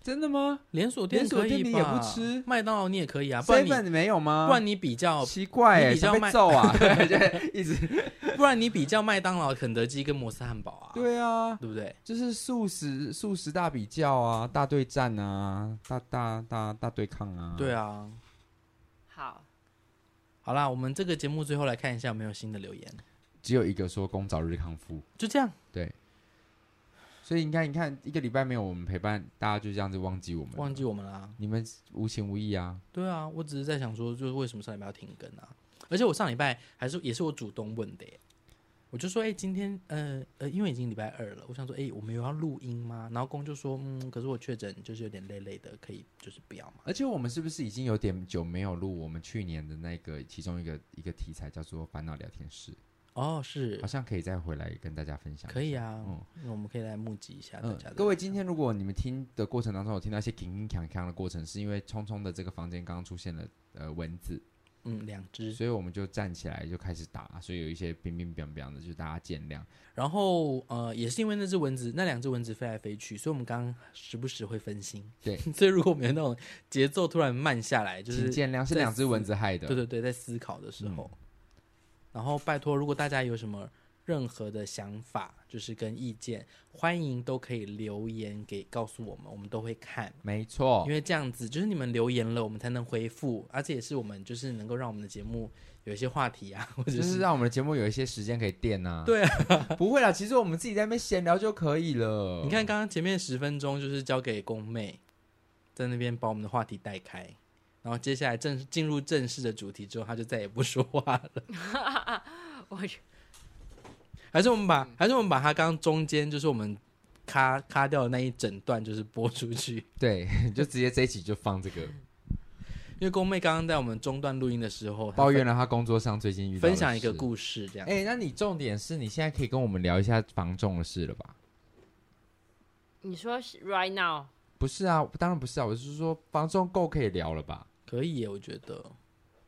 [SPEAKER 2] 真的吗？
[SPEAKER 1] 连锁店
[SPEAKER 2] 连锁
[SPEAKER 1] 可
[SPEAKER 2] 店
[SPEAKER 1] 以
[SPEAKER 2] 你也
[SPEAKER 1] 吧
[SPEAKER 2] 不吃
[SPEAKER 1] 麦当劳你也可以啊，不然你
[SPEAKER 2] seven 没有吗？
[SPEAKER 1] 不然你比较，
[SPEAKER 2] 奇怪、
[SPEAKER 1] 你
[SPEAKER 2] 欸，
[SPEAKER 1] 比较
[SPEAKER 2] 想 被
[SPEAKER 1] 慢
[SPEAKER 2] 揍啊！就一直
[SPEAKER 1] 不然你比较麦当劳、肯德基跟摩斯汉堡啊，
[SPEAKER 2] 对啊，
[SPEAKER 1] 对不对？
[SPEAKER 2] 就是素食素食大比较啊，大对战啊，大大大大对抗啊。
[SPEAKER 1] 对啊。
[SPEAKER 3] 好，
[SPEAKER 1] 好啦，我们这个节目最后来看一下有没有新的留言，
[SPEAKER 2] 只有一个说公早日康复。
[SPEAKER 1] 就这样
[SPEAKER 2] 对，所以你看，你看，一个礼拜没有我们陪伴，大家就这样子忘记我们了，
[SPEAKER 1] 忘记我们啦。
[SPEAKER 2] 你们无情无义啊。
[SPEAKER 1] 对啊，我只是在想说，就是为什么上礼拜要停更啊？而且我上礼拜还是也是我主动问的耶，我就说，哎、今天呃呃，因为已经礼拜二了，我想说，哎、我们有要录音吗？然后公就说，嗯，可是我确诊就是有点累累的，可以就是不要嘛。
[SPEAKER 2] 而且我们是不是已经有点久没有录我们去年的那个其中一个一个题材叫做烦恼聊天室，
[SPEAKER 1] 哦，是
[SPEAKER 2] 好像可以再回来跟大家分享。
[SPEAKER 1] 可以啊，
[SPEAKER 2] 嗯
[SPEAKER 1] 那我们可以来募集一下大
[SPEAKER 2] 嗯
[SPEAKER 1] 家的、，
[SPEAKER 2] 各位，今天如果你们听的过程当中有听到一些铿铿锵锵的过程，是因为聪聪的这个房间刚刚出现了呃蚊子，
[SPEAKER 1] 嗯两只，
[SPEAKER 2] 所以我们就站起来就开始打，所以有一些冰冰冰冰的，就大家见谅。
[SPEAKER 1] 然后呃也是因为那只蚊子，那两只蚊子飞来飞去，所以我们刚刚时不时会分心。
[SPEAKER 2] 对
[SPEAKER 1] 所以如果我们有那种节奏突然慢下来，就
[SPEAKER 2] 请
[SPEAKER 1] 是
[SPEAKER 2] 见谅，是
[SPEAKER 1] 在
[SPEAKER 2] 两只蚊子害的。
[SPEAKER 1] 对对对，在思考的时候。然后拜托，如果大家有什么任何的想法，就是跟意见，欢迎都可以留言给告诉我们，我们都会看。
[SPEAKER 2] 没错
[SPEAKER 1] 因，为这样子就是你们留言了，我们才能回复，而且也是我们就是能够让我们的节目有一些话题啊， 或者
[SPEAKER 2] 就是是让我们的节目有一些时间可以垫啊。
[SPEAKER 1] 对
[SPEAKER 2] 啊， 不会啦，其实我们自己在那边闲聊就可以了。
[SPEAKER 1] 你看刚刚前面十分钟就是交给宫妹在那边把我们的话题带开，然后接下来正进入正式的主题之后，她就再也不说话了。
[SPEAKER 3] 我觉
[SPEAKER 1] 还是我们
[SPEAKER 2] 嗯
[SPEAKER 1] 把还是我们把她刚刚中间就是我们咔咔掉的那一整段就是播出 去，
[SPEAKER 2] 对，就直接这一期就 放这个，
[SPEAKER 1] 因为宫妹刚刚在我们中段录音的时候她
[SPEAKER 2] 抱怨了他工作上最近遇到的
[SPEAKER 1] 分享一个
[SPEAKER 2] 事。
[SPEAKER 1] 故事，这样。
[SPEAKER 2] 哎、那你重点是你现在可以跟我们聊一下房仲的事了吧？
[SPEAKER 3] 你说是 right now
[SPEAKER 2] 不是啊，当然不是啊，我是说房仲够可以聊了吧？
[SPEAKER 1] 可以耶，我觉得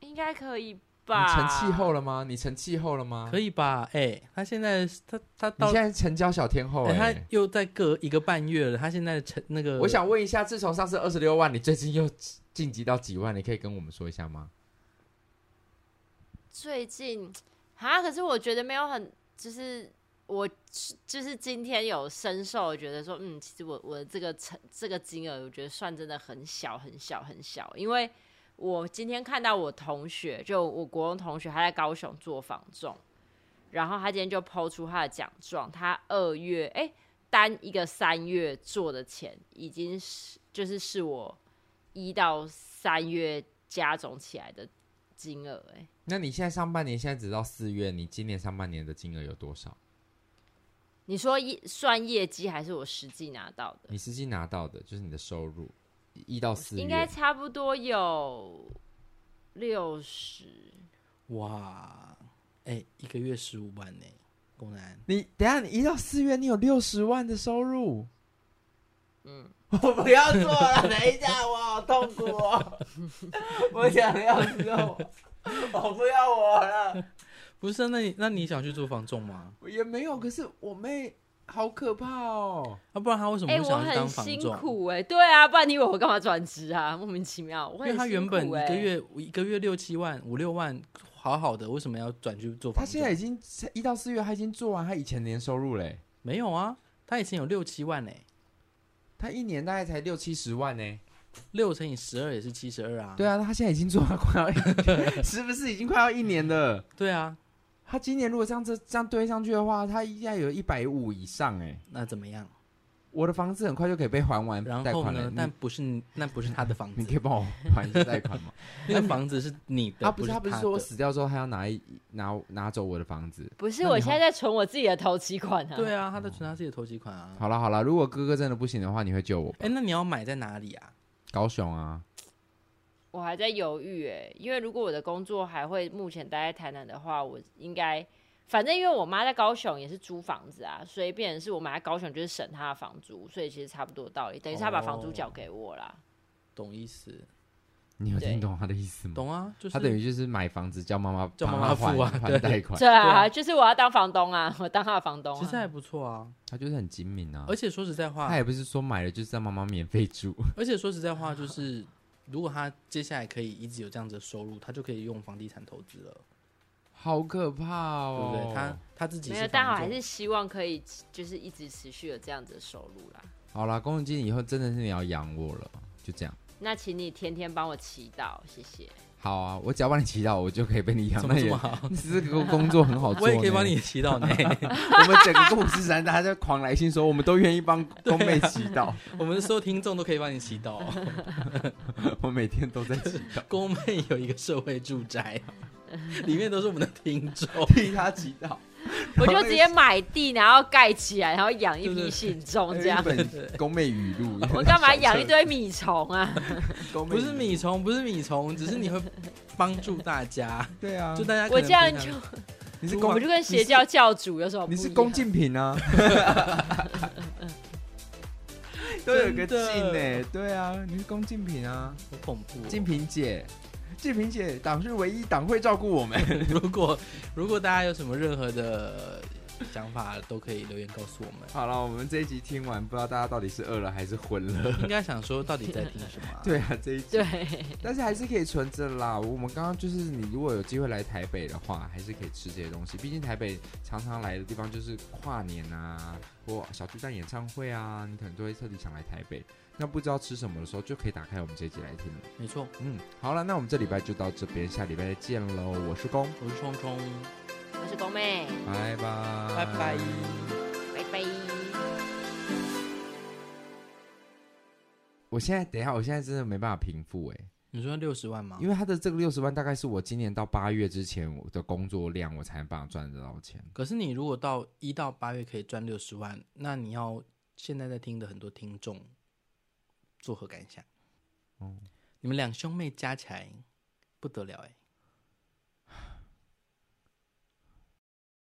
[SPEAKER 3] 应该可以
[SPEAKER 2] 你
[SPEAKER 3] 吧？
[SPEAKER 2] 成气候了吗？你成气候了吗？
[SPEAKER 1] 可以吧？哎、她现在她她
[SPEAKER 2] 啊你
[SPEAKER 1] 到
[SPEAKER 2] 现在成交小天后
[SPEAKER 1] 哎、
[SPEAKER 2] 哎、
[SPEAKER 1] 他又在隔一个半月了，他现在成那个，
[SPEAKER 2] 我想问一下，自从上次二十六万，你最近又晋级到几万？你可以跟我们说一下吗？
[SPEAKER 3] 最近啊，可是我觉得没有很，就是我就是今天有深受，我觉得说，嗯，其实我我这个成这个金额，我觉得算真的很小很小很小，因为我今天看到我同学，就我国中同学，他在高雄做房仲，然后他今天就抛出他的奖状，他二月哎、单一个三月做的钱，已经是就是是我一到三月加总起来的金额哎、
[SPEAKER 2] 那你现在上半年现在只到四月，你今年上半年的金额有多少？
[SPEAKER 3] 你说业算业绩还是我实际拿到的？
[SPEAKER 2] 你实际拿到的就是你的收入，一到四月
[SPEAKER 3] 应该差不多有六十。
[SPEAKER 1] 哇，哎、一个月十五万呢、宫南，
[SPEAKER 2] 你等一下，你一到四月你有六十万的收入，
[SPEAKER 3] 嗯，
[SPEAKER 2] 我不要做了，等一下，我好痛苦、哦， 我想要做，我不要我了，
[SPEAKER 1] 不是啊？那你那你想去做房仲吗？
[SPEAKER 2] 我也没有，可是我妹好可怕哦，
[SPEAKER 1] 啊，不然他为什么
[SPEAKER 3] 哎、
[SPEAKER 1] 会
[SPEAKER 3] 我
[SPEAKER 1] 想要去
[SPEAKER 3] 很
[SPEAKER 1] 当房
[SPEAKER 3] 辛
[SPEAKER 1] 仲？
[SPEAKER 3] 苦哎、对啊，不然你以为我干嘛转职啊？莫名其妙，我
[SPEAKER 1] 因
[SPEAKER 3] 很
[SPEAKER 1] 为
[SPEAKER 3] 辛苦、
[SPEAKER 1] 他
[SPEAKER 3] 欸、
[SPEAKER 1] 原本一个月一个月六七万五六万好好的，为什么要转去做
[SPEAKER 2] 她
[SPEAKER 1] 房
[SPEAKER 2] 现
[SPEAKER 1] 仲？
[SPEAKER 2] 在已经一到四月，她已经做完她以前年收入嘞，
[SPEAKER 1] 没有啊，他以前有六七万呢、
[SPEAKER 2] 她一年大概才六七十万呢。
[SPEAKER 1] 六乘以十二也是七十二啊。
[SPEAKER 2] 对啊，她现在已经做了快要一， 是不是已经快要一年了？
[SPEAKER 1] 对啊，
[SPEAKER 2] 她今年如果这样子这样堆上去的话，她应该有一百五以上哎。
[SPEAKER 1] 那怎么样？
[SPEAKER 2] 我的房子很快就可以被还完
[SPEAKER 1] 然
[SPEAKER 2] 贷
[SPEAKER 1] 后
[SPEAKER 2] 款
[SPEAKER 1] 呢
[SPEAKER 2] 了，？
[SPEAKER 1] 但不是你那不是他的房
[SPEAKER 2] 你你可
[SPEAKER 1] 子，
[SPEAKER 2] 以帮我还一下贷 款吗？
[SPEAKER 1] 那个房子是你的，
[SPEAKER 2] 啊，
[SPEAKER 1] 不
[SPEAKER 2] 不是，他不
[SPEAKER 1] 不
[SPEAKER 2] 是
[SPEAKER 1] 他
[SPEAKER 2] 说我
[SPEAKER 1] 的
[SPEAKER 2] 死掉之后他要拿一拿拿走我的房子。
[SPEAKER 3] 不是，
[SPEAKER 2] 那你
[SPEAKER 3] 我现在在存我自己的头期款啊。
[SPEAKER 1] 对啊，他在存他自己的投机款啊。
[SPEAKER 2] 哦好了好了，如果哥哥真的不行的话，你会救我吧
[SPEAKER 1] 哎、？那你要买在哪里啊？
[SPEAKER 2] 高雄啊，
[SPEAKER 3] 我还在犹豫哎、因为如果我的工作还会目前待在台南的话，我应该反正因为我妈在高雄也是租房子啊，所以变成是我买在高雄就是省她的房租，所以其实差不多道理，等于是她把房
[SPEAKER 1] 哦
[SPEAKER 3] 租缴给我啦。
[SPEAKER 1] 懂意思？
[SPEAKER 2] 你有
[SPEAKER 3] 对
[SPEAKER 2] 听懂他的意思吗？
[SPEAKER 1] 懂啊，就是
[SPEAKER 2] 他等于就是买房子叫妈妈
[SPEAKER 1] 叫妈
[SPEAKER 2] 帮
[SPEAKER 1] 妈
[SPEAKER 2] 他
[SPEAKER 1] 付啊
[SPEAKER 2] 还
[SPEAKER 1] 对
[SPEAKER 2] 还贷款，
[SPEAKER 1] 对
[SPEAKER 3] 对啊，
[SPEAKER 1] 啊
[SPEAKER 3] 就是我要当房东啊， 我当她的房东、
[SPEAKER 1] 其实还
[SPEAKER 3] 啊。
[SPEAKER 1] 不错啊。
[SPEAKER 2] 他就是很精明啊
[SPEAKER 1] 而。且说实在话
[SPEAKER 2] 他，也不是说买了就是让妈妈免费住，
[SPEAKER 1] 而且说实在话，就是如果他接下来可以一直有这样子的收入，他就可以用房地产投资了，
[SPEAKER 2] 好可怕
[SPEAKER 1] 对
[SPEAKER 2] 哦！
[SPEAKER 1] 不对？他他自己
[SPEAKER 3] 没
[SPEAKER 1] 是
[SPEAKER 3] 有，但我
[SPEAKER 1] 房
[SPEAKER 3] 还
[SPEAKER 1] 仲
[SPEAKER 3] 是希望可以就是一直持续有这样子的收入啦。
[SPEAKER 2] 好啦，公积金以后真的是你要养我了，就这样。
[SPEAKER 3] 那请你天天帮我祈祷，谢谢。
[SPEAKER 2] 好啊，我只要帮你祈祷，我就可以被你养。
[SPEAKER 1] 怎
[SPEAKER 2] 那
[SPEAKER 1] 么这
[SPEAKER 2] 也
[SPEAKER 1] 么好？
[SPEAKER 2] 你这个工作很好做，
[SPEAKER 1] 我也可以帮你。祈祷 呢。
[SPEAKER 2] 我们整个共识山大家在狂来信说，我们都愿意帮公妹祈 祷，
[SPEAKER 1] 我们所有听众都可以帮你祈祷、 哦。
[SPEAKER 2] 我每天都在祈祷，
[SPEAKER 1] 公妹有一个社会住 宅，里面都是我们的听众。
[SPEAKER 2] 替她祈 祷。
[SPEAKER 3] 我就直接买地，然后盖起来，然后养一
[SPEAKER 1] 对
[SPEAKER 3] 批
[SPEAKER 1] 对
[SPEAKER 3] 信众这
[SPEAKER 2] 一
[SPEAKER 3] 样。
[SPEAKER 2] 哎本公妹语录，
[SPEAKER 3] 我 干嘛养一堆米虫啊？
[SPEAKER 2] 公妹
[SPEAKER 1] 不
[SPEAKER 2] 语录？
[SPEAKER 1] 是米虫，不是米虫，只是你会帮助大 家，
[SPEAKER 2] 对啊
[SPEAKER 1] 就，大家可能
[SPEAKER 3] 我这样
[SPEAKER 1] 平常
[SPEAKER 3] 就
[SPEAKER 2] 你是
[SPEAKER 3] 我
[SPEAKER 2] 公
[SPEAKER 3] 就，跟邪教教主有什么不
[SPEAKER 2] 你
[SPEAKER 3] 一样？
[SPEAKER 2] 是龚敬品 啊，都有个
[SPEAKER 1] 真的
[SPEAKER 2] 敬呢，对啊，你是龚敬品啊，
[SPEAKER 1] 好恐 怖哦、
[SPEAKER 2] 敬品姐。敬品 姐，党是唯一党会照顾我们。。
[SPEAKER 1] 如果如果大家有什么任何的想法都可以留言告诉我们
[SPEAKER 2] 好了，我们这一集听完，不知道大家到底是饿了还是昏了。
[SPEAKER 1] 应该想说到底在听什么、啊？
[SPEAKER 2] 对啊，这一集，
[SPEAKER 3] 对，
[SPEAKER 2] 但是还是可以存着啦。我们刚刚就是，你如果有机会来台北的话，还是可以吃这些东西。毕竟台北常常来的地方就是跨年啊，或小巨蛋演唱会啊，你可能都会特地想来台北。那不知道吃什么的时候，就可以打开我们这一集来听了。
[SPEAKER 1] 没错，
[SPEAKER 2] 嗯，好了，那我们这礼拜就到这边，下礼拜再见喽。我是公，
[SPEAKER 1] 我是冲冲，
[SPEAKER 3] 我是公妹，
[SPEAKER 2] 拜拜，
[SPEAKER 1] 拜拜。
[SPEAKER 3] 拜拜。
[SPEAKER 2] 我现在等一下，我现在真的没办法平复哎、
[SPEAKER 1] 你说六十万吗？
[SPEAKER 2] 因为他的这个六十万大概是我今年到八月之前我的工作量，我才能帮他赚得到钱。
[SPEAKER 1] 可是你如果到一到八月可以赚六十万，那你要现在在听的很多听众作何感想？
[SPEAKER 2] 嗯
[SPEAKER 1] 你们两兄妹加起来不得了哎、